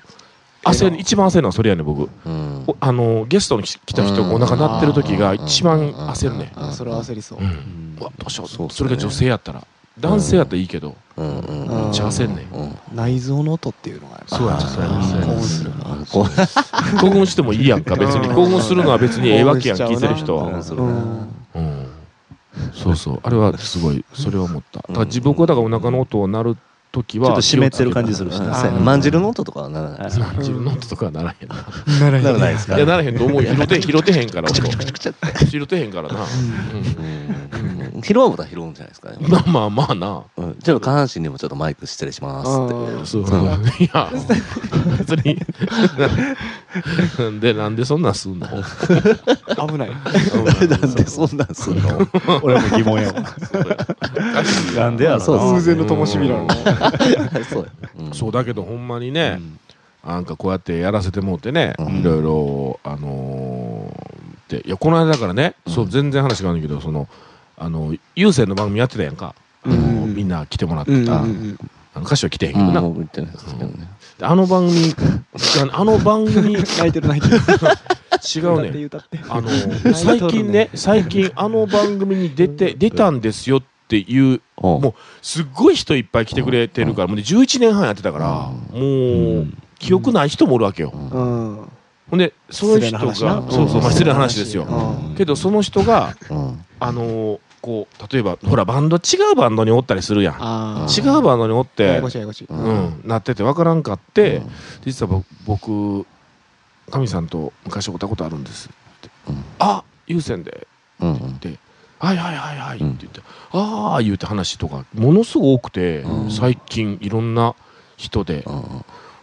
Speaker 3: 焦る一番焦るのはそれやね僕
Speaker 1: うん
Speaker 3: おあのゲストに来来た人がお腹鳴ってる時が一番焦るね
Speaker 1: うん
Speaker 4: それは焦りそう
Speaker 3: う。
Speaker 2: うんん
Speaker 3: うわどうしよう
Speaker 1: そうっすね
Speaker 3: それが女性やったら男性やったらいいけど
Speaker 1: うんうん
Speaker 3: め
Speaker 1: うん
Speaker 3: っちゃ焦んねん
Speaker 1: うん
Speaker 4: 内臓の音っていうのがやっぱ
Speaker 3: そうやそうやそうや
Speaker 4: 興奮するな。
Speaker 1: こう
Speaker 3: 興奮してもいいやんか別に
Speaker 4: うん
Speaker 3: 興奮するのは別にええわけやん
Speaker 4: 興
Speaker 3: 聞
Speaker 4: 奮
Speaker 3: い
Speaker 4: しち
Speaker 3: て
Speaker 4: ゃ
Speaker 3: る人
Speaker 1: 興
Speaker 4: うな
Speaker 3: は
Speaker 1: 奮するな
Speaker 3: うんそうそうあれはすごいそれは思っただから
Speaker 1: うん
Speaker 3: 自分はだからお腹の音を鳴る時は
Speaker 2: ちょっと湿ってる感じするし
Speaker 1: そう
Speaker 2: な
Speaker 1: やねまんじるの音とかはならないです
Speaker 3: 自分の音とかはならへんな
Speaker 4: なら
Speaker 1: ならないですか
Speaker 3: いやならへんと思うよ拾って拾ってへんから音拾ってへんからな
Speaker 1: うん拾うことは拾うんじゃないですかね
Speaker 3: うんまあまあまあな
Speaker 1: うんちょっと下半身にもちょっとマイク失礼しますって
Speaker 3: そう
Speaker 1: うん
Speaker 3: いや別に [laughs] なんでなんでそんなんすんの
Speaker 4: 危ない。
Speaker 1: なんでそんなんすんの
Speaker 2: 俺も疑問やわなんでやろな
Speaker 1: そうそう
Speaker 4: 偶然の灯火なの。
Speaker 1: そうやうん
Speaker 3: そうだけどほんまにね
Speaker 1: うん
Speaker 3: なんかこうやってやらせてもうてね
Speaker 1: うん
Speaker 3: いろいろあのーっていやこの間だからねそう全然話があるんだけどそのあの有線の番組やってたやんかあのー
Speaker 4: うん
Speaker 3: みんな来てもらっ
Speaker 4: うん
Speaker 3: て
Speaker 4: うん
Speaker 3: た
Speaker 4: うん
Speaker 3: あの歌手は来てへんけ
Speaker 1: うん
Speaker 3: どな
Speaker 1: もう言ってないですけどね
Speaker 3: であの番
Speaker 4: [laughs]
Speaker 3: 組あの番組違
Speaker 4: 泣いてる泣いてる。
Speaker 3: う
Speaker 4: 歌って
Speaker 3: ね
Speaker 4: 歌って。
Speaker 3: あ
Speaker 4: [laughs]
Speaker 3: の最近ね最近あの番組に出て出たんですよっていう
Speaker 1: お
Speaker 3: もうすっごい人いっぱい来てくれてるからもうね11年半やってたからもう記憶ない人もおるわけよ
Speaker 1: うん
Speaker 4: うん。
Speaker 3: ほんでその人
Speaker 4: 失礼な
Speaker 3: が
Speaker 4: 話な
Speaker 3: そうそうまあ失礼な話ですよ
Speaker 4: うん
Speaker 3: けどその人が
Speaker 1: うん
Speaker 3: あのこう例えばほらバンド違うバンドにおったりするやん
Speaker 4: あ
Speaker 3: 違
Speaker 4: ー
Speaker 3: うバンドにおっ
Speaker 4: や
Speaker 3: て
Speaker 4: やこしいややこしい。
Speaker 1: うん
Speaker 3: うんなっててわからんかって実はぼ僕神さんと昔おったことあるんですって
Speaker 1: うん
Speaker 3: 「あ優先で」
Speaker 1: うん
Speaker 3: って「はいはいはいはい」って
Speaker 1: うん
Speaker 3: 言って「ああ」言うて話とかものすごく多くて
Speaker 1: うん
Speaker 3: 最近いろんな人で
Speaker 1: うんうん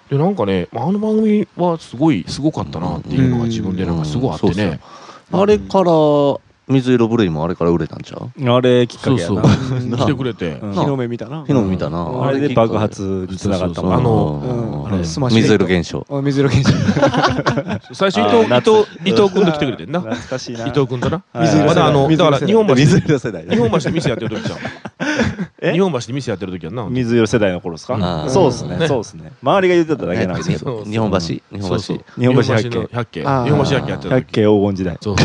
Speaker 3: でなんかねまああの番組はすごいすごかったなっていうのが自分でなんかすごいあって
Speaker 1: うんうん
Speaker 3: ね
Speaker 1: あれから水色ブルーもあれから売れたんちゃう
Speaker 2: あれきっかけや
Speaker 3: そう
Speaker 2: な
Speaker 3: そう
Speaker 4: うん
Speaker 3: 来てくれて
Speaker 2: うん
Speaker 4: [laughs] 日の目見たな
Speaker 1: 昨。日見たな
Speaker 2: あれで爆発につながったもん
Speaker 3: あの
Speaker 4: うん
Speaker 1: あ
Speaker 4: あ
Speaker 1: れ
Speaker 4: れスマッシュ
Speaker 1: 水色現象
Speaker 4: あ水色剣士。
Speaker 3: 最初
Speaker 2: あー夏
Speaker 3: 伊藤伊藤伊藤君と来てくれてんな
Speaker 2: 懐かしいな
Speaker 3: 伊藤君とな
Speaker 2: はいはい
Speaker 3: まだあの
Speaker 4: 水
Speaker 3: だ
Speaker 4: 色世代
Speaker 3: から日本橋
Speaker 1: 水
Speaker 3: 日
Speaker 1: 色
Speaker 3: 本
Speaker 1: 世代
Speaker 3: 橋で店やってる時じゃん
Speaker 2: え
Speaker 3: 日本橋で店やってる時やんな
Speaker 2: 水色世代の頃ですか
Speaker 1: あー
Speaker 2: そうですね
Speaker 3: ね
Speaker 2: そうですね周りが言ってただけなんですけ
Speaker 1: 日
Speaker 2: ど
Speaker 3: そうそう
Speaker 1: 本橋日
Speaker 3: そ
Speaker 1: 本
Speaker 3: うそう
Speaker 1: 橋
Speaker 2: 日本橋百景
Speaker 3: の百景日
Speaker 4: あー
Speaker 3: 本橋百景やってた
Speaker 2: 百
Speaker 3: 時
Speaker 2: 景黄金時代
Speaker 3: そう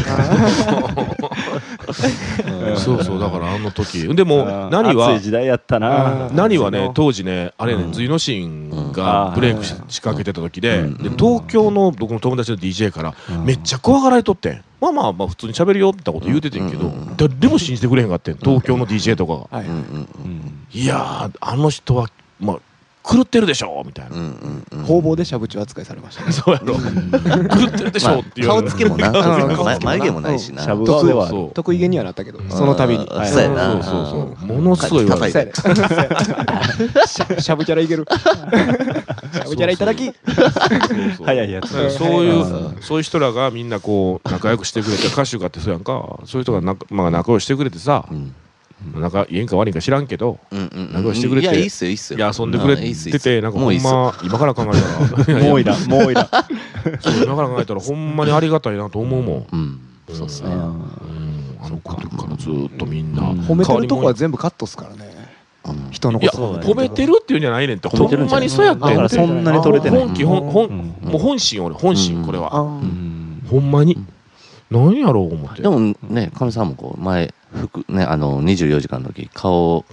Speaker 3: そうそうだからあの時でも
Speaker 2: あー
Speaker 3: 何は
Speaker 2: 暑い時代やったな
Speaker 4: あー
Speaker 3: 何はね当時ねあれ
Speaker 1: う
Speaker 3: ね
Speaker 1: ん
Speaker 3: 隋のシーン
Speaker 2: う
Speaker 3: が
Speaker 2: ん
Speaker 3: ブレイクし仕掛けてた時で
Speaker 1: うん
Speaker 3: で東京の僕の友達の DJ からめっちゃ怖がられとってんまあまあまあ普通に喋るよってこと言うててんけ
Speaker 1: う
Speaker 3: ど
Speaker 1: ん
Speaker 3: 誰でも信じてくれへんかってん東京の DJ とかが
Speaker 4: はい
Speaker 1: うん。うん
Speaker 2: うん
Speaker 3: いやーあの人はまあ狂ってるでしょみたい [laughs]
Speaker 1: うんう
Speaker 3: なん
Speaker 1: うんうん
Speaker 4: 工房でしゃぶちゅう扱いされましたね。
Speaker 3: そうやろ狂ってるでしょって言
Speaker 1: ま
Speaker 3: われ
Speaker 1: あ顔
Speaker 3: る
Speaker 1: つきもな
Speaker 4: 顔つきもな
Speaker 1: ま眉毛もないしな
Speaker 2: しゃぶ顔ではある
Speaker 3: そう
Speaker 4: 得意げにはなったけど、その度に。
Speaker 1: あー
Speaker 4: はい
Speaker 1: そうやな
Speaker 3: そうそうそうものすごい言われ
Speaker 4: そう
Speaker 3: る
Speaker 4: やね [laughs] しゃしゃぶキャラいけ [laughs] る。しゃぶキャラいただき。
Speaker 2: 早いやつ
Speaker 3: うんそういううそういう人らがみんなこう仲良くしてくれて歌手がってそうやんかそういう人がなまあ、仲良くしてくれてさ
Speaker 1: うん
Speaker 3: 仲いいんか悪いんか知らんけど
Speaker 1: うんうん
Speaker 3: 仲
Speaker 1: う
Speaker 3: 良
Speaker 1: ん
Speaker 3: くしてくれ
Speaker 1: い
Speaker 3: て
Speaker 1: やいいっすよいいっす
Speaker 3: い
Speaker 1: よ
Speaker 3: や遊んでくれ
Speaker 1: ういいっすいい
Speaker 3: て
Speaker 1: っす
Speaker 3: てなんか
Speaker 1: も
Speaker 3: ほ
Speaker 1: ういいっ
Speaker 3: ん
Speaker 1: すよ
Speaker 3: ま今から考えた
Speaker 1: [laughs]
Speaker 3: ら
Speaker 2: もうい
Speaker 3: い
Speaker 2: らんもういらん
Speaker 3: やそう今から考えたらほんまにありがたいなと思うもん
Speaker 1: うんそうっすね
Speaker 3: うんあの子からずーっとみんな
Speaker 4: 褒めてるとこは全部カットっすからね。
Speaker 1: うん
Speaker 4: 人の
Speaker 3: い
Speaker 4: こ
Speaker 3: や
Speaker 4: と。
Speaker 2: そうだね
Speaker 3: 褒めてるっていうんじゃないねんってほんまにそうやってん
Speaker 2: だから
Speaker 3: って
Speaker 2: そんなに取れてない
Speaker 3: 本気本
Speaker 2: う
Speaker 3: 本
Speaker 2: ん
Speaker 3: もう本心俺本心これは
Speaker 4: あ
Speaker 2: う
Speaker 4: ー
Speaker 2: ん
Speaker 3: ほんまに何やろう思って
Speaker 1: でもねかみさんもこう前服ねあの24時間の時顔を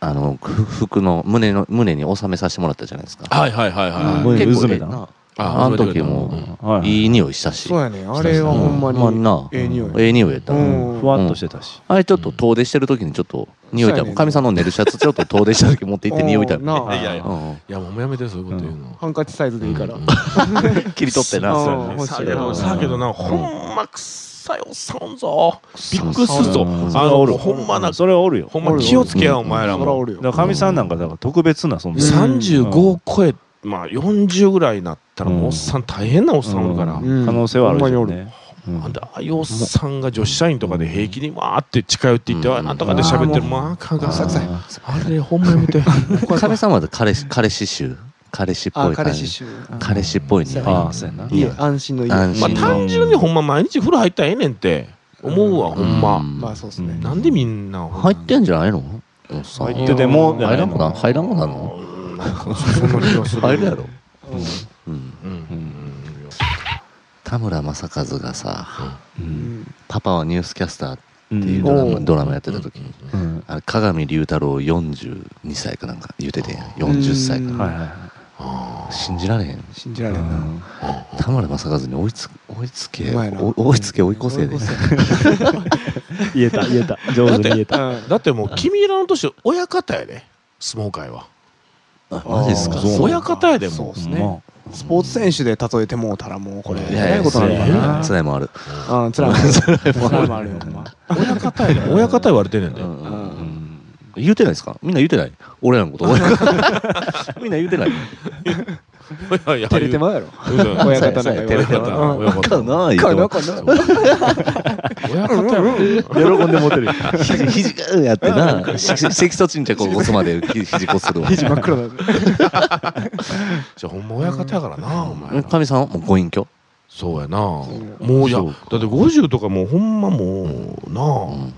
Speaker 1: あのふ服の胸の胸に収めさせてもらったじゃないですか
Speaker 3: はいはいはい
Speaker 1: うん
Speaker 3: はい
Speaker 2: 胸に
Speaker 1: 結構
Speaker 2: うずめ
Speaker 1: ええ
Speaker 2: た
Speaker 1: な
Speaker 3: あ
Speaker 1: あの時も
Speaker 3: うん
Speaker 2: はい
Speaker 1: い匂いしたし
Speaker 4: そうやね。あれはほんま
Speaker 1: ほんまに
Speaker 4: に。
Speaker 1: な
Speaker 4: ええ匂い。
Speaker 1: ええ匂いやった
Speaker 4: う
Speaker 1: な、
Speaker 2: い
Speaker 4: ん
Speaker 2: ふわっとしてたし
Speaker 1: あれちょっと遠出してる時にちょっと匂いた
Speaker 4: そうやね
Speaker 1: かみさんの寝るシャツちょっと遠出した時持って行って匂いた
Speaker 4: うんな
Speaker 1: もん
Speaker 4: あ
Speaker 1: ね
Speaker 3: いやいや
Speaker 1: うんうん
Speaker 3: いやもうやめてそういうこと言うの。
Speaker 4: ハンカチサイズでいいから。
Speaker 1: 切り取ってな
Speaker 4: うん
Speaker 1: そ
Speaker 4: あー欲しい
Speaker 3: さ
Speaker 4: な
Speaker 3: でもさけどな、ほんま臭いおっさんおんぞ。びっくりするぞ。
Speaker 2: うん
Speaker 3: あ
Speaker 2: それはおる
Speaker 3: のほんまな、
Speaker 2: それはおるよ
Speaker 3: ほんま気をつけやお前ら
Speaker 4: そらお
Speaker 3: も。
Speaker 4: る
Speaker 2: だから
Speaker 4: よ。
Speaker 2: かみさんなんかだから特別な存
Speaker 4: う
Speaker 2: 在
Speaker 3: 三
Speaker 4: ん
Speaker 3: 十五超え、まあ四十ぐらいになったらもうおっさん大変なおっさんおるから
Speaker 2: う。ん可能性はあるでしょうねうん
Speaker 3: なんでああいうおっさんが女子社員とかで平気にわーって近寄っていって、
Speaker 1: うん
Speaker 3: あなんとかで喋ってる、まあ、あかんかん
Speaker 4: さくさい。
Speaker 3: あれ、ほんまやめて。
Speaker 1: かみさんは彼氏彼氏臭彼氏っぽ
Speaker 4: あ、
Speaker 1: い
Speaker 4: 彼
Speaker 1: 感
Speaker 4: 氏
Speaker 1: じ
Speaker 4: 臭。
Speaker 1: 彼氏っぽい匂い
Speaker 2: ああそうやない
Speaker 4: い
Speaker 1: や
Speaker 4: や、安心のいい。
Speaker 1: 安
Speaker 3: [laughs] まあ、
Speaker 1: 心
Speaker 3: 単純にほんま毎日風呂入ったらええねんって思うわ、ほん
Speaker 1: う
Speaker 3: ま。
Speaker 4: まあ、そうっすね。
Speaker 3: なんでみんな。
Speaker 1: 入ってんじゃないのおっさん
Speaker 2: 入ってても
Speaker 1: 入らんくな入らんくなるの
Speaker 3: うんなんかそんな気がする
Speaker 1: 入るやろ
Speaker 4: うん
Speaker 1: うん
Speaker 3: うん
Speaker 1: 田村正和がさ、
Speaker 2: う
Speaker 4: うんん
Speaker 1: パパはニュースキャスターっ
Speaker 2: うん
Speaker 1: ていうドラマ,、
Speaker 4: うん
Speaker 1: ドラマやってた時に、
Speaker 2: うん
Speaker 1: あれ鏡龍太郎42歳かなんか言うてて、40歳か
Speaker 4: うん
Speaker 1: な、
Speaker 2: はいはいはい
Speaker 1: 信じられへん。
Speaker 4: 信じられんな
Speaker 1: 田村正和に追いつ追いつけ
Speaker 4: お前ら
Speaker 1: お追いつけ追い越せで
Speaker 4: 追い越
Speaker 2: 言えた言えた [laughs] 上手に言えた
Speaker 4: うん
Speaker 3: だってもう君らの年親方やで相撲界は
Speaker 1: あマジっすか
Speaker 4: あー
Speaker 1: そう
Speaker 3: 親方やでも
Speaker 4: そううですねスポーツ選手で例えてもうたらもうこれ
Speaker 1: い
Speaker 4: え
Speaker 1: や
Speaker 4: ら
Speaker 1: い
Speaker 4: い
Speaker 1: や
Speaker 4: ことなのか
Speaker 1: 辛いもあ
Speaker 4: な
Speaker 1: る辛いもある
Speaker 4: うん辛いもある辛いもあるよほんま
Speaker 3: 親方やで親方言われてんねんで
Speaker 1: うんうん
Speaker 4: う
Speaker 1: 言うてないですかみんな言うてない俺らのこと [laughs] みんな言うてない
Speaker 4: 照れてまうやろ
Speaker 3: 親
Speaker 4: 親方なんか言われ
Speaker 3: 親
Speaker 4: て
Speaker 3: 方
Speaker 4: も
Speaker 3: 親
Speaker 1: か
Speaker 3: 方
Speaker 1: ない
Speaker 4: かな
Speaker 1: よ
Speaker 4: かな
Speaker 3: 親方やろ
Speaker 2: 喜んで持てる
Speaker 1: 肘肘がうんやってなしし関戸沈着を起こすまでひ肘こするわ
Speaker 4: 肘真っ黒だね
Speaker 3: じゃあほんま親方やからなお前
Speaker 1: え
Speaker 3: ら
Speaker 1: かみさんはもうご隠居
Speaker 3: そうやな
Speaker 4: う
Speaker 3: もういやだって50とかもうほんまもう
Speaker 1: う
Speaker 3: なあ
Speaker 1: ん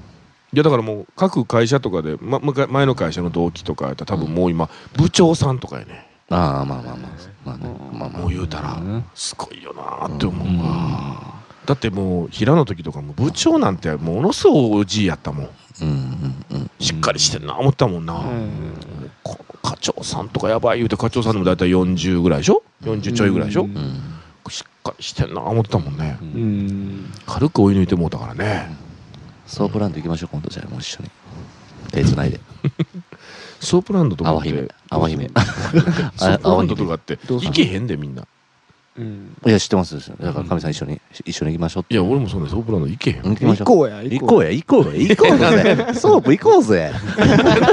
Speaker 3: いやだからもう各会社とかで、ま、むか前の会社の同期とかやったら多分もう今部長さんとかやね
Speaker 1: ああまあまあまあまあねまあまあ
Speaker 3: もう言うたら
Speaker 2: うん
Speaker 3: すごいよなって思う
Speaker 2: うん
Speaker 3: わだってもう平野時とかも部長なんてものすごいおじいやったもん
Speaker 1: うんうんうん
Speaker 3: しっかりしてんな思ったもんな、
Speaker 4: うん
Speaker 3: こ課長さんとかやばい言うて課長さんでも大体40ぐらいでしょ40ちょいぐらいでしょ、
Speaker 4: うん
Speaker 1: うん
Speaker 3: しっかりしてんな思ったもんね
Speaker 4: うん
Speaker 3: 軽く追い抜いてもうたからね
Speaker 1: ソープランド行きましょう今度じゃあもう一緒に手つないで
Speaker 3: ソープランドとか
Speaker 1: 淡
Speaker 3: って
Speaker 1: 姫淡姫 [laughs]
Speaker 3: ソープランドとかって
Speaker 4: どうす
Speaker 3: 行
Speaker 4: る
Speaker 3: けへんでみんな
Speaker 4: うん
Speaker 1: いや知ってますよだからかみさん一緒に一緒に行きましょうって
Speaker 3: いや俺もそんなソープランド行けへん
Speaker 1: [laughs] 行きまし
Speaker 4: 行
Speaker 1: ょう
Speaker 4: こうや
Speaker 1: 行こう
Speaker 4: や
Speaker 1: や行こうや行こう
Speaker 3: [laughs]
Speaker 1: ぜソープ行こうぜ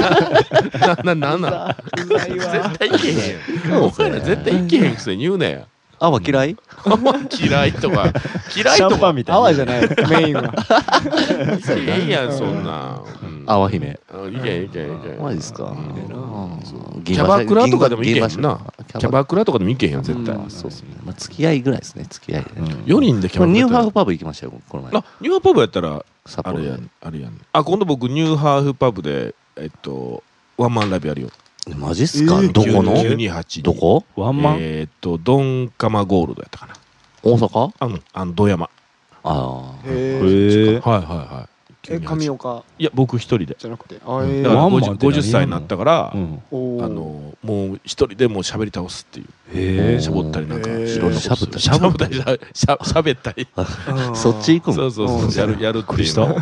Speaker 3: なななんなん絶対行けへんお前ら絶対行けへんくせに言うな
Speaker 1: [laughs]
Speaker 3: や
Speaker 1: 泡嫌い
Speaker 3: 嫌いとか嫌い
Speaker 2: シャ
Speaker 3: と
Speaker 2: ンパ
Speaker 3: か
Speaker 2: ンみたいな
Speaker 4: 泡じ
Speaker 3: [laughs]
Speaker 4: ゃないメインは
Speaker 3: 行けへんやんそんな、うん
Speaker 1: 泡姫
Speaker 3: うん行けへん行けへん行けへん
Speaker 1: マジっすか
Speaker 4: ん
Speaker 1: キ
Speaker 3: キャバクラとかでも行けへんなキャ
Speaker 1: ク
Speaker 3: バクラとかでも行けへんよ絶対、
Speaker 4: うん
Speaker 1: そうっすねまあ付き合いぐらいですね付き合いでね
Speaker 3: 4人でキャバクラ
Speaker 1: ニ
Speaker 3: や
Speaker 1: ュ
Speaker 3: った
Speaker 1: ー
Speaker 3: ら
Speaker 1: ハーフパブ行きましたよこの前
Speaker 3: あニューハーフパブやったら
Speaker 1: 札
Speaker 3: あ
Speaker 1: 幌
Speaker 3: れや
Speaker 1: で
Speaker 3: んあれやんあ今度僕ニューハーフパブでえっとワンマンライブやるよ
Speaker 1: マジっすか
Speaker 4: えー
Speaker 1: どこの
Speaker 3: 928
Speaker 1: どこ
Speaker 2: ワンマン
Speaker 3: えーっとドンカマゴールドやったかな
Speaker 1: 大阪
Speaker 3: あのあの土山
Speaker 1: ああ
Speaker 4: へー
Speaker 2: へえ
Speaker 3: はいはい
Speaker 4: え
Speaker 3: はい
Speaker 4: 神岡
Speaker 3: いや僕一人で
Speaker 4: じゃなくてあえ
Speaker 3: だか
Speaker 4: ー
Speaker 3: ら
Speaker 2: ワンマンって何
Speaker 3: 50, 50歳になったから、
Speaker 2: うん
Speaker 4: おー
Speaker 3: あのもう一人でもう喋り倒すっていう
Speaker 2: へえ
Speaker 3: しゃぼったりなんか
Speaker 4: へー
Speaker 3: いろんなことする
Speaker 1: し
Speaker 3: し
Speaker 1: ゃ
Speaker 3: ゃ
Speaker 1: ぶ
Speaker 3: ぶ
Speaker 1: っ
Speaker 3: ったた
Speaker 1: り
Speaker 3: りしゃしゃしゃべったり
Speaker 4: うん
Speaker 1: そっち行く
Speaker 3: そ
Speaker 1: ん
Speaker 3: うそうそううんやるやるっていう
Speaker 2: びっ
Speaker 3: の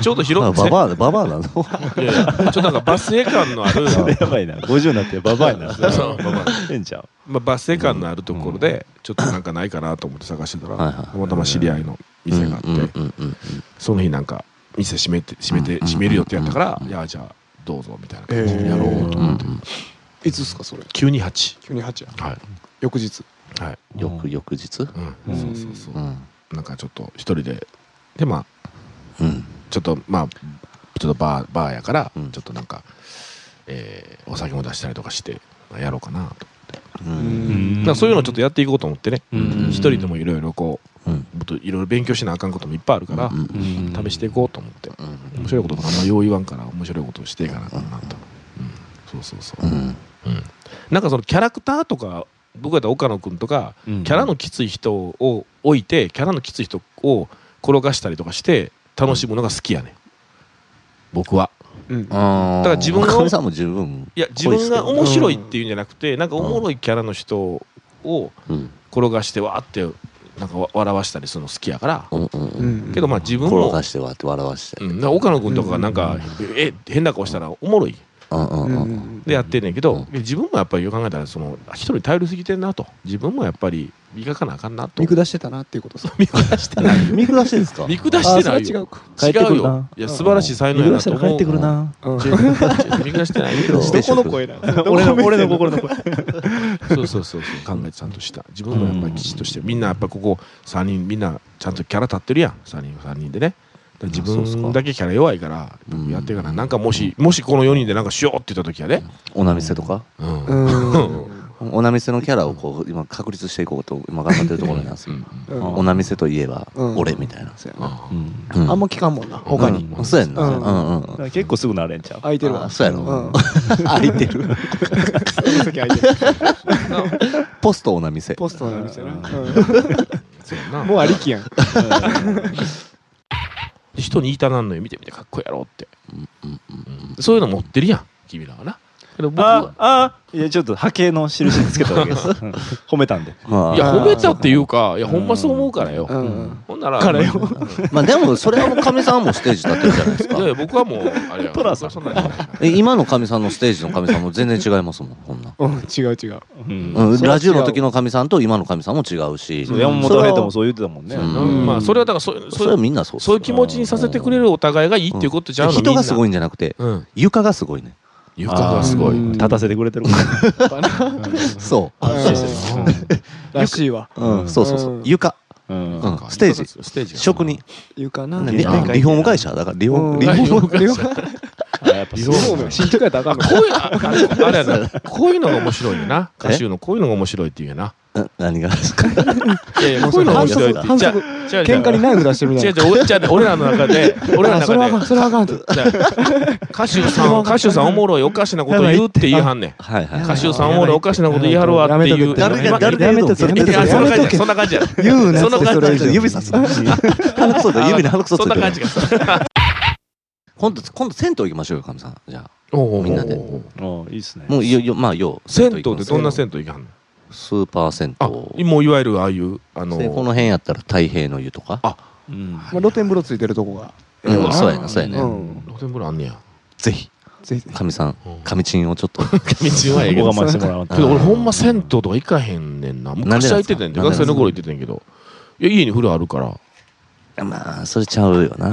Speaker 3: ちょうど広
Speaker 1: バ
Speaker 3: くて
Speaker 1: バアババアなの
Speaker 3: いやいやちょっとなんかバスエ感のあ
Speaker 2: [laughs]
Speaker 3: る
Speaker 2: それやばいな50になってババアになって
Speaker 3: そうババ
Speaker 2: ええんちゃう
Speaker 3: まあ、バス停感のあるところで、ちょっとなんかないかなと思って探してたら、
Speaker 1: はいはい
Speaker 3: たまたま知り合いの店があって、
Speaker 1: うんうんうんうん
Speaker 3: その日なんか、店閉めて、閉めて、
Speaker 1: うん
Speaker 3: 閉めるよってやったから、
Speaker 1: うん
Speaker 3: いや、じゃあ、どうぞみたいな感じで
Speaker 4: へー
Speaker 3: やろうと
Speaker 1: うんう
Speaker 3: 思って、
Speaker 1: ん
Speaker 4: いつっすかそれ
Speaker 3: 急に8。
Speaker 4: 急に8や
Speaker 3: はい。
Speaker 4: 翌日
Speaker 3: はい。
Speaker 1: 翌翌日
Speaker 3: うん。
Speaker 2: うん
Speaker 3: そうそうそうう。
Speaker 1: ん
Speaker 3: なんかちょっと、一人で、で、まあ、
Speaker 1: うん
Speaker 3: ちょっと、まあ、ちょっとバー、バーやから
Speaker 1: うん、
Speaker 3: ちょっとなんか、えーお酒も出したりとかして、やろうかなと。
Speaker 1: う
Speaker 4: うんん
Speaker 3: なんかそういうのをちょっとやっていこうと思ってね、
Speaker 2: うん
Speaker 3: 一人でもいろいろこう、
Speaker 1: うん
Speaker 3: もっといろいろ勉強しなあかんこともいっぱいあるから、
Speaker 1: う
Speaker 2: う
Speaker 1: ん
Speaker 2: ん
Speaker 3: 試していこうと思って
Speaker 1: うん
Speaker 3: 面白いこととかあんまよう言わんから面白いことをしていかなあかんなと、うん、そうそうそう、
Speaker 1: うん
Speaker 3: うんなんかそのキャラクターとか僕やったら岡野君とか
Speaker 2: キ
Speaker 3: キャラのきつい人を置いてキャラのきつい人を転がしたりとかして楽しむのが好きやねん僕は
Speaker 4: うん
Speaker 3: だ
Speaker 1: だ
Speaker 3: から自分を
Speaker 1: 神さんも十分
Speaker 3: いや自分が面白いっていうんじゃなくてなんかおもろいキャラの人を
Speaker 1: うん
Speaker 3: 転がしてわーってなんかわ笑わしたりするの好きやから
Speaker 1: うんうん
Speaker 4: う
Speaker 1: うん
Speaker 4: ん
Speaker 3: けどまあ自分
Speaker 1: 転
Speaker 3: も
Speaker 1: がしてはって笑わして
Speaker 3: うん、なんか岡野君とかがなんか、え変な顔したらおもろい
Speaker 1: うんうん
Speaker 4: うん
Speaker 1: う
Speaker 4: うんん
Speaker 3: でやってんねんけど、
Speaker 1: うん
Speaker 3: 自分もやっぱりよく考えたらそのあ一人頼りすぎてんなと自分もやっぱり磨かなあかんなと
Speaker 4: 見下してたなっていうことさ
Speaker 3: 見下してない
Speaker 1: 見下してですか
Speaker 3: 見下してない
Speaker 4: あそれは違
Speaker 3: よ
Speaker 4: うか
Speaker 2: 帰ってく
Speaker 3: 違う
Speaker 2: るな
Speaker 3: よいや素晴らしい才能やなと思う
Speaker 2: 帰ってくるな
Speaker 4: うん
Speaker 3: 違う違う見下してないけど
Speaker 1: どこの [laughs]
Speaker 4: 声だ
Speaker 2: 俺の俺の心の声
Speaker 3: そうそうそうそう考えてちゃんとした自分もやっぱりきちっとしてみんなやっぱここ3人みんなちゃんとキャラ立ってるやん3人3人でねだから
Speaker 1: あそうっ
Speaker 3: 自
Speaker 1: すか
Speaker 3: 分だけキャラ弱いから
Speaker 1: うん
Speaker 3: やっていかななんかもしもしこの4人でなんかしようって言った時はね、
Speaker 1: おなみせとか
Speaker 3: うん
Speaker 4: う
Speaker 3: うん
Speaker 4: ん
Speaker 1: おなみせのキャラをこう今確立していこうと今頑張ってるところなんですよ
Speaker 4: うん
Speaker 1: おなみせといえば
Speaker 4: うん
Speaker 1: 俺みたいな
Speaker 4: そうやな
Speaker 3: あ
Speaker 1: うん
Speaker 4: あんま聞かんもんな他に
Speaker 1: うんそうやんなう
Speaker 4: うんん
Speaker 1: うん
Speaker 4: [laughs]
Speaker 1: うん
Speaker 2: 結構すぐなれんちゃう
Speaker 4: 空いてる
Speaker 1: あ
Speaker 4: わ
Speaker 1: そうやろ [laughs]
Speaker 4: うん
Speaker 1: 空いてる
Speaker 4: その先空いてる
Speaker 1: ポストおなみせ
Speaker 4: ポストの店なうん
Speaker 3: そうや [laughs] な
Speaker 4: もうありきやん。
Speaker 3: 人に言いたなんのよ見てみてかっこいいやろって、
Speaker 1: うんうん
Speaker 3: そういうの持ってるやん君らはなけど僕
Speaker 2: あ
Speaker 3: は
Speaker 2: あいやちょっと波形の印つけたわけです [laughs] うん褒めたんで
Speaker 1: ま
Speaker 3: いや
Speaker 1: あ、
Speaker 3: 褒めたっていうかいやほんまそう思うからよ、
Speaker 4: うん。
Speaker 3: ほんなら
Speaker 4: からよ
Speaker 3: うん
Speaker 1: まあでもそれはもうかみさんもステージ立ってるじゃないです
Speaker 3: [laughs] いやい
Speaker 1: か
Speaker 3: や僕はもうあれや
Speaker 2: トラさん
Speaker 3: 僕はそんなんじゃない
Speaker 1: え今のかみさんのステージのかみさんも全然違いますもんこんな、
Speaker 4: うん、違う違う。
Speaker 2: うん
Speaker 1: うん、
Speaker 4: それは違う
Speaker 1: ラジオの時のかみさんと今のかみさんも違うし
Speaker 2: そう山本ヘイトもそう言ってたもんね
Speaker 1: それは
Speaker 3: う
Speaker 1: うん
Speaker 3: まあそれはだからそう
Speaker 1: それ
Speaker 3: そ
Speaker 1: は
Speaker 3: う
Speaker 1: みんなそうです
Speaker 3: そういう気持ちにさせてくれるお互いがいいっていうことじゃうの
Speaker 1: 人がす
Speaker 3: い
Speaker 1: ごいんじゃなくて
Speaker 3: うん
Speaker 1: 床がすごいね
Speaker 3: 床がすごい
Speaker 2: あー立たせてくれてるから
Speaker 1: そ
Speaker 2: 安心してる
Speaker 4: らしいわ。
Speaker 1: う、うん
Speaker 2: うん
Speaker 1: そうそうそう
Speaker 4: うん
Speaker 1: 床
Speaker 2: うん
Speaker 1: うん
Speaker 3: なんか
Speaker 1: ステージ
Speaker 3: ステージが
Speaker 1: 職人
Speaker 4: 床な。
Speaker 1: ね
Speaker 2: ん
Speaker 1: リリフ
Speaker 2: なんか
Speaker 1: ォーム会社だからリフォーム
Speaker 4: うん
Speaker 1: リフォーム
Speaker 4: リフォ
Speaker 2: あやっぱそう
Speaker 4: ーム新宿やったらあかんの
Speaker 3: こういう、ああれやな、こういうのが面白いよ
Speaker 1: [laughs]
Speaker 3: な。歌手のこういうのが面白いっていうよな。
Speaker 1: な何がです
Speaker 3: い
Speaker 1: か [laughs]
Speaker 3: やいや、こういうのが面白いって言
Speaker 4: 反
Speaker 3: っちゃう
Speaker 4: 則。喧嘩にナイフ出してるみ
Speaker 3: 違
Speaker 4: た
Speaker 3: う違
Speaker 4: い
Speaker 3: う、俺じゃあね俺らの中で、俺ら
Speaker 4: な。
Speaker 3: の
Speaker 4: あそれはあか
Speaker 3: 中
Speaker 4: ん、
Speaker 3: で、
Speaker 4: それはあかんって。
Speaker 3: じゃあ歌手さん、歌手さんおもろい、おかしなこと言うって言いはんねん。
Speaker 1: はいはい
Speaker 3: 歌手さんおもろい、おかしなこと言いはるわっていう。
Speaker 1: やめとけ
Speaker 3: ま
Speaker 1: 誰が
Speaker 4: やめとけ、や
Speaker 3: い
Speaker 4: め
Speaker 3: や
Speaker 4: と
Speaker 3: い
Speaker 4: け、
Speaker 3: やそんな
Speaker 4: やめ
Speaker 3: 感
Speaker 4: と
Speaker 3: じ
Speaker 4: け。
Speaker 3: そんな感じや。
Speaker 4: 言うな
Speaker 3: そんな感じ
Speaker 4: それ以上
Speaker 1: 指さす
Speaker 3: [laughs]
Speaker 1: 鼻くそだ指に鼻くそつ
Speaker 3: そん
Speaker 1: い
Speaker 3: な感
Speaker 1: てる
Speaker 3: じが。
Speaker 1: 今度今度銭湯行きましょうよかみさんじゃ
Speaker 3: お
Speaker 1: みんなで
Speaker 2: うんいいっすね
Speaker 1: あもういよいよまあよう
Speaker 3: 銭湯って
Speaker 1: 行きます
Speaker 3: どんな銭湯行かはんの
Speaker 1: スーパー銭
Speaker 3: あ、
Speaker 1: 湯
Speaker 3: もういわゆるああいう、あの
Speaker 1: で、この辺やったら太平の湯とか
Speaker 2: うん
Speaker 4: まあ露天風呂ついてるとこが。
Speaker 1: うん
Speaker 3: あ
Speaker 1: そうやなそうや
Speaker 4: う
Speaker 1: ね
Speaker 4: ん。
Speaker 3: 露天風呂あんねや。
Speaker 1: ぜひ
Speaker 4: ぜひ。
Speaker 1: かみさん
Speaker 3: うん
Speaker 1: かみちんをちょっと [laughs]
Speaker 3: 道はええけど
Speaker 2: 我慢してもらわんと
Speaker 3: けど俺ほんま銭湯とか行かへんねんな
Speaker 1: なんで
Speaker 3: 昔
Speaker 1: な
Speaker 3: は
Speaker 1: ん
Speaker 3: 行
Speaker 1: で
Speaker 3: って
Speaker 1: すか
Speaker 3: たんやで
Speaker 1: なんでな
Speaker 3: 学生
Speaker 1: んですか
Speaker 3: の頃行ってたんやけどいや家に風呂あるから
Speaker 1: まあそれちゃうよ
Speaker 3: うん
Speaker 1: な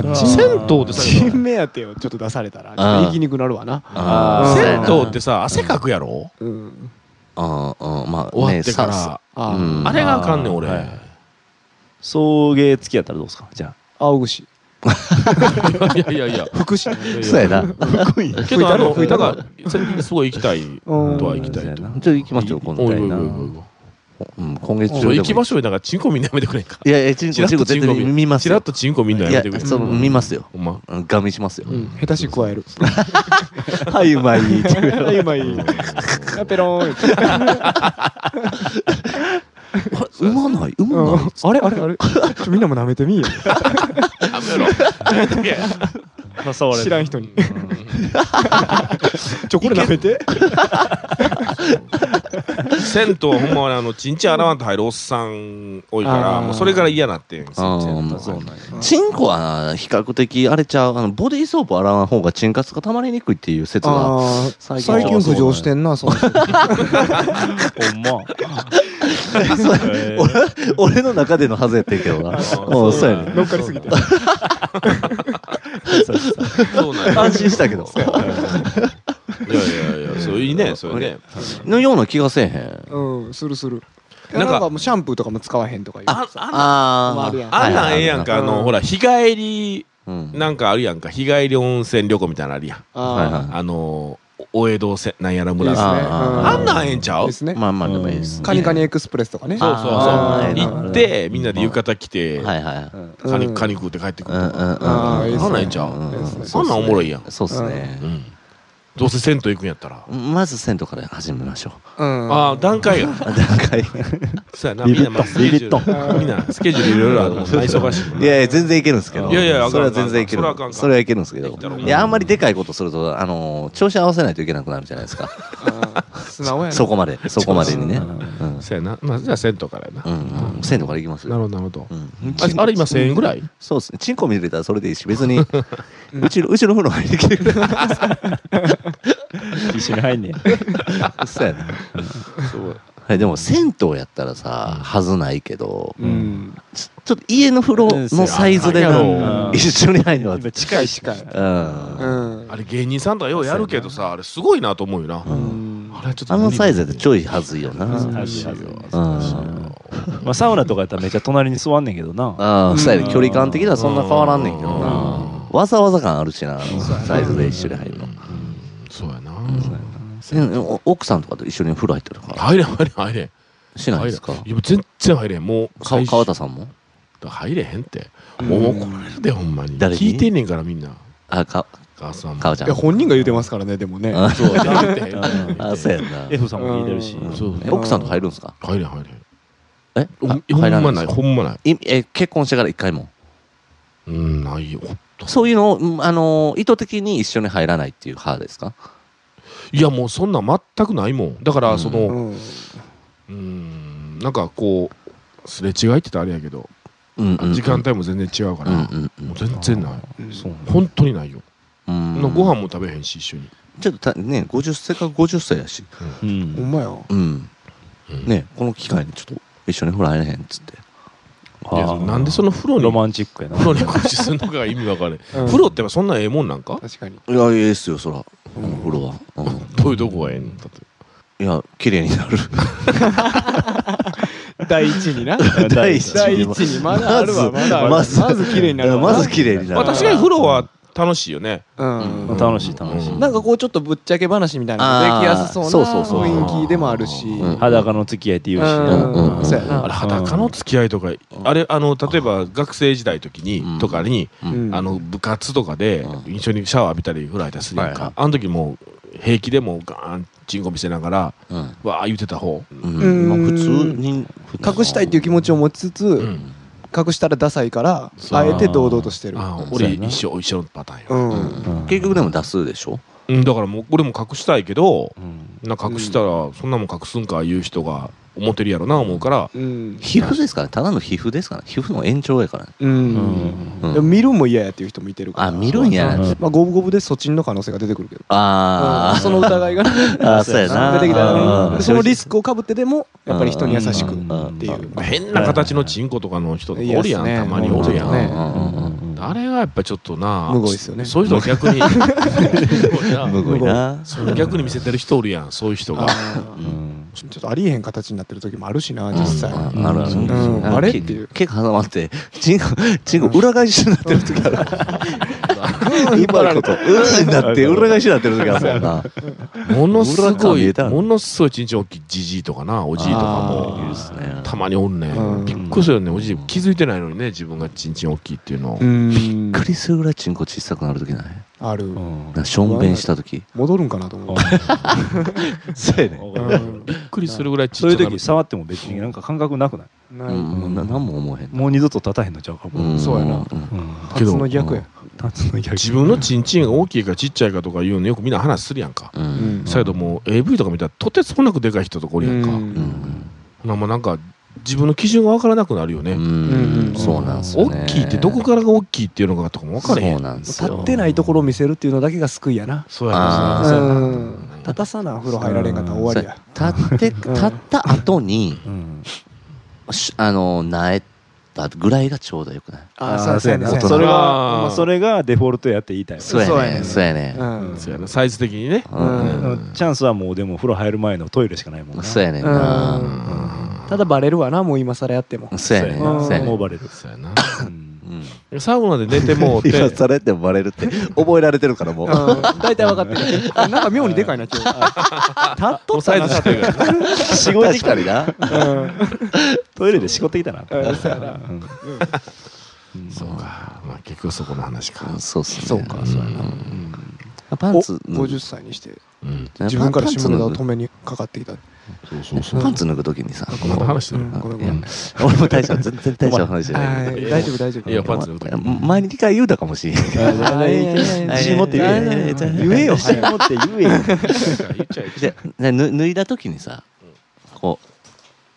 Speaker 4: まあ
Speaker 3: 銭湯ってさ
Speaker 4: 新目当てをちょっと出されたら、ちょっと行きにくなるわな。
Speaker 1: あー
Speaker 4: そう
Speaker 3: 銭
Speaker 4: やな
Speaker 3: 湯ってさ汗かくやろ
Speaker 4: うん。
Speaker 1: ああまあ
Speaker 3: 終わ
Speaker 1: ね
Speaker 3: ってか
Speaker 1: さ
Speaker 3: ら
Speaker 4: あ
Speaker 1: うん
Speaker 4: ー
Speaker 3: あれがあかんねん俺
Speaker 2: あーはい送迎付きやったらどうですかじゃ
Speaker 4: 青串。
Speaker 3: いやいやいや
Speaker 4: 福祉。
Speaker 1: そうやな
Speaker 3: けどあの
Speaker 4: 吹い
Speaker 3: だ
Speaker 4: たろ
Speaker 3: からそれすごい行きたい
Speaker 4: うん
Speaker 3: とは行きたい
Speaker 2: そうや
Speaker 3: と
Speaker 2: な
Speaker 1: ちょっと行きましょう今
Speaker 3: おいおい
Speaker 1: 回
Speaker 3: おい
Speaker 1: な
Speaker 3: おい
Speaker 1: うん今月
Speaker 3: おい
Speaker 1: 中
Speaker 3: ちょ
Speaker 1: でも
Speaker 3: 行きましょうよだからチンコみんなやめてくれんか
Speaker 1: いやいやちんこちんこ絶対見ます
Speaker 3: チラッ
Speaker 1: よ
Speaker 3: とチンコみんないや
Speaker 1: や
Speaker 3: めてくれ
Speaker 1: そう見ますよ
Speaker 3: ほんま
Speaker 1: うんガミしますよ
Speaker 4: うん下手し加える。 [laughs]
Speaker 1: はい、うまい。 [laughs]
Speaker 4: うまい。 [laughs] ペローンって。
Speaker 1: うまない、うま
Speaker 4: う
Speaker 1: ない
Speaker 4: ん。あれあれあれみんなも舐めてみいよ。
Speaker 3: やめろやめとけ
Speaker 2: あ触
Speaker 4: 知らん人に。ちょ、これ舐めて。
Speaker 3: 銭湯はほんま俺あのちんちん洗わんと入るおっさん多いから
Speaker 4: あー
Speaker 3: もうそれから嫌なってんですよ
Speaker 1: あー
Speaker 3: 銭湯は
Speaker 1: そうなんや
Speaker 4: ん
Speaker 1: チンコは比較的あれちゃうあのボディーソープ洗わん方がチンカスがたまりにくいっていう説が
Speaker 4: ああ、
Speaker 1: 最
Speaker 4: 最近
Speaker 1: 近
Speaker 4: 浮上してんな、その人。
Speaker 2: ほん [laughs] まえー
Speaker 1: [laughs] 俺俺の中でのはずやってんけどなうん
Speaker 3: そう
Speaker 1: そうやね
Speaker 4: 乗っかりすぎて。
Speaker 3: そうなんや
Speaker 1: 安心したけど
Speaker 3: いやいやいや、そういいね、それね。
Speaker 1: のような気がせえへん
Speaker 4: うん、するする。
Speaker 3: な
Speaker 4: なんん
Speaker 3: か
Speaker 4: かもうシャンプーとかも使わへんとか言う。
Speaker 3: あ、あんな
Speaker 1: あ
Speaker 4: あるやん
Speaker 1: ー
Speaker 3: あんなんええやんか、あ
Speaker 4: はいはい
Speaker 3: の、ほら、日帰り、
Speaker 1: うん
Speaker 3: なんかあるやんか、日帰り温泉旅行みたいなのあるやん。
Speaker 1: はいはい
Speaker 4: あ
Speaker 3: あの、お江戸せ、なんやら
Speaker 4: あ、いい
Speaker 3: 村
Speaker 4: ですね。
Speaker 3: さん。
Speaker 1: あー
Speaker 3: あんなんええんちゃ
Speaker 4: うん
Speaker 3: う
Speaker 4: で
Speaker 3: そう
Speaker 4: すね。
Speaker 1: まあまあでもいいです
Speaker 2: うん
Speaker 4: カニカニエクスプレスとかね。
Speaker 3: そうそう。
Speaker 1: あー
Speaker 3: 行って、みんなで浴衣着て、
Speaker 1: はいはい
Speaker 4: うん
Speaker 3: カニ、カニ食うて帰ってく
Speaker 1: う
Speaker 3: る
Speaker 1: んうん
Speaker 3: と
Speaker 1: うん
Speaker 3: か。
Speaker 4: あーいいっすね
Speaker 3: あんなんええんちゃう
Speaker 1: うんうんうん
Speaker 3: あんなんおもろいやん。
Speaker 1: そうっすね
Speaker 3: うんどうせ銭湯行くんやったら。
Speaker 1: まず銭湯から始めましょ
Speaker 4: うん。
Speaker 3: ああ、段階が。
Speaker 1: う段階
Speaker 3: そうやな、みんなまあスケジュール。みんなスケジュールいろいろあるもん
Speaker 1: [laughs]
Speaker 3: な忙しいもん
Speaker 1: い
Speaker 3: な。
Speaker 1: やいや、全然いけるんですけど。
Speaker 3: いやいやあかん
Speaker 1: それは全然いける
Speaker 3: あかんあかん。
Speaker 1: それはいけるんですけ
Speaker 3: で
Speaker 1: ど
Speaker 3: きたら。
Speaker 1: いや、あんまりでかいことすると、あのー、調子合わせないといけなくなるじゃな
Speaker 3: [laughs]
Speaker 1: いですか。
Speaker 4: あ。素直やな。
Speaker 1: そこまで、そこまでにね。うん。
Speaker 3: そうやな。まあ、じゃあ銭湯からやな。
Speaker 1: うんうん。銭湯からいきます
Speaker 3: なる
Speaker 1: よ。
Speaker 3: ほど、なるほど
Speaker 1: う。ん。
Speaker 3: ああれ今1000円ぐらい
Speaker 1: そうですね。チンコ見れたらそれでいいし、
Speaker 3: [laughs]
Speaker 1: 別に、うちの、うちの風呂入ってきてくれ。
Speaker 2: 一緒に入んねん
Speaker 1: [laughs] そうやな。はい、でも銭湯やったらさ、はずないけど、
Speaker 4: うん。
Speaker 1: ちょちょっと家の風呂のサイズで
Speaker 2: うん
Speaker 1: の、一緒に入るのは、
Speaker 2: やっぱ [laughs] 近いし
Speaker 4: 近い。
Speaker 1: うん。
Speaker 4: うん。
Speaker 3: あれ芸人さんとかようやるけどさ、あれすごいなと思うよな。
Speaker 4: うん
Speaker 3: あれちょっと
Speaker 1: あのサイズやっ
Speaker 3: で
Speaker 1: てち
Speaker 3: ょっ
Speaker 1: ょいはずいよな。
Speaker 2: は
Speaker 3: と
Speaker 2: ずいはずい
Speaker 3: うん
Speaker 2: まあサウナとかやったらめっちゃ隣に座んねんけどな
Speaker 1: あ
Speaker 4: うん
Speaker 1: あ、そうやね。距離感的にはそんな変わらんねんけどな。わざわざ感あるしな、サイズで一緒に入るの。
Speaker 3: そうやな。
Speaker 1: うんお奥さんとかと一緒にお風呂入ったりとか
Speaker 3: 入れん入れん入れん。
Speaker 1: しないですか
Speaker 3: 入れんいや全然入れん。もう
Speaker 1: か川田さんも
Speaker 3: 入れへんって。もう怒られるでほんまに。
Speaker 1: 誰に
Speaker 3: 聞いてんねんからみんな。
Speaker 1: あ、か、
Speaker 3: 母さんも。
Speaker 1: 川ちゃ
Speaker 4: いや、
Speaker 1: ん。
Speaker 4: 本人が言うてますからね、でもね。
Speaker 1: あ
Speaker 3: そう
Speaker 1: [laughs]
Speaker 3: やな入れへん
Speaker 2: うん
Speaker 1: あ、そうやんな。
Speaker 2: F さんも聞いてるし
Speaker 1: うん
Speaker 3: そう
Speaker 1: え奥さんと入るんすか
Speaker 3: 入れん入れん。
Speaker 1: え
Speaker 3: ほん
Speaker 1: あ入ら
Speaker 3: まな
Speaker 1: な
Speaker 3: いい
Speaker 1: です
Speaker 3: ほんまない
Speaker 1: いえ結婚してから一回も
Speaker 3: うんないよ
Speaker 1: そういうのを、うんあのー意図的に一緒に入らないっていう派ですか
Speaker 3: いやもうそんなん全くないもんだか
Speaker 1: うん
Speaker 3: らその、
Speaker 4: うん
Speaker 3: うんなんかこうすれ違いって言ったらあれやけど、
Speaker 1: うんうんうん
Speaker 3: 時間帯も全然違うか
Speaker 1: う
Speaker 3: ら、
Speaker 1: んうんうん
Speaker 3: もう全然ない
Speaker 4: うん
Speaker 2: そうなんだ
Speaker 3: 本当にないよ、
Speaker 1: うん
Speaker 3: ご飯も食べへんし一緒に
Speaker 1: ちょっとたね50歳か50歳やし
Speaker 2: う
Speaker 4: ほ
Speaker 2: ん
Speaker 4: んまや
Speaker 1: うん
Speaker 3: うん
Speaker 1: ねこの機会にちょっと一緒にほら入れへんっつって
Speaker 3: いや
Speaker 2: あー
Speaker 3: なんでその風呂に
Speaker 2: ロマンチッ
Speaker 3: [laughs]
Speaker 2: クやな
Speaker 3: 風呂に告知するのかが意味わかる
Speaker 4: うん
Speaker 3: 風呂ってそんなええもんなんか
Speaker 4: 確か
Speaker 1: [laughs]
Speaker 4: に
Speaker 1: いやいいですよそら
Speaker 4: う
Speaker 1: お
Speaker 4: ん
Speaker 1: 風呂は、うん
Speaker 3: どういうとこがええのだって
Speaker 1: いや綺麗になる
Speaker 4: 第一にな
Speaker 1: 第一
Speaker 4: 第一にまだあるわ
Speaker 1: ま
Speaker 4: ま
Speaker 1: ず
Speaker 4: だある
Speaker 1: まず
Speaker 4: まず綺麗になるわ
Speaker 1: まず綺麗にな
Speaker 3: ま
Speaker 1: る
Speaker 3: あ確かに風呂は楽しいよね
Speaker 4: うん
Speaker 1: うん
Speaker 2: 楽しい楽しい、
Speaker 3: う
Speaker 4: なんかこうちょっとぶっちゃけ話みたいなのできやすそう
Speaker 1: あーそう
Speaker 4: な
Speaker 1: そうそう
Speaker 4: 雰囲気でもあるし
Speaker 1: うん
Speaker 2: 裸の付き合いって言うしな、
Speaker 1: うんうんうん
Speaker 4: そうや
Speaker 3: あ
Speaker 4: な
Speaker 3: れ裸の付き合いとかあれあの例えば学生時代時に、
Speaker 1: うん
Speaker 3: とかに、
Speaker 4: うん
Speaker 3: あの部活とかで
Speaker 1: う
Speaker 3: 一緒にシャワー浴びたり風呂入ったりするやん
Speaker 1: はいは
Speaker 3: か
Speaker 1: い
Speaker 3: あの時もう平気でもうガーンチンコ見せながら
Speaker 1: うん
Speaker 3: わあ言ってた方
Speaker 1: うんまあ
Speaker 4: うん
Speaker 1: 普通に
Speaker 4: 隠したいっていう気持ちを持ちつつ、
Speaker 3: うん
Speaker 4: 隠したらダサいから
Speaker 3: そう
Speaker 4: あえて堂々としてる
Speaker 3: あ
Speaker 1: うん
Speaker 3: 俺
Speaker 2: そうやな
Speaker 3: 一緒一緒のパターン
Speaker 4: う
Speaker 3: よ
Speaker 4: ん、
Speaker 1: うん結局でも出すでしょ
Speaker 3: うんだからもう俺も隠したいけど
Speaker 2: うん
Speaker 3: な隠したらそんなもん隠すんか言う人が思ってるやろな思うから
Speaker 4: うん
Speaker 1: 皮膚ですからねただの皮膚ですからね皮膚の延長やからね
Speaker 4: う
Speaker 2: うんん
Speaker 1: うん
Speaker 4: でも見るんも嫌やっていう人もいてるから
Speaker 1: あ見るんや
Speaker 2: うん
Speaker 4: まあ、五分五分でそっちの可能性が出てくるけどうん
Speaker 1: あ
Speaker 4: その疑いがね
Speaker 1: ー [laughs] あーそうやな
Speaker 4: 出てきたら
Speaker 1: う
Speaker 4: うんんそのリスクをかぶってでもやっぱり人に優しく
Speaker 2: うん
Speaker 4: っていう
Speaker 3: 変な形のチンコとかの人とかおるやん
Speaker 4: いや
Speaker 3: たまにおるや
Speaker 4: そうね
Speaker 3: ん
Speaker 1: うんうんうんうん
Speaker 3: あれがやっぱちょっとな
Speaker 4: むごいっすよね
Speaker 3: そういう人は逆
Speaker 4: [laughs]
Speaker 3: に
Speaker 1: むごいな
Speaker 3: それ逆に見せてる人おるやんそういう人が
Speaker 4: あ
Speaker 1: う
Speaker 4: ー
Speaker 1: ん
Speaker 4: ちょっとありえへん形になってる時もあるしな実際
Speaker 1: うんあるある
Speaker 2: うん
Speaker 1: なんか
Speaker 4: あれっていう
Speaker 1: 結構挟まってチンコチンコ裏返しになってる時ある今のこと裏になって裏返しになってる時あるもんな
Speaker 3: ものす
Speaker 1: 裏から
Speaker 3: ご
Speaker 1: 見え
Speaker 3: い
Speaker 1: たの
Speaker 3: ものすごいちんちん大きいじじいとかなおじいとか
Speaker 1: あーいるっす
Speaker 3: も
Speaker 1: ね
Speaker 3: たまにおんね
Speaker 4: うん
Speaker 3: んびっくりするよねおじい気づいてないのにね自分がちんちん大きいっていうのを
Speaker 4: うん
Speaker 1: びっくりするぐらいチンコ小さくなる時ない
Speaker 4: ある
Speaker 2: うん
Speaker 1: なんかしょんべんした時
Speaker 4: 戻るんかなと思う
Speaker 1: そうや
Speaker 4: うん
Speaker 3: びっくりするぐらいち
Speaker 2: そ
Speaker 3: ん
Speaker 2: うい
Speaker 3: ち
Speaker 2: うん
Speaker 3: な
Speaker 2: 時
Speaker 3: る
Speaker 2: 触っても別になんか感覚なくない
Speaker 4: な
Speaker 1: う
Speaker 4: い
Speaker 1: んもうな何も思えへん
Speaker 2: もう二度と立たへんのちゃうかも
Speaker 1: ん
Speaker 4: そうやなん
Speaker 2: うん
Speaker 3: け
Speaker 4: 初
Speaker 3: ど
Speaker 4: の逆や
Speaker 2: 立つの逆
Speaker 3: 自分のちんちんが大きいかちっちゃいかとかいうのよくみんな話するやんか
Speaker 1: う
Speaker 4: うんん
Speaker 3: さやどもう AV とか見たらとてつもなくでかい人とかおるやんか
Speaker 1: うん
Speaker 3: まあまあなんか自分の基準がわからなくなるよ
Speaker 1: う
Speaker 3: ね
Speaker 1: ん
Speaker 4: うん
Speaker 1: そうなんすよ
Speaker 3: 大
Speaker 1: ね
Speaker 3: きいってどこからが大きいっていうのかとかも分からへ
Speaker 1: そうんなんす
Speaker 4: 立
Speaker 1: よ
Speaker 4: ってないところを見せるっていうのだけが救いやな
Speaker 3: そうや
Speaker 1: あ
Speaker 3: な
Speaker 1: ー
Speaker 3: そうやな
Speaker 4: うん立たさな風呂入られんかったら終わりや
Speaker 1: 立って立った後に
Speaker 2: うん
Speaker 1: しあのなえたぐらいがちょうどよくない
Speaker 2: あー
Speaker 4: そうやね
Speaker 2: そうやね
Speaker 1: 大人
Speaker 2: それが
Speaker 3: あー
Speaker 2: まあそれがデフォルトやって言いたいわ
Speaker 1: そう
Speaker 4: そう
Speaker 1: や
Speaker 4: や
Speaker 1: ね
Speaker 4: ね
Speaker 1: そうやね
Speaker 4: うん
Speaker 3: そうやなサイズ的にね
Speaker 1: うん
Speaker 2: うんチャンスはもうでも風呂入る前のトイレしかないもんな
Speaker 1: そうやねんな
Speaker 4: うんただバレるわなもう今更やっても
Speaker 1: そうやねんな
Speaker 4: そ
Speaker 1: そう
Speaker 4: や
Speaker 1: や
Speaker 4: ね
Speaker 1: ね
Speaker 2: もうんバレる
Speaker 3: そうやな
Speaker 2: うん
Speaker 1: うん
Speaker 3: 最後まで寝てもう
Speaker 1: [laughs]
Speaker 3: て
Speaker 1: 今されてもバレるって覚えられてるからもう
Speaker 4: うん大体分かっ
Speaker 1: [laughs]
Speaker 4: てるなんか妙にでかいな今日立っとっ
Speaker 3: サ
Speaker 4: た
Speaker 3: イ
Speaker 4: な
Speaker 3: ズしてるから
Speaker 2: しごいて
Speaker 1: 確
Speaker 2: きた
Speaker 1: かにな
Speaker 2: トイレでしごってきたな
Speaker 4: うんそうやな
Speaker 2: うん
Speaker 3: そうかまあ結局そこの話か
Speaker 1: そうっすね
Speaker 4: そうかそうやな
Speaker 1: パン
Speaker 4: お
Speaker 1: ツ
Speaker 4: 50歳にして
Speaker 3: うん
Speaker 1: パン
Speaker 4: 自分から下ネタを
Speaker 1: パンツ
Speaker 4: 止めにかかってきた
Speaker 3: そうそうそう
Speaker 1: パンツ脱ぐ時にさ
Speaker 3: こんな話して
Speaker 4: う
Speaker 3: る
Speaker 4: んごめ
Speaker 1: い
Speaker 4: んご
Speaker 1: や
Speaker 4: めん
Speaker 1: 俺も大した全然大した話じゃない
Speaker 4: はい大丈夫大丈夫
Speaker 3: いや
Speaker 1: ま
Speaker 3: パンツの時
Speaker 1: 前に一回言うたかもしれん
Speaker 4: あいやいやいやいや
Speaker 2: 自信持って言
Speaker 4: いやいや
Speaker 2: え
Speaker 4: いや
Speaker 1: 言えよ
Speaker 2: 自信持って言えよ
Speaker 3: 言っちゃえ
Speaker 1: じゃあねぬ脱いだ時にさこう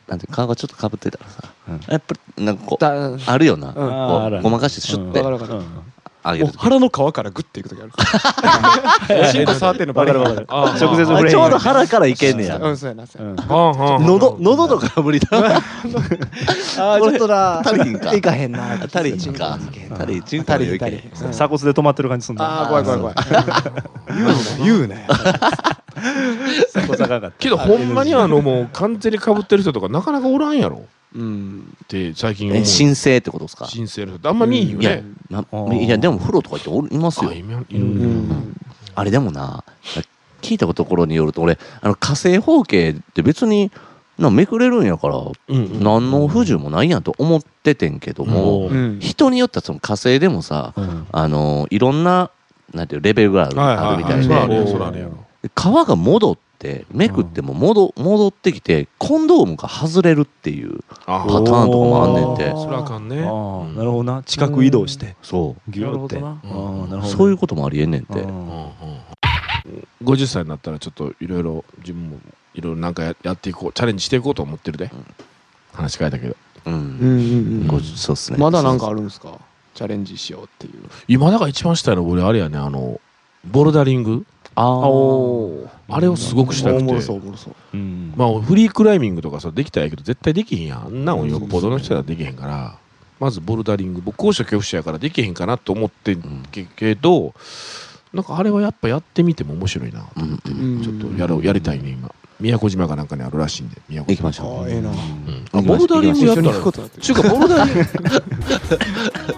Speaker 1: なんて顔がちょっとかぶってたらさ
Speaker 2: うん
Speaker 1: やっぱりなんかこう
Speaker 4: だうん
Speaker 1: あるよな
Speaker 4: うん
Speaker 1: こ
Speaker 2: あーあるあ
Speaker 1: う
Speaker 2: る
Speaker 1: ごまかしてシュッ
Speaker 4: わか
Speaker 1: て
Speaker 4: るわかる
Speaker 1: あげ
Speaker 4: お
Speaker 1: る時
Speaker 4: 腹の皮からグッていく時ある
Speaker 3: [laughs]
Speaker 4: おしっこ触ってんのバレるわかる
Speaker 3: あ
Speaker 2: 直接触
Speaker 1: あ
Speaker 2: れへん
Speaker 1: ちょうど腹からいけんねや
Speaker 4: うんそうやなそうやな
Speaker 1: 喉喉とか無理だ
Speaker 4: あーちょっとな
Speaker 1: 足りんか
Speaker 4: いかへんな
Speaker 1: 足りひんか足りひんチンコの
Speaker 4: 足り
Speaker 1: 余裕
Speaker 4: ひん足り
Speaker 1: い
Speaker 4: ひん
Speaker 1: け
Speaker 4: うん
Speaker 2: 鎖骨で止まってる感じすん
Speaker 4: あ
Speaker 2: だ
Speaker 4: あ怖い怖い怖い言うなよ
Speaker 2: 鎖骨がかった
Speaker 3: けどほんまにあのもう完全にかぶってる人とかなかなかおらんやろ
Speaker 4: うん
Speaker 3: って最近思
Speaker 1: え
Speaker 3: う
Speaker 1: 申請ってことですか
Speaker 3: 新生の人ってあんまりいいよ
Speaker 1: いや
Speaker 3: ね
Speaker 1: な
Speaker 2: ー
Speaker 1: いやでも風呂とかっておるいますよ
Speaker 3: あ今いう
Speaker 4: うんん
Speaker 1: あれでもな聞いたところによると俺あの火星方形って別になめくれるんやから
Speaker 3: うん
Speaker 1: 何の不自由もないやんと思っててんけど
Speaker 3: う
Speaker 1: も、
Speaker 4: うん
Speaker 1: 人によってはその火星でもさ、
Speaker 2: うん
Speaker 1: あのいろんななんていうレベルがある,、
Speaker 3: はいはいはい
Speaker 1: あるみたいで、
Speaker 3: そらあれやそらあれや
Speaker 1: 皮が戻ってめくっても戻戻ってきてコンドームが外れるっていう
Speaker 3: あ
Speaker 1: パターンとかもあんねんて
Speaker 2: おー
Speaker 4: それはあかん
Speaker 2: あ
Speaker 4: ね
Speaker 2: あなるほどな近く移動して
Speaker 1: そ
Speaker 2: ギューって
Speaker 4: なる
Speaker 2: あ
Speaker 4: ほ
Speaker 2: あ
Speaker 3: どな
Speaker 2: なるほど
Speaker 1: う
Speaker 2: ね
Speaker 1: そういうこともありえんねんて
Speaker 3: うん
Speaker 2: あ
Speaker 3: うん50歳になったらちょっといろいろ自分もいろいろなんかややっていこうチャレンジしていこうと思ってるで、話変えたけど
Speaker 1: う
Speaker 4: うんんうんう
Speaker 1: ご
Speaker 4: ん
Speaker 1: じそうっすね
Speaker 4: まだなんかあるんですかチャレンジしようっていう
Speaker 3: 今だから一番したいのは俺あれやねあのボルダリング
Speaker 1: ああ
Speaker 4: お
Speaker 3: あれをすごくしたく
Speaker 4: おもろ
Speaker 3: て
Speaker 4: そうおもろそう
Speaker 2: ーうん
Speaker 3: まあフリークライミングとかさできたらやけど絶対できへんやんあんなもんよっぽどの人はできへんからまずボルダリング僕高所恐怖症やからできへんかなと思ってん
Speaker 1: うん
Speaker 3: けけどなんかあれはやっぱやってみても面白いなと思って、
Speaker 4: うん
Speaker 3: ちょっとやろうやりたいね今宮古島かなんかにあるらしいんで宮古
Speaker 1: 行き
Speaker 3: 島
Speaker 1: ましょ
Speaker 4: あ
Speaker 1: う
Speaker 4: あええな
Speaker 3: うんあボルダリングやっ
Speaker 4: 一緒
Speaker 3: た
Speaker 4: に
Speaker 3: ら
Speaker 4: 行くことになってる
Speaker 3: ちゅうかボルダ [laughs] リング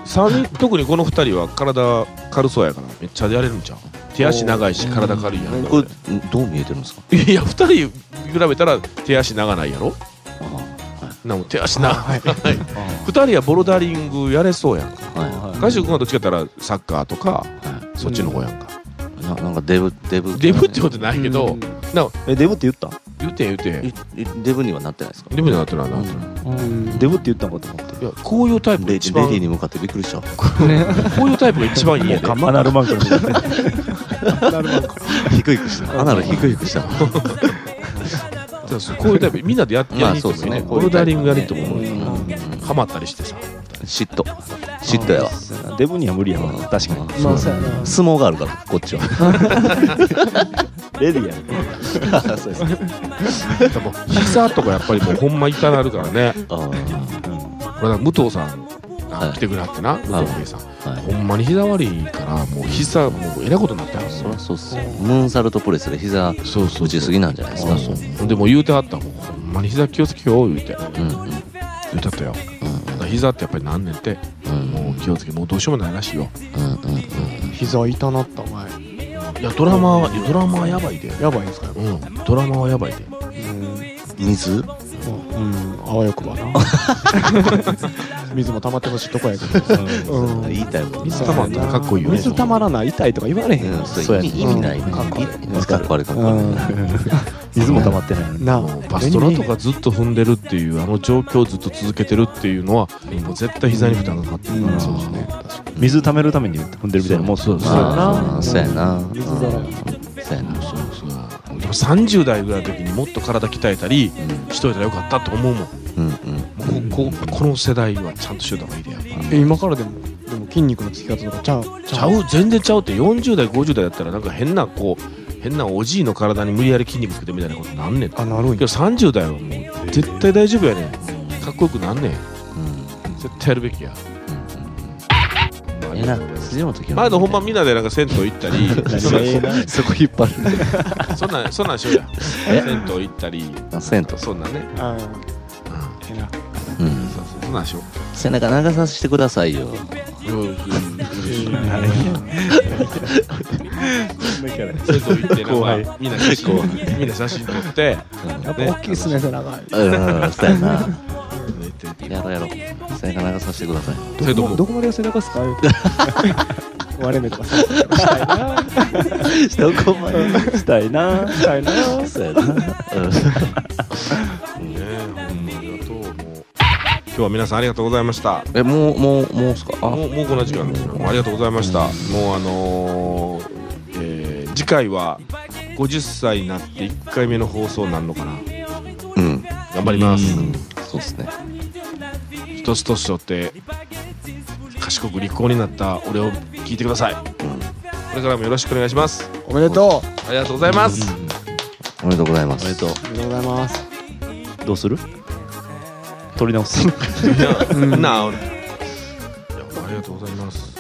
Speaker 3: 三人特にこの二人は体軽そうやからめっちゃやれるんちゃう手足長いし体軽いやん
Speaker 1: これどう見えてるんですか
Speaker 3: いや二人比べたら手足長ないやろなもん手足長
Speaker 4: はい
Speaker 3: 二人はボルダリングやれそうやんか
Speaker 1: はいは
Speaker 3: 外食君はどっちかって言ったらサッカーとか
Speaker 1: いは
Speaker 3: そっちの方やんか、
Speaker 1: いななんかデブデブ
Speaker 3: デブってことないけど、
Speaker 4: うん
Speaker 2: えデブって言った
Speaker 3: 言うてん言うてん
Speaker 1: いいデブにはなってないですか
Speaker 3: デブになってないな、い
Speaker 4: うん
Speaker 2: デブって言ったのかと思って
Speaker 3: やこういうタイプが
Speaker 1: レレデ
Speaker 3: 一番
Speaker 1: ィーに向かってびっくりした
Speaker 3: こういうタイプが一番いいやで
Speaker 2: るアナルマンクの
Speaker 4: なるほど
Speaker 1: 低いくしたアナル低いくした
Speaker 3: そうそうこういうタイプみんなでやっや
Speaker 1: ま
Speaker 3: り
Speaker 1: あ
Speaker 3: に
Speaker 1: そ
Speaker 3: 行
Speaker 1: う
Speaker 3: っても
Speaker 1: です
Speaker 3: いい
Speaker 1: ね
Speaker 3: ねボルダリングやりとも思うよ
Speaker 1: うんうん
Speaker 3: ハマったりしてさ
Speaker 1: 嫉妬嫉妬やわ
Speaker 2: [laughs] デブには無理やわ確かに
Speaker 4: まあそうやな
Speaker 1: 相撲があるからこっちは
Speaker 2: レディやね
Speaker 1: そうですね
Speaker 3: で
Speaker 1: [laughs]
Speaker 3: も膝とかやっぱりもうほんま痛なるからね
Speaker 1: あ
Speaker 3: こ
Speaker 1: ー
Speaker 3: れだから武藤さん
Speaker 1: は
Speaker 3: が
Speaker 1: い
Speaker 3: 来てくれはってな武藤圭さん
Speaker 1: はい
Speaker 3: ほんまに膝悪いからもう膝もうえらいことになったよ
Speaker 1: そりゃそうっすよムーンサルトプレスで膝
Speaker 3: そうそう
Speaker 1: 打ちすぎなんじゃないですか
Speaker 3: そうそうでも言うてはったもんほんまに膝気をつけよう言うて
Speaker 1: うんうんうん
Speaker 3: 言うてはったよだから膝ってやっぱりなんねんて
Speaker 1: うん
Speaker 3: もう気をつけもうどうしようもないらしいよ
Speaker 1: うんうんうん
Speaker 4: 膝痛なった前
Speaker 3: いやドラマはドラマはやばいで
Speaker 4: やばいんですかやっ
Speaker 3: うんドラマはやばいで
Speaker 4: ぱうん
Speaker 1: 水
Speaker 4: うんあわよく
Speaker 3: [laughs]
Speaker 4: ばな水も溜まってほしいとこやけどうん
Speaker 1: いいタイプ
Speaker 3: 水溜まったらかっこいいよね
Speaker 4: 水溜まらない痛いとか言われへん
Speaker 1: うん
Speaker 2: そ
Speaker 1: そうう
Speaker 2: や
Speaker 1: や
Speaker 2: ね
Speaker 1: ね意味ないね
Speaker 4: かっこ悪い
Speaker 1: 意味ないかっこ悪いかっこ悪い
Speaker 2: 水も溜まってないのに
Speaker 4: なあ
Speaker 3: もうバストラとかずっと踏んでるっていうあの状況をずっと続けてるっていうのはもう絶対膝に負担がかかってるから、
Speaker 4: うん
Speaker 3: そ
Speaker 4: そうう
Speaker 3: で
Speaker 4: ですす
Speaker 3: ね
Speaker 4: ね
Speaker 2: 水溜めるために踏んでるみたいなもん
Speaker 3: そうそうそう
Speaker 1: まあそうやなうん
Speaker 4: 水
Speaker 1: そう
Speaker 4: だら
Speaker 1: や
Speaker 4: け
Speaker 1: な
Speaker 3: そうそうでも30代ぐらいの時にもっと体鍛えたりしといたらよかったと思うもん
Speaker 1: うんうん
Speaker 3: もうこここの世代はちゃんとしといた方がいいでやっぱ
Speaker 4: え今からでもでも筋肉のつき方とかちゃう
Speaker 3: ちゃう全然ちゃうって40代50代だったらなんか変なこう変なおじいの体に無理やり筋肉つけてみたいなことなんねんけど
Speaker 4: あなるんや
Speaker 3: 30代はもう絶対大丈夫やねんかっこよくなんねん
Speaker 1: うん
Speaker 3: 絶対やるべきや
Speaker 1: ええな辻本清
Speaker 3: 前のほんまみんなでなんか銭湯行った [laughs] りそ
Speaker 2: [laughs]
Speaker 3: んなん
Speaker 1: [laughs] そこ引っ張る
Speaker 3: そんなんそんなんしようや銭湯行ったり
Speaker 1: 銭湯
Speaker 3: そんなんね、うん
Speaker 4: あええな
Speaker 1: うん
Speaker 3: そうそうそんなんしよ
Speaker 1: 背中長させてくださいよ
Speaker 3: うようよう
Speaker 2: [laughs]
Speaker 3: 銭湯行ってなん
Speaker 2: や後輩
Speaker 3: かみんな写真みんな写真撮って
Speaker 4: やっぱ大きいっすね背長い
Speaker 1: うんそうや
Speaker 3: 行
Speaker 1: な
Speaker 3: って行って
Speaker 1: やろうやろう背中長させてください
Speaker 3: それとも
Speaker 4: どこまで寄せ流すか [laughs] 言うて割れ目とかさしたいな
Speaker 1: どこまで
Speaker 2: したいなしたいな
Speaker 1: そうやな
Speaker 3: ねほんまありがとうもう今日は皆さんありがとうございました
Speaker 1: えもうもうもうっすかあ
Speaker 3: もうもうこんな時間ですよもうありがとうございましたもうあのーえー次回は50歳になって1回目の放送になるのかな
Speaker 1: うん
Speaker 3: 頑張ります
Speaker 1: そうっすね
Speaker 3: 一つ年取って賢く利口になった俺を聞いてくださいこれからもよろしくお願いします
Speaker 4: おめでとう
Speaker 3: ありがとうございます
Speaker 1: おめでとうございますおめでとう
Speaker 4: ありがとうございます
Speaker 2: どうする取り直す
Speaker 3: なあいやありがとうございます